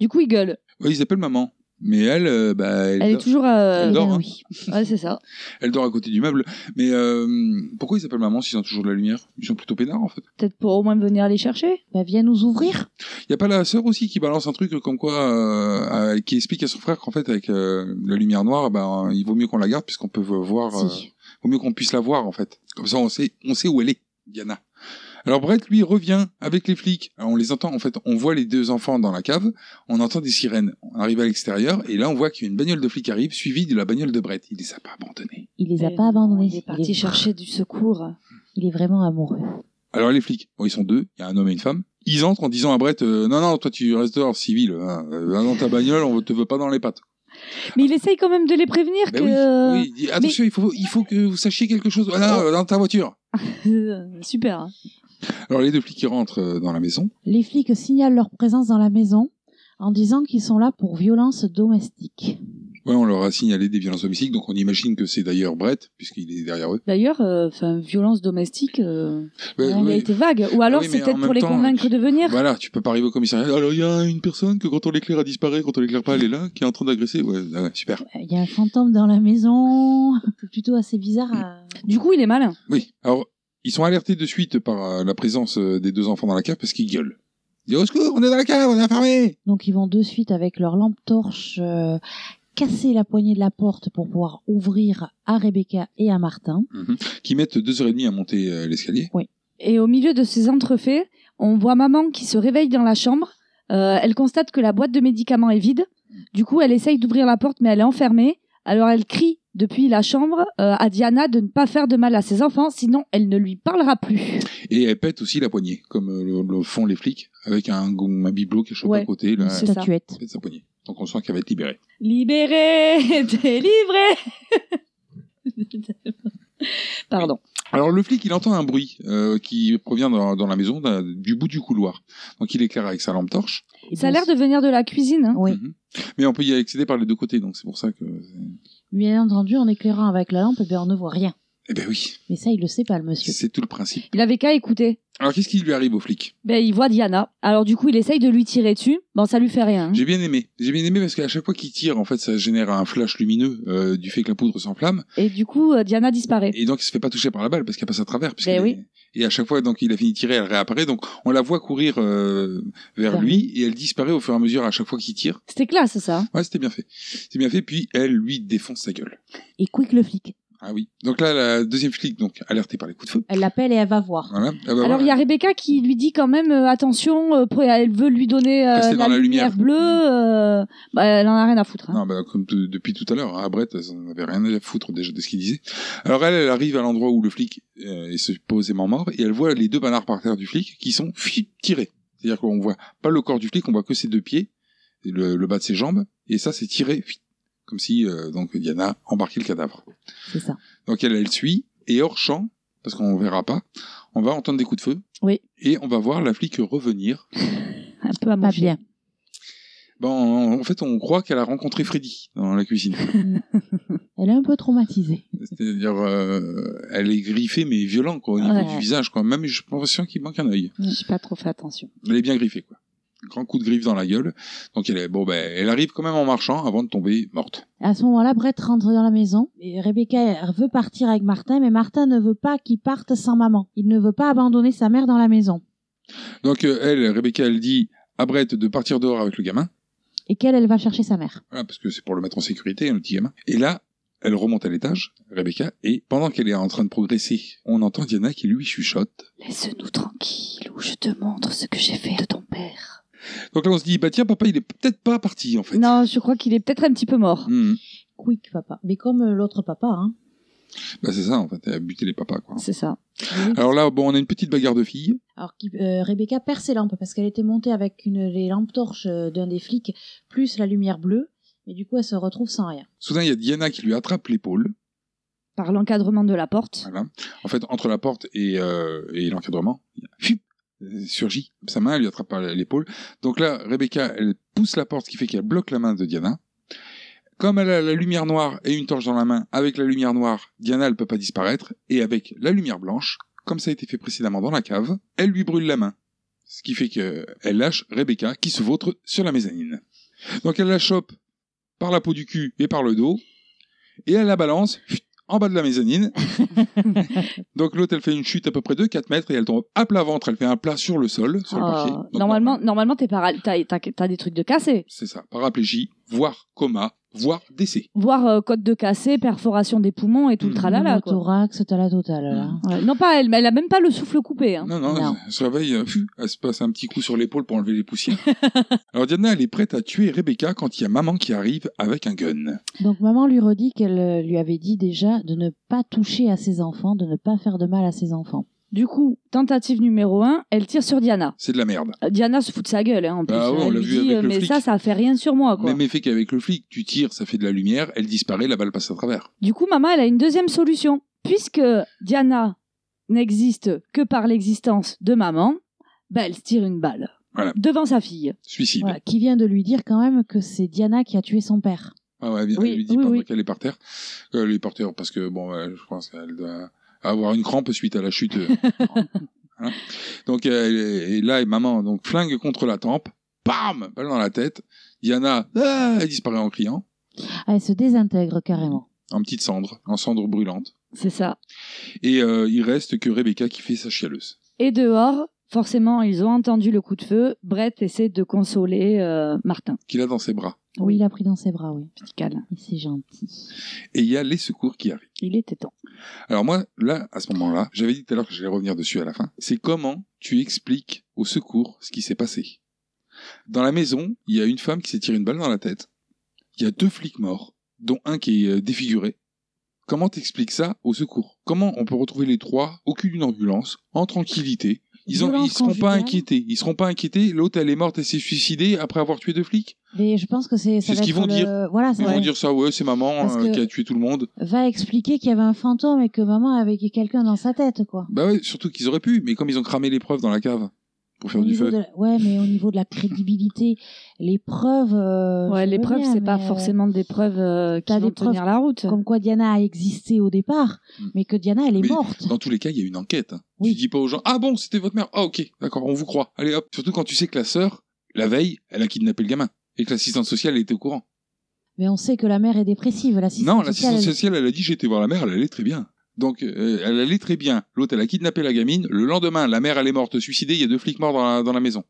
[SPEAKER 2] Du coup il gueule.
[SPEAKER 5] Ouais, ils appellent maman, mais elle, euh, bah,
[SPEAKER 2] Elle,
[SPEAKER 5] dort-
[SPEAKER 2] est toujours euh,
[SPEAKER 5] elle dort,
[SPEAKER 6] Eh
[SPEAKER 5] hein.
[SPEAKER 2] Ouais c'est ça.
[SPEAKER 5] Elle dort à côté du meuble. Mais euh, pourquoi ils appellent maman s'ils ont toujours de la lumière Ils sont plutôt peinards en fait.
[SPEAKER 2] Peut-être pour au moins venir les chercher.
[SPEAKER 6] Bah viens nous ouvrir.
[SPEAKER 5] Y a pas la sœur aussi qui balance un truc comme quoi, euh, euh, qui explique à son frère qu'en fait avec euh, la lumière noire, ben il vaut mieux qu'on la garde puisqu'on peut voir, euh,
[SPEAKER 6] Si.
[SPEAKER 5] vaut mieux qu'on puisse la voir en fait. Comme ça on sait, on sait où elle est, Diana. Alors Brett lui revient avec les flics. Alors, on les entend en fait, on voit les deux enfants dans la cave, on entend des sirènes. On arrive à l'extérieur et là on voit qu'il y a une bagnole de flics arrive suivie de la bagnole de Brett. Il les a pas abandonnés.
[SPEAKER 6] Il les a
[SPEAKER 2] Euh,
[SPEAKER 6] pas abandonnés.
[SPEAKER 2] Il est parti chercher du secours.
[SPEAKER 6] Il est vraiment amoureux.
[SPEAKER 5] Alors les flics, bon, ils sont deux, il y a un homme et une femme. Ils entrent en disant à Brett, euh, non, non, toi tu restes dehors, civil, hein. Euh, va dans ta bagnole, on te veut pas dans les pattes.
[SPEAKER 2] Mais il essaye quand même de les prévenir
[SPEAKER 5] Ben
[SPEAKER 2] que.
[SPEAKER 5] oui, oui, il dit, attention, il, faut, il faut que vous sachiez quelque chose, voilà, euh, dans ta voiture.
[SPEAKER 2] Super. hein.
[SPEAKER 5] Alors les deux flics, ils rentrent euh, dans la maison.
[SPEAKER 6] Les flics signalent leur présence dans la maison en disant qu'ils sont là pour violence domestique.
[SPEAKER 5] Ouais, on leur a signalé des violences homicides, donc on imagine que c'est d'ailleurs Brett, puisqu'il est derrière eux.
[SPEAKER 2] D'ailleurs, euh, enfin, violence domestique, euh,
[SPEAKER 5] Ouais,
[SPEAKER 2] elle a
[SPEAKER 5] ouais.
[SPEAKER 2] été vague. Ou alors
[SPEAKER 5] Oui, mais
[SPEAKER 2] c'est peut-être
[SPEAKER 5] en
[SPEAKER 2] pour
[SPEAKER 5] même
[SPEAKER 2] les
[SPEAKER 5] temps,
[SPEAKER 2] convaincre de venir.
[SPEAKER 5] Voilà, tu peux pas arriver au commissariat. Alors il y a une personne que quand on l'éclaire, elle disparaît, quand on l'éclaire pas, elle est là, qui est en train d'agresser. Ouais, ah ouais, super.
[SPEAKER 6] Il y a un fantôme dans la maison, plutôt assez bizarre. hein. à-
[SPEAKER 2] Du coup, il est malin.
[SPEAKER 5] Oui. Alors, ils sont alertés de suite par euh, la présence euh, des deux enfants dans la cave parce qu'ils gueulent. Ils disent, au secours, on est dans la cave, on est enfermés
[SPEAKER 6] Donc ils vont de suite avec leur lampe torche euh, casser la poignée de la porte pour pouvoir ouvrir à Rebecca et à Martin.
[SPEAKER 5] Qui mettent deux heures et demie à monter euh, l'escalier.
[SPEAKER 6] Oui.
[SPEAKER 2] Et au milieu de ces entrefaits, On voit maman qui se réveille dans la chambre. Euh, elle constate que la boîte de médicaments est vide. Du coup, elle essaye d'ouvrir la porte, mais elle est enfermée. Alors, elle crie depuis la chambre euh, à Diana de ne pas faire de mal à ses enfants, sinon elle ne lui parlera plus.
[SPEAKER 5] Et elle pète aussi la poignée, comme euh, le, le font les flics, avec un, un bibelot qui est chopé
[SPEAKER 2] Ouais,
[SPEAKER 5] à côté. Là,
[SPEAKER 2] une
[SPEAKER 5] elle
[SPEAKER 2] statuette.
[SPEAKER 5] pète sa poignée. Donc on sent qu'elle va être libérée.
[SPEAKER 2] Libérée, délivrée. Pardon.
[SPEAKER 5] Alors le flic, il entend un bruit euh, qui provient dans, dans la maison, d'un- du bout du couloir. Donc il éclaire avec sa lampe torche. Mhm.
[SPEAKER 2] Ça a l'air de venir de la cuisine. Hein.
[SPEAKER 6] Oui.
[SPEAKER 5] Mais on peut y accéder par les deux côtés, donc c'est pour ça que...
[SPEAKER 6] Bien entendu, en éclairant avec la lampe, eh ben, on ne voit rien.
[SPEAKER 5] Eh ben oui,
[SPEAKER 6] Mais ça, il le sait pas, le monsieur.
[SPEAKER 5] c'est tout le principe.
[SPEAKER 2] Il avait qu'à écouter.
[SPEAKER 5] Alors qu'est-ce qui lui arrive au flic
[SPEAKER 2] Ben, il voit Diana. Alors du coup, il essaye de lui tirer dessus. Bon, ça lui fait rien. hein.
[SPEAKER 5] J'ai bien aimé. J'ai bien aimé parce qu'à chaque fois qu'il tire, en fait, ça génère un flash lumineux euh, du fait que la poudre s'enflamme.
[SPEAKER 2] Et du coup, euh, Diana disparaît.
[SPEAKER 5] Et donc, il se fait pas toucher par la balle parce qu'elle passe à travers. puisqu'elle
[SPEAKER 2] Ben
[SPEAKER 5] est-
[SPEAKER 2] oui.
[SPEAKER 5] Et à chaque fois, donc, il a fini de tirer, elle réapparaît. Donc, on la voit courir euh, vers
[SPEAKER 2] Vers
[SPEAKER 5] lui et elle disparaît au fur et à mesure à chaque fois qu'il tire.
[SPEAKER 2] C'était classe, ça.
[SPEAKER 5] Ouais, c'était bien fait. C'est bien fait. Puis, elle lui défonce sa gueule.
[SPEAKER 6] Et quick le flic.
[SPEAKER 5] Ah oui. Donc là, la deuxième flic, donc, alertée par les coups de feu.
[SPEAKER 6] Elle l'appelle et elle va voir.
[SPEAKER 5] Voilà. Elle va
[SPEAKER 2] Alors
[SPEAKER 5] voir.
[SPEAKER 2] il y a Rebecca qui lui dit quand même euh, attention, euh, pour- elle veut lui donner euh,
[SPEAKER 5] Rester dans
[SPEAKER 2] la,
[SPEAKER 5] la
[SPEAKER 2] lumière,
[SPEAKER 5] lumière.
[SPEAKER 2] bleue. euh, bah, elle en a rien à foutre. hein.
[SPEAKER 5] Non, bah, comme de- depuis tout à l'heure, hein, Brett, elle n'avait rien à foutre déjà de ce qu'il disait. Alors elle, elle arrive à l'endroit où le flic euh, est supposément mort et elle voit les deux banards par terre du flic qui sont fi- tirés. C'est-à-dire qu'on voit pas le corps du flic, on voit que ses deux pieds, et le, le bas de ses jambes, et ça c'est tiré, fi- comme si euh, donc Diana embarquait le cadavre.
[SPEAKER 6] C'est ça.
[SPEAKER 5] Donc elle, elle suit et hors champ, parce qu'on verra pas, on va entendre des coups de feu
[SPEAKER 2] Oui,
[SPEAKER 5] et on va voir la flic revenir.
[SPEAKER 2] un peu à manger.
[SPEAKER 6] bien.
[SPEAKER 5] Ben, en en fait, on croit qu'elle a rencontré Freddy dans la cuisine.
[SPEAKER 6] Elle est un peu traumatisée.
[SPEAKER 5] C'est-à-dire, euh, elle est griffée, mais violent, quoi, au niveau
[SPEAKER 2] Ouais.
[SPEAKER 5] du visage, quoi. Même, je pense qu'il manque un œil.
[SPEAKER 2] J'ai pas trop fait attention.
[SPEAKER 5] Elle est bien griffée, quoi. Grand coup de griffe dans la gueule. Donc, elle est, bon, ben, elle arrive quand même en marchant avant de tomber morte.
[SPEAKER 6] À ce moment-là, Brett rentre dans la maison. Et Rebecca elle veut partir avec Martin, mais Martin ne veut pas qu'il parte sans maman. Il ne veut pas abandonner sa mère dans la maison.
[SPEAKER 5] Donc, euh, elle, Rebecca, elle dit à Brett de partir dehors avec le gamin.
[SPEAKER 6] Et qu'elle, elle va chercher sa mère.
[SPEAKER 5] Voilà, parce que c'est pour le mettre en sécurité, hein, le petit gamin. Et là, elle remonte à l'étage, Rebecca, et pendant qu'elle est en train de progresser, on entend Diana qui lui chuchote.
[SPEAKER 2] Laisse-nous tranquille ou je te montre ce que j'ai fait de ton père.
[SPEAKER 5] Donc là, on se dit, bah tiens, papa, il est peut-être pas parti, en fait.
[SPEAKER 2] Non, je crois qu'il est peut-être un petit peu mort.
[SPEAKER 5] Hmm.
[SPEAKER 6] Quick, papa. Mais comme euh, l'autre papa, hein.
[SPEAKER 5] Bah, c'est ça, en fait, elle a buté les papas, quoi.
[SPEAKER 2] C'est ça.
[SPEAKER 5] Alors là, bon, on a une petite bagarre de filles.
[SPEAKER 6] Alors qui- euh, Rebecca perd ses lampes parce qu'elle était montée avec une, les lampes torches euh, d'un des flics, plus la lumière bleue. Mais du coup, elle se retrouve sans rien.
[SPEAKER 5] Soudain, il y a Diana qui lui attrape l'épaule.
[SPEAKER 2] Par l'encadrement de la porte.
[SPEAKER 5] Voilà. En fait, entre la porte et, euh, et l'encadrement, il y a- Fiu Euh, surgit sa main, elle lui attrape par l'épaule. Donc là, Rebecca, elle pousse la porte, ce qui fait qu'elle bloque la main de Diana. Comme elle a la lumière noire et une torche dans la main, avec la lumière noire, Diana, elle peut pas disparaître. Et avec la lumière blanche, comme ça a été fait précédemment dans la cave, elle lui brûle la main. Ce qui fait qu'elle lâche Rebecca, qui se vautre sur la mezzanine. Donc elle la chope par la peau du cul et par le dos, et elle la balance chut, en bas de la mezzanine. Donc l'autre, elle fait une chute à peu près de 4 mètres et elle tombe à plat ventre, elle fait un plat sur le sol, sur le
[SPEAKER 2] Ah,
[SPEAKER 5] parquet. Donc,
[SPEAKER 2] normalement, normalement, t'es paral- t'as, t'as- t'as des trucs de cassé.
[SPEAKER 5] C'est ça, paraplégie, voire coma, voire décès.
[SPEAKER 2] Voir euh, côte de cassé, perforation des poumons et tout le
[SPEAKER 5] Mm.
[SPEAKER 2] tralala.
[SPEAKER 6] Le
[SPEAKER 2] Ah quoi. Ah.
[SPEAKER 6] thorax, t'as la totale, là.
[SPEAKER 2] Ouais, Non, pas elle, mais elle a même pas le souffle coupé. hein.
[SPEAKER 5] Non, non, elle se réveille, euh, pfiou, elle se passe un petit coup sur l'épaule pour enlever les poussières. Alors Diana, elle est prête à tuer Rebecca quand il y a maman qui arrive avec un gun.
[SPEAKER 6] Donc maman lui redit qu'elle euh, lui avait dit déjà de ne pas toucher à ses enfants, de ne pas faire de mal à ses enfants.
[SPEAKER 2] Du coup, tentative numéro 1, elle tire sur Diana.
[SPEAKER 5] C'est de la merde.
[SPEAKER 2] Euh, Diana se fout de sa gueule, hein, en plus.
[SPEAKER 5] Bah ouais, on
[SPEAKER 2] elle
[SPEAKER 5] l'a
[SPEAKER 2] lui
[SPEAKER 5] vu
[SPEAKER 2] dit,
[SPEAKER 5] avec
[SPEAKER 2] euh,
[SPEAKER 5] le
[SPEAKER 2] mais
[SPEAKER 5] flic.
[SPEAKER 2] ça, ça fait rien sur moi, Oh, quoi.
[SPEAKER 5] Même effet qu'avec le flic, tu tires, ça fait de la lumière, elle disparaît, la balle passe à travers.
[SPEAKER 2] Du coup, maman, elle a une deuxième solution. Puisque Diana n'existe que par l'existence de maman, bah, elle se tire une balle.
[SPEAKER 5] Voilà.
[SPEAKER 2] Devant sa fille.
[SPEAKER 5] Suicide.
[SPEAKER 6] Voilà, qui vient de lui dire quand même que c'est Diana qui a tué son père.
[SPEAKER 5] Ah ouais, elle vient-
[SPEAKER 6] Oui,
[SPEAKER 5] elle lui dit
[SPEAKER 6] oui,
[SPEAKER 5] pendant
[SPEAKER 6] oui.
[SPEAKER 5] qu'elle est par terre. Euh, elle est par terre parce que, bon, euh, je pense qu'elle doit avoir une crampe suite à la chute. euh, hein. Donc, euh, elle est- et là, et maman, donc, flingue contre la tempe. Bam Balle dans la tête. Diana, ah, elle disparaît en criant.
[SPEAKER 6] Ah, elle se désintègre carrément.
[SPEAKER 5] En petite cendre, en cendre brûlante.
[SPEAKER 2] C'est ça.
[SPEAKER 5] Et euh, il reste que Rebecca qui fait sa chialeuse.
[SPEAKER 2] Et dehors, forcément, ils ont entendu le coup de feu. Brett essaie de consoler euh, Martin.
[SPEAKER 5] Qu'il a dans ses bras.
[SPEAKER 6] Oui, il l'a pris dans ses bras, oui.
[SPEAKER 2] Petit câlin.
[SPEAKER 6] Et C'est gentil.
[SPEAKER 5] Et il y a les secours qui arrivent.
[SPEAKER 2] Il était temps.
[SPEAKER 5] Alors moi, là, à ce moment-là, j'avais dit tout à l'heure que j'allais revenir dessus à la fin, c'est comment tu expliques au secours ce qui s'est passé. Dans la maison, il y a une femme qui s'est tirée une balle dans la tête, il y a deux flics morts, dont un qui est euh, défiguré. Comment t'expliques ça au secours Comment on peut retrouver les trois au cul d'une ambulance, en tranquillité ils, ont,
[SPEAKER 6] Violence
[SPEAKER 5] ils seront pas
[SPEAKER 6] conjugale.
[SPEAKER 5] inquiétés. Ils seront pas inquiétés. L'autre, elle est morte, elle s'est suicidée après avoir tué deux flics.
[SPEAKER 6] Mais je pense que c'est.
[SPEAKER 5] C'est
[SPEAKER 6] ça va
[SPEAKER 5] ce qu'ils
[SPEAKER 6] être
[SPEAKER 5] vont
[SPEAKER 6] le-
[SPEAKER 5] dire.
[SPEAKER 6] Voilà,
[SPEAKER 5] Ils
[SPEAKER 6] ça va-
[SPEAKER 5] vont dire ça, ouais, c'est maman
[SPEAKER 6] Parce
[SPEAKER 5] euh,
[SPEAKER 6] que-
[SPEAKER 5] qui a tué tout le monde.
[SPEAKER 6] va expliquer qu'il y avait un fantôme et que maman avait quelqu'un dans sa tête, quoi.
[SPEAKER 5] Bah ouais, surtout qu'ils auraient pu, mais comme ils ont cramé les preuves dans la cave pour faire
[SPEAKER 6] Au
[SPEAKER 5] du
[SPEAKER 6] niveau
[SPEAKER 5] feu.
[SPEAKER 6] de la- Ouais, mais au niveau de la crédibilité, les preuves. euh,
[SPEAKER 2] Ouais,
[SPEAKER 6] je
[SPEAKER 2] les
[SPEAKER 6] veux
[SPEAKER 2] preuves,
[SPEAKER 6] bien,
[SPEAKER 2] c'est pas
[SPEAKER 6] mais, euh,
[SPEAKER 2] forcément des preuves euh, qui
[SPEAKER 6] t'as
[SPEAKER 2] vont
[SPEAKER 6] des preuves
[SPEAKER 2] tenir la route.
[SPEAKER 6] Comme quoi Diana a existé au départ,
[SPEAKER 5] Mm.
[SPEAKER 6] mais que Diana, elle est
[SPEAKER 5] Mais
[SPEAKER 6] morte.
[SPEAKER 5] Dans tous les cas, il y a une enquête. hein. Tu dis pas aux gens, ah bon, c'était votre mère. Ah ok, d'accord, on vous croit. Allez hop. Surtout quand tu sais que la sœur, la veille, elle a kidnappé le gamin et que l'assistante sociale elle était au courant.
[SPEAKER 6] Mais on sait que la mère est dépressive.
[SPEAKER 5] non,
[SPEAKER 6] L'assistante
[SPEAKER 5] l'assistante
[SPEAKER 6] sociale,
[SPEAKER 5] sociale, elle a dit, j'ai été voir la mère, elle allait très bien. Donc, euh, elle allait très bien. L'autre, elle a kidnappé la gamine. Le lendemain, la mère, elle est morte, suicidée. Il y a deux flics morts dans la, dans la maison.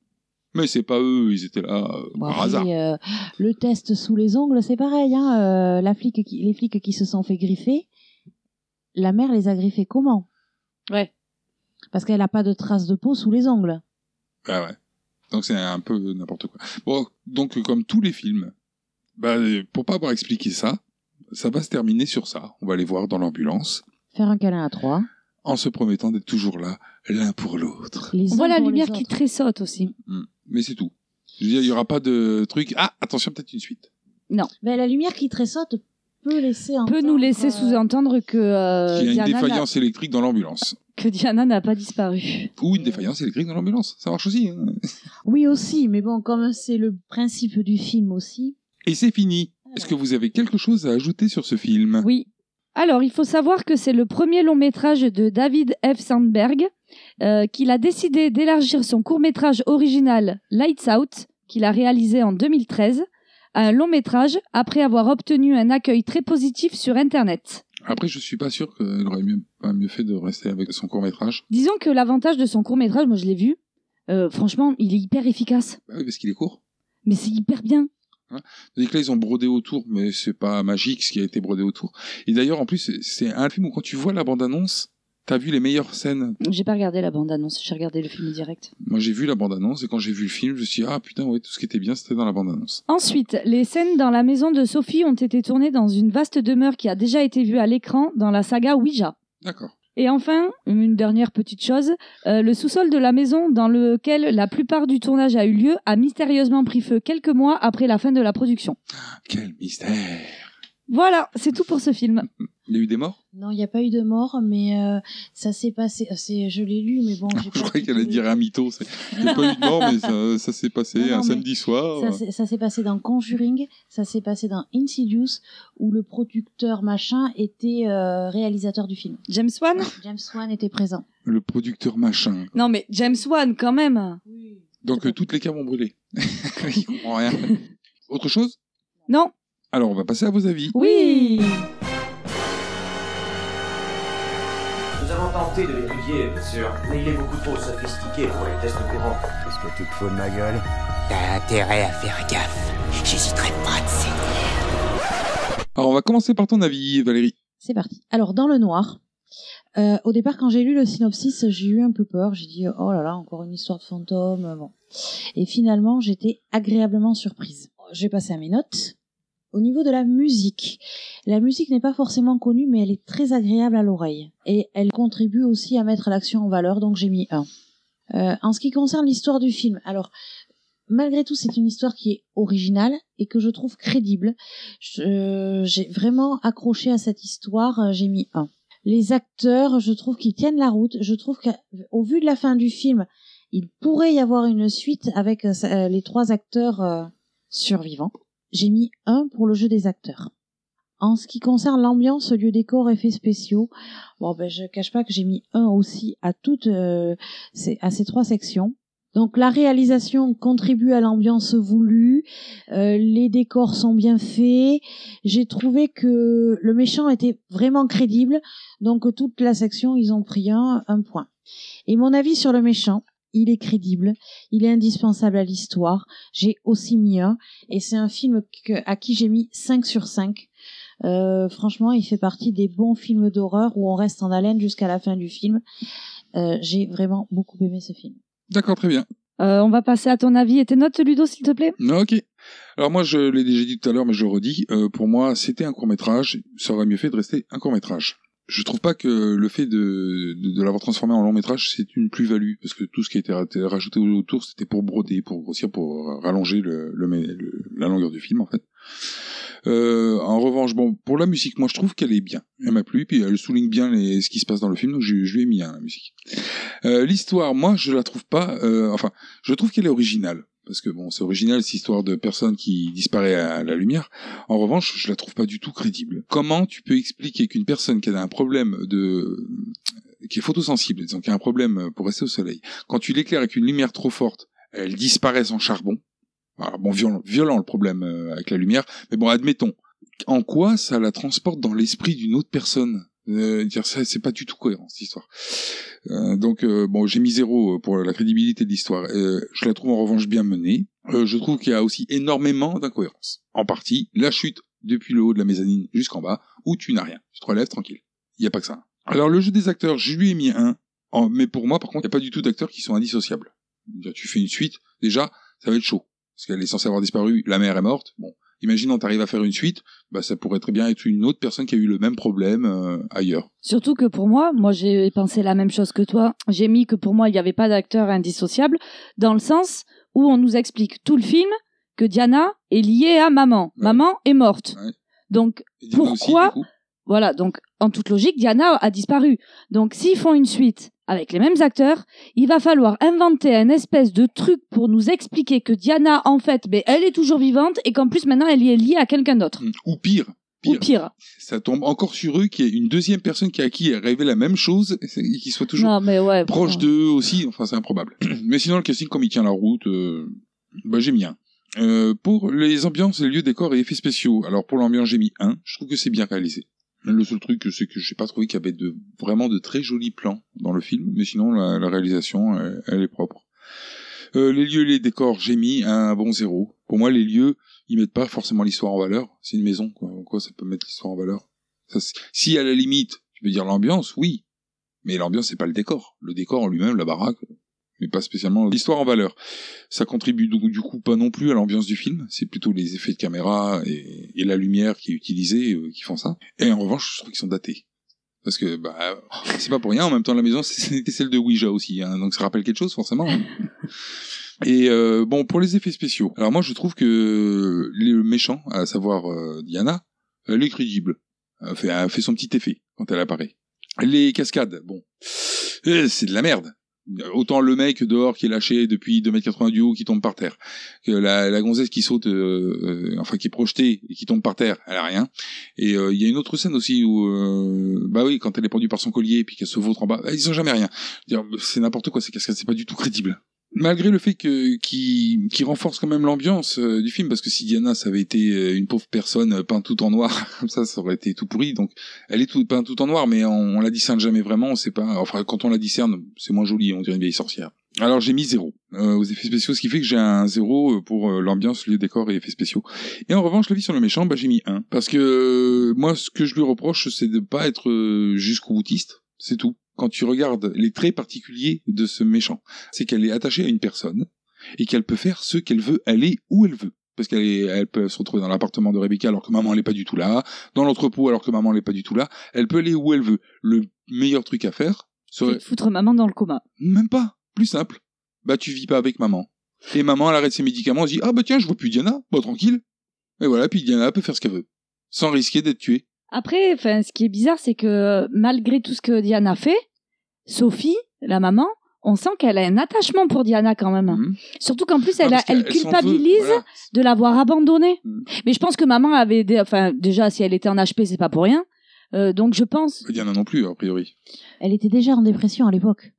[SPEAKER 5] Mais c'est pas eux, ils étaient là euh,
[SPEAKER 6] Bon,
[SPEAKER 5] par
[SPEAKER 6] après,
[SPEAKER 5] hasard.
[SPEAKER 6] euh, le test sous les ongles, c'est pareil. Hein, euh, la flic qui- les flics qui se sont fait griffer, la mère les a griffés comment
[SPEAKER 2] Ouais.
[SPEAKER 6] Parce qu'elle n'a pas de traces de peau sous les ongles.
[SPEAKER 5] Ah ouais. Donc c'est un peu n'importe quoi. Bon, donc euh, comme tous les films, bah, euh, pour pas avoir expliqué ça, ça va se terminer sur ça. On va les voir dans l'ambulance,
[SPEAKER 6] Faire un câlin à trois.
[SPEAKER 5] en se promettant d'être toujours là, l'un pour l'autre.
[SPEAKER 6] Les
[SPEAKER 2] On voit
[SPEAKER 6] uns
[SPEAKER 2] la
[SPEAKER 6] pour les
[SPEAKER 2] lumière qui
[SPEAKER 6] autres.
[SPEAKER 2] tressaute aussi.
[SPEAKER 5] Hmm. Mais c'est tout. Je veux dire, il y aura pas de truc. Ah, attention, peut-être une suite.
[SPEAKER 2] Non.
[SPEAKER 6] Mais Ben, la lumière qui tressaute peut laisser
[SPEAKER 2] Peut nous laisser
[SPEAKER 6] euh,
[SPEAKER 2] sous-entendre que, euh,
[SPEAKER 5] Il y a une
[SPEAKER 2] Diana n'a-
[SPEAKER 5] défaillance électrique dans l'ambulance.
[SPEAKER 2] que Diana n'a pas disparu.
[SPEAKER 5] Ou une défaillance électrique dans l'ambulance. Ça marche aussi. hein.
[SPEAKER 6] Oui aussi, mais bon, comme c'est le principe du film aussi.
[SPEAKER 5] Et c'est fini. Est-ce que vous avez quelque chose à ajouter sur ce film
[SPEAKER 2] Oui. Alors, il faut savoir que c'est le premier long métrage de David F. Sandberg, euh, qu'il a décidé d'élargir son court métrage original Lights Out, qu'il a réalisé en 2013, à un long métrage après avoir obtenu un accueil très positif sur Internet.
[SPEAKER 5] Après, je suis pas sûr qu'il aurait mieux, pas mieux fait de rester avec son court métrage.
[SPEAKER 2] Disons que l'avantage de son court métrage, moi je l'ai vu, euh, franchement, il est hyper efficace,
[SPEAKER 5] Bah oui, parce qu'il est court.
[SPEAKER 2] mais c'est hyper bien.
[SPEAKER 5] C'est-à-dire que là, ils ont brodé autour, mais c'est pas magique ce qui a été brodé autour. Et d'ailleurs, en plus, c'est- c'est un film où quand tu vois la bande-annonce, t'as vu les meilleures scènes.
[SPEAKER 2] J'ai pas regardé la bande-annonce, j'ai regardé le film direct.
[SPEAKER 5] Moi, j'ai vu la bande-annonce, et quand j'ai vu le film, je me suis dit, ah putain, ouais, tout ce qui était bien, c'était dans la bande-annonce.
[SPEAKER 2] Ensuite, les scènes dans la maison de Sophie ont été tournées dans une vaste demeure qui a déjà été vue à l'écran dans la saga Ouija.
[SPEAKER 5] D'accord.
[SPEAKER 2] Et enfin, une dernière petite chose, euh, le sous-sol de la maison dans lequel la plupart du tournage a eu lieu a mystérieusement pris feu quelques mois après la fin de la production.
[SPEAKER 5] Quel mystère
[SPEAKER 2] Voilà, c'est tout pour ce film.
[SPEAKER 5] Il y a eu des morts
[SPEAKER 6] Non, il n'y a pas eu de mort, mais euh, ça s'est passé. euh, c'est- Je l'ai lu, mais bon, j'ai
[SPEAKER 5] Je
[SPEAKER 6] pas
[SPEAKER 5] croyais qu'elle allait dire un mytho. c'est- Il n'y a pas eu de mort, mais ça, ça s'est passé
[SPEAKER 6] Non, non,
[SPEAKER 5] un
[SPEAKER 6] mais
[SPEAKER 5] samedi soir.
[SPEAKER 6] Ça, s'est- ça s'est passé dans Conjuring, ça s'est passé dans Insidious, où le producteur machin était euh, réalisateur du film.
[SPEAKER 2] James Wan
[SPEAKER 6] James Wan était présent.
[SPEAKER 5] Le producteur machin.
[SPEAKER 2] Non mais James Wan quand même.
[SPEAKER 5] Donc, euh, toutes les caves ont brûlé. Il comprend rien. Autre chose
[SPEAKER 2] Non.
[SPEAKER 5] Alors, on va passer à vos avis.
[SPEAKER 2] Oui.
[SPEAKER 14] Nous avons tenté de l'étudier, bien sûr, mais il est beaucoup trop sophistiqué pour les tests courants.
[SPEAKER 4] Qu'est-ce que tu te fous de ma gueule T'as intérêt à faire gaffe. J'hésiterai pas de
[SPEAKER 5] Alors, on va commencer par ton avis, Valérie.
[SPEAKER 6] C'est parti. Alors, dans le noir, euh, au départ, quand j'ai lu le synopsis, j'ai eu un peu peur. J'ai dit, oh là là, encore une histoire de fantôme. euh, Bon. Et finalement, j'étais agréablement surprise. Je vais passer à mes notes. Au niveau de la musique, la musique n'est pas forcément connue, mais elle est très agréable à l'oreille. Et elle contribue aussi à mettre l'action en valeur, donc j'ai mis un. Euh, en ce qui concerne l'histoire du film, alors, malgré tout, c'est une histoire qui est originale et que je trouve crédible. Je- J'ai vraiment accroché à cette histoire, euh, j'ai mis un. Les acteurs, je trouve qu'ils tiennent la route. Je trouve qu'au vu de la fin du film, il pourrait y avoir une suite avec euh, ça- euh, les trois acteurs euh, survivants. J'ai mis un pour le jeu des acteurs. En ce qui concerne l'ambiance, lieu décor, effets spéciaux, bon ben je cache pas que j'ai mis un aussi à toutes euh, ces, à ces trois sections. Donc la réalisation contribue à l'ambiance voulue, euh, les décors sont bien faits. J'ai trouvé que le méchant était vraiment crédible, donc toute la section ils ont pris un, un point. Et mon avis sur le méchant, il est crédible, il est indispensable à l'histoire. J'ai aussi mis un, et c'est un film que- à qui j'ai mis 5 sur 5. Euh, franchement, il fait partie des bons films d'horreur où on reste en haleine jusqu'à la fin du film. Euh, J'ai vraiment beaucoup aimé ce film.
[SPEAKER 5] D'accord, très bien.
[SPEAKER 2] Euh, on va passer à ton avis et tes notes, Ludo, s'il te plaît.
[SPEAKER 5] Ok. Alors moi, je l'ai déjà dit tout à l'heure, mais je le redis. euh, pour moi, c'était un court métrage. Ça aurait mieux fait de rester un court métrage. Je trouve pas que le fait de, de, de l'avoir transformé en long métrage, c'est une plus-value parce que tout ce qui a été ra- rajouté autour, c'était pour broder, pour grossir, pour rallonger le, le mé- le- la longueur du film en fait. Euh, en revanche, bon, pour la musique, moi je trouve qu'elle est bien. Elle m'a plu, puis elle souligne bien les- ce qui se passe dans le film, donc je, je lui ai mis un, la musique. Euh, L'histoire, moi je la trouve pas, euh, enfin, je trouve qu'elle est originale. Parce que bon, c'est original cette histoire de personne qui disparaît à la lumière. En revanche, je la trouve pas du tout crédible. Comment tu peux expliquer qu'une personne qui a un problème de, qui est photosensible, disons, qui a un problème pour rester au soleil, quand tu l'éclaires avec une lumière trop forte, elle disparaît en charbon. Alors bon, violent, violent le problème euh, avec la lumière, mais bon, admettons. En quoi ça la transporte dans l'esprit d'une autre personne Euh, Dire ça, c'est pas du tout cohérent cette histoire. Euh, donc euh, bon, j'ai mis zéro euh, pour la crédibilité de l'histoire. Euh, je la trouve en revanche bien menée. Euh, je trouve qu'il y a aussi énormément d'incohérences. En partie, la chute depuis le haut de la mezzanine jusqu'en bas, où tu n'as rien. Tu te relèves tranquille. Il n'y a pas que ça. Alors le jeu des acteurs, je lui ai mis un. En- mais pour moi, par contre, il n'y a pas du tout d'acteurs qui sont indissociables. C'est-à-dire, Tu fais une suite, déjà, ça va être chaud. Parce qu'elle est censée avoir disparu, la mère est morte. Bon, imaginons, t'arrives à faire une suite, bah ça pourrait très bien être une autre personne qui a eu le même problème euh, ailleurs.
[SPEAKER 2] Surtout que pour moi, moi j'ai pensé la même chose que toi. J'ai mis que pour moi il n'y avait pas d'acteur indissociable dans le sens où on nous explique tout le film que Diana est liée à maman. Maman est morte. Donc pourquoi Voilà, donc en toute logique, Diana a disparu. Donc s'ils font une suite avec les mêmes acteurs, il va falloir inventer un espèce de truc pour nous expliquer que Diana en fait, ben, elle est toujours vivante et qu'en plus maintenant elle y est liée à quelqu'un d'autre.
[SPEAKER 5] Ou pire.
[SPEAKER 2] Ou pire.
[SPEAKER 5] Ça tombe encore sur eux qu'il y ait une deuxième personne qui a qui est rêvé la même chose et qui soit toujours
[SPEAKER 2] Non mais ouais.
[SPEAKER 5] proche d'eux aussi. Enfin, c'est improbable. Mais sinon, le casting, comme il tient la route, euh, bah, j'ai mis un. Euh, pour les ambiances, les lieux, décors et effets spéciaux. Alors pour l'ambiance, j'ai mis un. Je trouve que c'est bien réalisé. Le seul truc, c'est que j'ai pas trouvé qu'il y avait de, vraiment de très jolis plans dans le film, mais sinon la, la réalisation, elle, elle est propre. Euh, les lieux, les décors, j'ai mis un bon zéro. Pour moi, les lieux, ils mettent pas forcément l'histoire en valeur. C'est une maison, quoi. En quoi ça peut mettre l'histoire en valeur Ça, c'est- Si à la limite, tu peux dire l'ambiance, oui, mais l'ambiance, c'est pas le décor. Le décor en lui-même, la baraque, mais pas spécialement l'histoire en valeur. Ça contribue donc du coup pas non plus à l'ambiance du film. C'est plutôt les effets de caméra et, et la lumière qui est utilisée euh, qui font ça. Et en revanche, je trouve qu'ils sont datés. Parce que bah, c'est pas pour rien. En même temps, la maison, c'était celle de Ouija aussi, hein. donc ça rappelle quelque chose forcément. hein. Et euh, bon, pour les effets spéciaux. Alors moi, je trouve que le méchant, à savoir euh, Diana, elle est crédible. Elle fait, elle fait son petit effet quand elle apparaît. Les cascades, bon, Euh, c'est de la merde. Autant le mec dehors qui est lâché depuis 2m80 du haut qui tombe par terre, que la, la gonzesse qui saute, euh, euh, enfin qui est projetée et qui tombe par terre, elle a rien. Et euh, il y a une autre scène aussi où, euh, bah oui, quand elle est pendue par son collier puis qu'elle se vautre en bas, bah, ils ont jamais rien. Je veux dire, C'est n'importe quoi ces cascades, c'est pas du tout crédible malgré le fait que qui qui renforce quand même l'ambiance euh, du film parce que si Diana ça avait été euh, une pauvre personne euh, peinte tout en noir comme ça ça aurait été tout pourri donc elle est tout, peinte tout en noir mais on, on la discerne jamais vraiment on sait pas enfin quand on la discerne c'est moins joli on dirait une vieille sorcière alors j'ai mis zéro euh, aux effets spéciaux ce qui fait que j'ai un zéro euh, pour euh, l'ambiance lieu décor et effets spéciaux et en revanche l'avis sur le méchant bah j'ai mis un parce que euh, moi ce que je lui reproche c'est de pas être euh, jusqu'au boutiste c'est tout quand tu regardes les traits particuliers de ce méchant c'est qu'elle est attachée à une personne et qu'elle peut faire ce qu'elle veut, aller où elle veut. Parce qu'elle est- elle peut se retrouver dans l'appartement de Rebecca alors que maman n'est pas du tout là, dans l'entrepôt alors que maman n'est pas du tout là. Elle peut aller où elle veut. Le meilleur truc à faire serait
[SPEAKER 2] Foutre maman dans le coma.
[SPEAKER 5] même pas, plus simple. Bah tu vis pas avec maman. Et maman elle arrête ses médicaments, elle dit ah bah tiens je vois plus Diana, bah tranquille. Et voilà puis Diana peut faire ce qu'elle veut, sans risquer d'être tuée.
[SPEAKER 2] Après, enfin, ce qui est bizarre, c'est que malgré tout ce que Diana fait, Sophie, la maman, on sent qu'elle a un attachement pour Diana quand même.
[SPEAKER 5] Hmm.
[SPEAKER 2] Surtout qu'en plus, elle, a-
[SPEAKER 15] Mm. parce
[SPEAKER 2] elle
[SPEAKER 15] qu'elle s'en veut,
[SPEAKER 2] culpabilise
[SPEAKER 15] voilà. Mm.
[SPEAKER 2] de l'avoir abandonnée. Mais je pense que maman avait, dé- enfin, déjà, si elle était en HP, c'est pas pour rien. Euh, donc je pense.
[SPEAKER 5] Diana non plus a priori.
[SPEAKER 6] Elle était déjà en dépression à l'époque.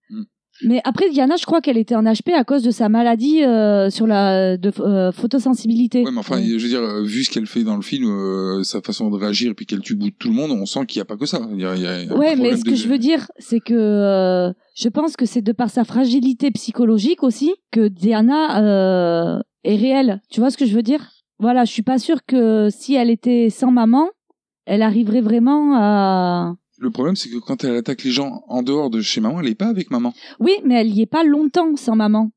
[SPEAKER 2] Mais après, Diana, je crois qu'elle était en HP à cause de sa maladie euh, sur la de, euh, photosensibilité.
[SPEAKER 5] Ouais, mais enfin, je veux dire, euh, vu ce qu'elle fait dans le film, euh, sa façon de réagir, puis qu'elle tue bout de tout le monde, on sent qu'il n'y a pas que ça. Il y a- il y a un
[SPEAKER 2] Ouais, mais
[SPEAKER 5] problème
[SPEAKER 2] ce que
[SPEAKER 5] de-
[SPEAKER 2] je veux dire, c'est que euh, je pense que c'est de par sa fragilité psychologique aussi que Diana euh, est réelle. Tu vois ce que je veux dire Voilà, je suis pas sûre que si elle était sans maman, elle arriverait vraiment à...
[SPEAKER 5] Le problème, c'est que quand elle attaque les gens en dehors de chez maman, elle n'est pas avec maman.
[SPEAKER 2] Oui, mais elle y est pas longtemps sans maman.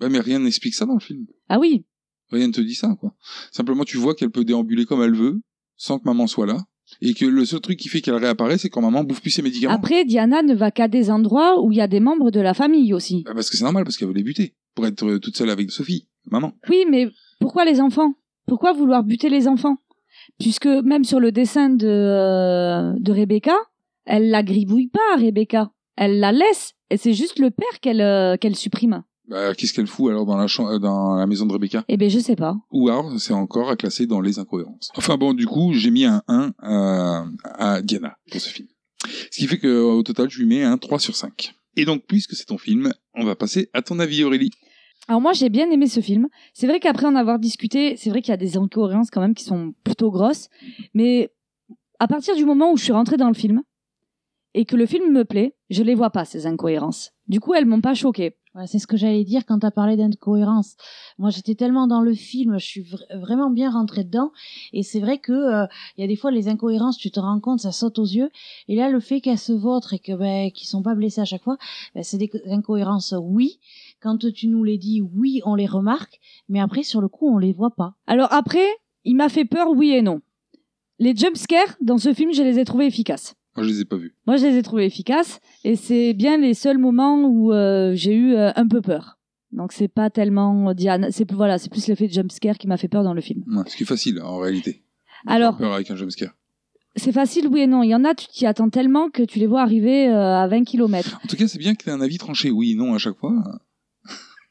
[SPEAKER 5] Ouais, mais rien n'explique ça dans le film.
[SPEAKER 2] Ah oui,
[SPEAKER 5] Rien ne te dit ça, quoi. Simplement, tu vois qu'elle peut déambuler comme elle veut, sans que maman soit là, et que le seul truc qui fait qu'elle réapparaît, c'est quand maman bouffe plus ses médicaments.
[SPEAKER 2] après Diana ne va qu'à des endroits où il y a des membres de la famille aussi.
[SPEAKER 5] Bah, parce que c'est normal, parce qu'elle veut les buter, pour être euh, toute seule avec Sophie, maman.
[SPEAKER 2] Oui, mais pourquoi les enfants Pourquoi vouloir buter les enfants Puisque même sur le dessin de, euh, de Rebecca, elle la gribouille pas, Rebecca. Elle la laisse, et c'est juste le père qu'elle euh, qu'elle supprime.
[SPEAKER 5] Bah, qu'est-ce qu'elle fout alors dans la, cham- euh, dans la maison de Rebecca
[SPEAKER 2] Eh ben, je sais pas.
[SPEAKER 5] Ou alors, c'est encore à classer dans les incohérences. Enfin bon, du coup, j'ai mis un 1 à, à Diana pour ce film. Ce qui fait que au total, je lui mets un 3 sur 5. Et donc, puisque c'est ton film, on va passer à ton avis, Aurélie.
[SPEAKER 2] Alors moi j'ai bien aimé ce film. C'est vrai qu'après en avoir discuté, c'est vrai qu'il y a des incohérences quand même qui sont plutôt grosses. Mais à partir du moment où je suis rentrée dans le film et que le film me plaît, je les vois pas ces incohérences. Du coup elles m'ont pas choquée.
[SPEAKER 6] Voilà, c'est ce que j'allais dire quand tu as parlé d'incohérence. Moi, j'étais tellement dans le film, je suis vr- vraiment bien rentrée dedans. Et c'est vrai que euh, il y a des fois les incohérences, tu te rends compte, ça saute aux yeux. Et là, le fait qu'elles se vautrent et que ben qu'ils sont pas blessés à chaque fois, ben, c'est des co- incohérences. Oui, quand tu nous les dis, oui, on les remarque. Mais après, sur le coup, on les voit pas.
[SPEAKER 2] Alors après, il m'a fait peur oui et non. Les jumpscares dans ce film, je les ai trouvés efficaces.
[SPEAKER 5] Moi, je les ai pas vus.
[SPEAKER 2] Moi je les ai trouvés efficaces et c'est bien les seuls moments où euh, j'ai eu euh, un peu peur. Donc c'est pas tellement euh, Diane, c'est plus voilà, c'est plus l'effet de jumpscare qui m'a fait peur dans le film.
[SPEAKER 5] Ouais, ce qui est facile, en réalité.
[SPEAKER 2] Alors
[SPEAKER 5] Peur avec un jumpscare.
[SPEAKER 2] C'est facile, oui et non. Il y en a, tu t'y attends tellement que tu les vois arriver euh, à 20 km.
[SPEAKER 5] En tout cas, c'est bien que t'aies un avis tranché. Oui, non, à chaque fois.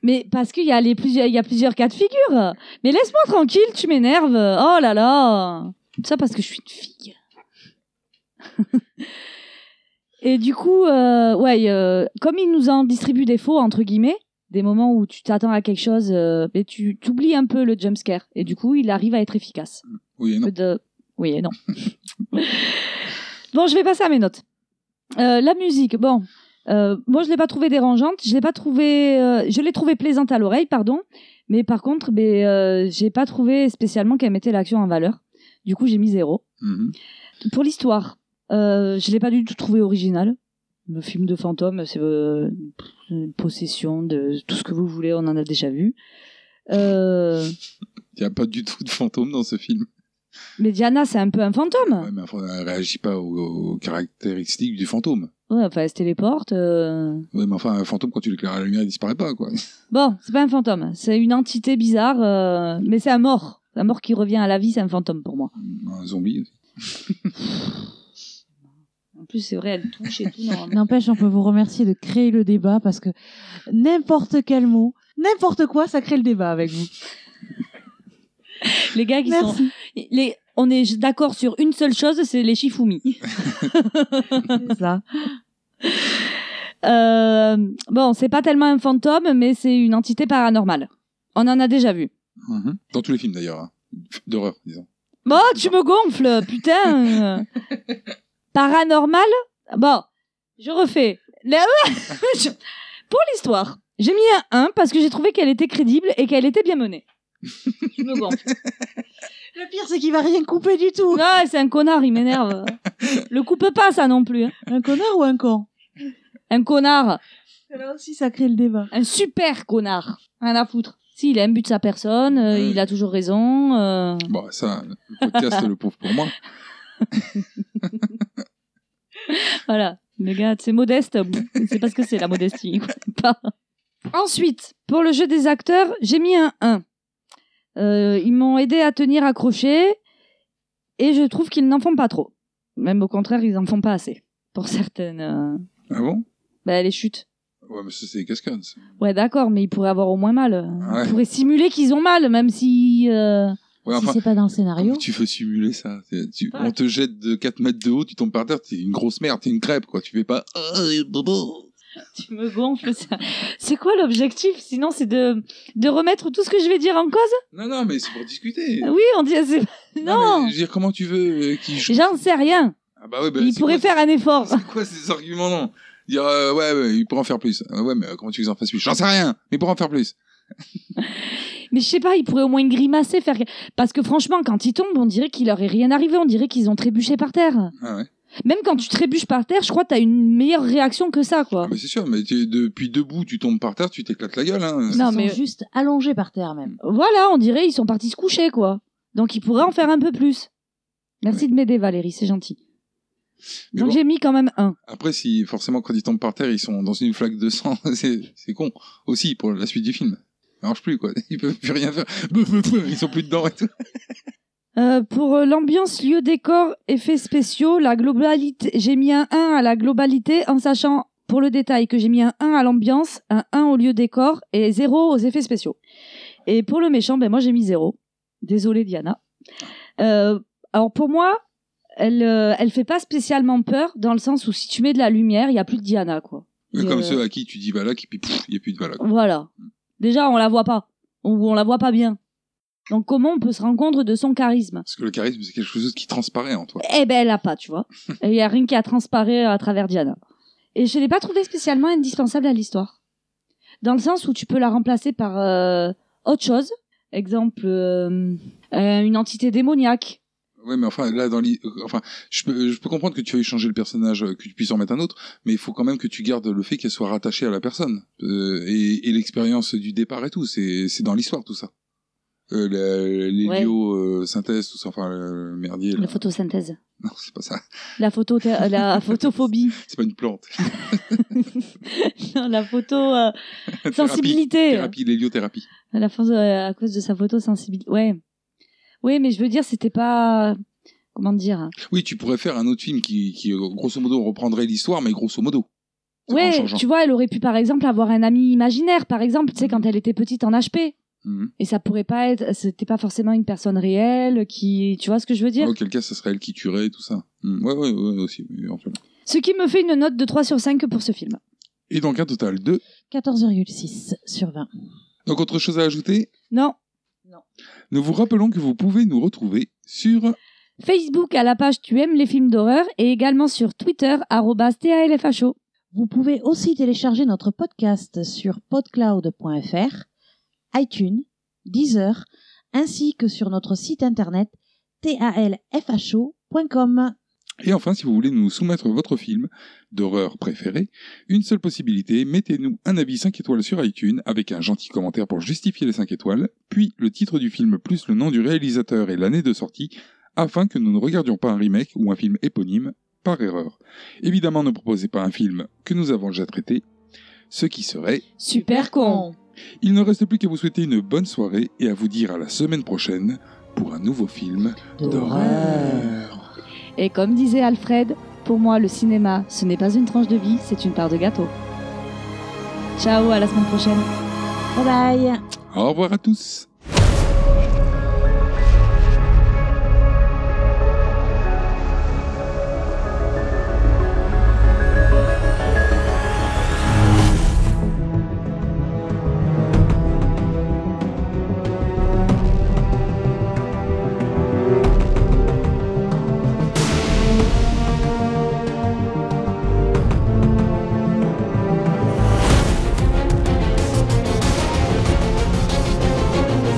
[SPEAKER 2] Mais parce qu'il y, a les plusieurs- il y a plusieurs cas de figure. Mais laisse-moi tranquille, tu m'énerves. Oh là là. Tout Ça parce que je suis une fille. Et du coup, euh, ouais, euh, comme il nous en distribue des faux, entre guillemets, des moments où tu t'attends à quelque chose, euh, mais tu oublies un peu le jumpscare. Et du coup, il arrive à être efficace.
[SPEAKER 5] Oui et non.
[SPEAKER 2] De- Oui et non. bon, je vais passer à mes notes. Euh, la musique, bon, euh, moi je l'ai pas trouvée dérangeante, je l'ai pas trouvée, euh, je l'ai trouvée plaisante à l'oreille, pardon, mais par contre, ben, euh, j'ai pas trouvé spécialement qu'elle mettait l'action en valeur. Du coup, j'ai mis zéro.
[SPEAKER 5] Mhm.
[SPEAKER 2] Pour l'histoire, euh, je l'ai pas du tout trouvée originale. Le film de fantôme, c'est euh, une possession de tout ce que vous voulez, on en a déjà vu. Euh,
[SPEAKER 5] Il n'y a pas du tout de fantôme dans ce film.
[SPEAKER 2] mais Diana, c'est un peu un fantôme.
[SPEAKER 5] Ouais, mais enfin, elle réagit pas aux, aux caractéristiques du fantôme.
[SPEAKER 2] Ouais, enfin, elle se téléporte. euh.
[SPEAKER 5] Ouais, mais enfin, un fantôme, quand tu l'éclaires à la lumière, il disparaît pas, quoi.
[SPEAKER 2] Bon, c'est pas un fantôme, c'est une entité bizarre, euh, mais c'est un mort. Un mort qui revient à la vie, c'est un fantôme pour moi.
[SPEAKER 5] Un zombie aussi.
[SPEAKER 2] En plus, c'est vrai, elle touche et tout. normalement.
[SPEAKER 6] N'empêche, on peut vous remercier de créer le débat parce que n'importe quel mot, n'importe quoi, ça crée le débat avec vous.
[SPEAKER 2] les gars qui sont. Les... On est d'accord sur une seule chose, c'est les chifoumi.
[SPEAKER 6] c'est ça.
[SPEAKER 2] Euh, bon, c'est pas tellement un fantôme, mais c'est une entité paranormale. On en a déjà vu.
[SPEAKER 5] Mhm. Dans tous les films, d'ailleurs. hein. D'horreur, disons.
[SPEAKER 2] Bon, tu me gonfles, putain. euh. Paranormal Bon, je refais. La- Je- Pour l'histoire, j'ai mis un 1 parce que j'ai trouvé qu'elle était crédible et qu'elle était bien menée. Je me gonfle.
[SPEAKER 6] Le pire, c'est qu'il va rien couper du tout.
[SPEAKER 2] Ah, c'est un connard, il m'énerve. Le coupe pas, ça non plus. hein.
[SPEAKER 6] Un connard ou un con
[SPEAKER 2] Un connard.
[SPEAKER 6] Là aussi, ça crée le débat.
[SPEAKER 2] Un super connard. Rien à foutre. S'il a un but de sa personne, euh, il a toujours raison. euh.
[SPEAKER 5] Bon, ça, le podcast le pauvre pour moi.
[SPEAKER 2] Voilà. Le gars, c'est modeste. C'est parce que c'est la modestie. Pas. Ensuite, pour le jeu des acteurs, j'ai mis un 1. Euh, ils m'ont aidé à tenir accroché et je trouve qu'ils n'en font pas trop. Même au contraire, ils n'en font pas assez. Pour certaines. euh,
[SPEAKER 5] Ah bon
[SPEAKER 2] bah, les chutes.
[SPEAKER 5] Ouais, mais ça, c'est des cascades. ça.
[SPEAKER 2] Ouais, d'accord, mais ils pourraient avoir au moins mal.
[SPEAKER 5] Ouais.
[SPEAKER 2] Ils pourraient simuler qu'ils ont mal, même si. euh,
[SPEAKER 5] Ouais, enfin,
[SPEAKER 6] pas dans le scénario.
[SPEAKER 5] tu veux simuler ça. C'est- tu- On te jette de 4 mètres de haut, tu tombes par terre, t'es une grosse merde, t'es une crêpe, quoi. Tu fais pas. Ah, bobo
[SPEAKER 2] Tu me gonfles, ça. C'est quoi l'objectif Sinon, c'est de, de remettre tout ce que je vais dire en cause
[SPEAKER 5] Non, non, mais c'est pour discuter.
[SPEAKER 2] Oui, on dit. c'est-
[SPEAKER 5] Ah,
[SPEAKER 2] Non
[SPEAKER 5] mais je veux dire, comment tu veux euh, qu'il joue
[SPEAKER 2] J'en sais rien.
[SPEAKER 5] Ah bah ouais, bah,
[SPEAKER 2] il
[SPEAKER 5] c'est
[SPEAKER 2] pourrait
[SPEAKER 5] quoi-
[SPEAKER 2] faire un effort.
[SPEAKER 5] C'est quoi ces arguments non Dire euh, ouais, ouais, il pourrait en faire plus. Ah ouais, mais euh, comment tu veux qu'ils en fassent plus J'en sais rien, mais il pourrait en faire plus.
[SPEAKER 2] Mais je sais pas, ils pourraient au moins grimacer, faire. Parce que franchement, quand ils tombent, on dirait qu'il leur est rien arrivé, on dirait qu'ils ont trébuché par terre.
[SPEAKER 5] Ah ouais.
[SPEAKER 2] Même quand tu trébuches par terre, je crois que t'as une meilleure réaction que ça, quoi.
[SPEAKER 5] Mais Ah bah, c'est sûr, mais tu- depuis debout, tu tombes par terre, tu t'éclates la gueule. Hein.
[SPEAKER 2] Non, mais-
[SPEAKER 6] juste allongé par terre même.
[SPEAKER 2] Voilà, on dirait ils sont partis se coucher, quoi. Donc ils pourraient en faire un peu plus. Merci de m'aider, Valérie, c'est gentil.
[SPEAKER 5] Mais
[SPEAKER 2] Donc
[SPEAKER 5] bon.
[SPEAKER 2] j'ai mis quand même un.
[SPEAKER 5] Après, si forcément, quand ils tombent par terre, ils sont dans une flaque de sang, c'est c'est con. Aussi, pour la suite du film. Ça marche plus, quoi. Ils peuvent plus rien faire. Bouf, bouf, bouf, Ils sont plus dedans et tout.
[SPEAKER 2] Euh, pour euh, l'ambiance, lieu, décor, effets spéciaux, la globalité, j'ai mis un 1 à la globalité en sachant pour le détail que j'ai mis un 1 à l'ambiance, un 1 au lieu décor et 0 aux effets spéciaux. Et pour le méchant, ben moi j'ai mis 0. Désolée Diana. Euh, alors pour moi, elle euh, elle fait pas spécialement peur dans le sens où si tu mets de la lumière, il y a plus de Diana quoi.
[SPEAKER 5] Mais
[SPEAKER 2] Et,
[SPEAKER 5] comme
[SPEAKER 2] euh,
[SPEAKER 5] ceux à qui tu dis Valak, et puis pff, il n'y a plus de Valak.
[SPEAKER 2] Voilà. Déjà on la voit pas ou on la voit pas bien. Donc comment on peut se rendre compte de son charisme
[SPEAKER 5] Parce que le charisme, c'est quelque chose qui transparaît en toi.
[SPEAKER 2] Eh ben, elle a pas, tu vois. Il y a rien qui a transparé à travers Diana. Et je l'ai pas trouvée spécialement indispensable à l'histoire. Dans le sens où tu peux la remplacer par euh, autre chose. Exemple, euh, euh, une entité démoniaque.
[SPEAKER 5] Ouais, mais enfin, là, dans l'hi- euh, enfin, je peux, je peux comprendre que tu veuilles changer le personnage, euh, que tu puisses en mettre un autre, mais il faut quand même que tu gardes le fait qu'elle soit rattachée à la personne Euh, et, et l'expérience du départ et tout. C'est, c'est dans l'histoire tout ça. Euh, la- l'héliosynthèse, tout ça, enfin, le merdier. là.
[SPEAKER 2] La photosynthèse.
[SPEAKER 5] Non, c'est pas ça.
[SPEAKER 2] La, photo, euh, la photophobie.
[SPEAKER 5] C'est pas une plante.
[SPEAKER 2] Non, la photo... euh, sensibilité.
[SPEAKER 5] Thérapie, l'héliothérapie.
[SPEAKER 2] À la fin de- à cause de sa photo sensibilité. Ouais. Oui, mais je veux dire, c'était pas... Comment dire
[SPEAKER 5] Oui, tu pourrais faire un autre film qui, qui euh, grosso modo, reprendrait l'histoire, mais grosso modo. C'est en
[SPEAKER 2] Ouais,
[SPEAKER 5] changeant.
[SPEAKER 2] tu vois, elle aurait pu par exemple avoir un ami imaginaire, par exemple, tu sais, quand elle était petite en HP.
[SPEAKER 5] Mhm.
[SPEAKER 2] Et ça pourrait pas être, c'était pas forcément une personne réelle qui, tu vois ce que je veux dire
[SPEAKER 5] Ah, Auquel cas, ça serait elle qui tuerait et tout ça. Mm. Ouais, ouais, ouais, aussi, éventuellement.
[SPEAKER 2] Ce qui me fait une note de 3 sur 5 pour ce film.
[SPEAKER 5] Et donc, un total de.
[SPEAKER 6] 14,6 sur 20.
[SPEAKER 5] Donc, autre chose à ajouter
[SPEAKER 2] Non.
[SPEAKER 5] Nous vous rappelons que vous pouvez nous retrouver sur
[SPEAKER 2] Facebook à la page Tu aimes les films d'horreur et également sur Twitter, arrobas TALFHO.
[SPEAKER 6] Vous pouvez aussi télécharger notre podcast sur podcloud.fr, iTunes, Deezer, ainsi que sur notre site internet talfho.com.
[SPEAKER 5] Et enfin, si vous voulez nous soumettre votre film d'horreur préféré, une seule possibilité, mettez-nous un avis 5 étoiles sur iTunes avec un gentil commentaire pour justifier les 5 étoiles, puis le titre du film plus le nom du réalisateur et l'année de sortie, afin que nous ne regardions pas un remake ou un film éponyme par erreur. Évidemment, ne proposez pas un film que nous avons déjà traité, ce qui serait...
[SPEAKER 2] Super con
[SPEAKER 5] Il ne reste plus qu'à vous souhaiter une bonne soirée et à vous dire à la semaine prochaine pour un nouveau film d'horreur.
[SPEAKER 2] Et comme disait Alfred, pour moi, le cinéma, ce n'est pas une tranche de vie, c'est une part de gâteau. Ciao, à la semaine prochaine.
[SPEAKER 6] Bye bye
[SPEAKER 5] Au revoir à tous
[SPEAKER 15] Thank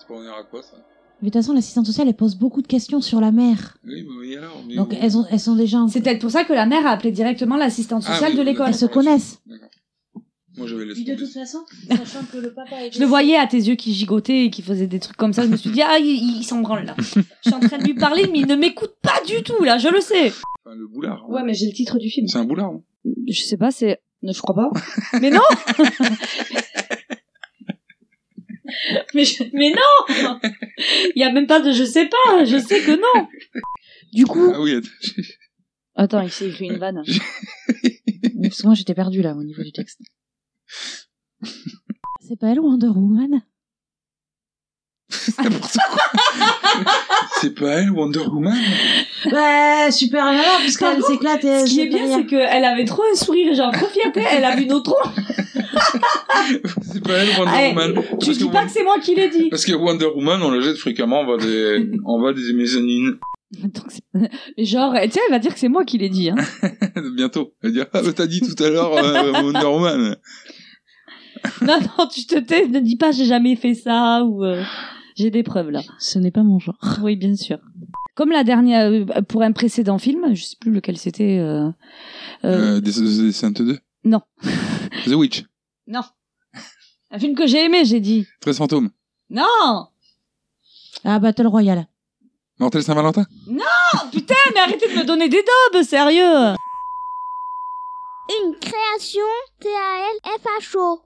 [SPEAKER 5] Ça peut revenir à quoi ça
[SPEAKER 6] Mais de toute façon, l'assistante sociale, elle pose beaucoup de questions sur la mère.
[SPEAKER 5] Oui, bah oui, alors. mais
[SPEAKER 6] Donc
[SPEAKER 5] on-
[SPEAKER 6] elles, ont- elles sont déjà. En...
[SPEAKER 2] C'est peut-être pour ça que la mère a appelé directement l'assistante
[SPEAKER 5] Ah
[SPEAKER 2] sociale
[SPEAKER 5] oui,
[SPEAKER 2] de l'école.
[SPEAKER 6] Elles se connaissent.
[SPEAKER 5] Moi j'avais laissé.
[SPEAKER 6] de toute façon, sachant que le papa est.
[SPEAKER 2] Je le voyais à tes yeux qui gigotaient et qui faisaient des trucs comme ça. Je me suis dit, ah, il, il s'en branle là. Je suis en train de lui parler, mais il ne m'écoute pas du tout là, je le sais.
[SPEAKER 5] Enfin, le boulard. hein.
[SPEAKER 2] Ouais, mais j'ai le titre du film.
[SPEAKER 5] C'est un boulard. hein.
[SPEAKER 2] Je sais pas, c'est. ne Je crois pas. mais non mais, je- mais non Il y a même pas de je sais pas, je sais que non. Du coup.
[SPEAKER 5] Ah oui, attends.
[SPEAKER 2] Attends, il s'est écrit une vanne.
[SPEAKER 6] Parce que moi, j'étais perdue là, au niveau du texte. C'est pas elle Wonder Woman
[SPEAKER 5] C'est pas elle, Wonder Woman
[SPEAKER 6] Ouais, super nana, puisqu'elle s'éclate et
[SPEAKER 2] Ce qui est bien, c'est qu'elle avait trop un sourire, genre trop fierté, elle a vu nos troncs.
[SPEAKER 5] C'est pas elle, Wonder
[SPEAKER 2] Eh,
[SPEAKER 5] Woman
[SPEAKER 2] Tu
[SPEAKER 5] Parce
[SPEAKER 2] dis
[SPEAKER 5] que
[SPEAKER 2] pas que c'est moi qui l'ai dit.
[SPEAKER 5] Parce que Wonder Woman, on la jette fréquemment en bas des, en bas des mezzanines.
[SPEAKER 2] Mais genre, eh, tiens, elle va dire que c'est moi qui l'ai dit. Hein.
[SPEAKER 5] Bientôt. Elle dit Ah, bah, t'as dit tout à l'heure euh, Wonder Woman.
[SPEAKER 2] non, non, tu te tais, ne dis pas j'ai jamais fait ça ou euh, j'ai des preuves là.
[SPEAKER 6] Ce n'est pas mon genre.
[SPEAKER 2] Oui, bien sûr. Comme la dernière, euh, pour un précédent film, je sais plus lequel c'était. euh, euh,
[SPEAKER 5] Euh, des, des Saintes 2.
[SPEAKER 2] Non,
[SPEAKER 5] The Witch.
[SPEAKER 2] non. Un film que j'ai aimé, j'ai dit.
[SPEAKER 5] 13 fantômes.
[SPEAKER 2] Non,
[SPEAKER 6] Ah, Battle Royale.
[SPEAKER 5] Mortel Saint-Valentin.
[SPEAKER 2] non, putain, mais arrêtez de me donner des dobes, sérieux.
[SPEAKER 15] Une création TALFHO.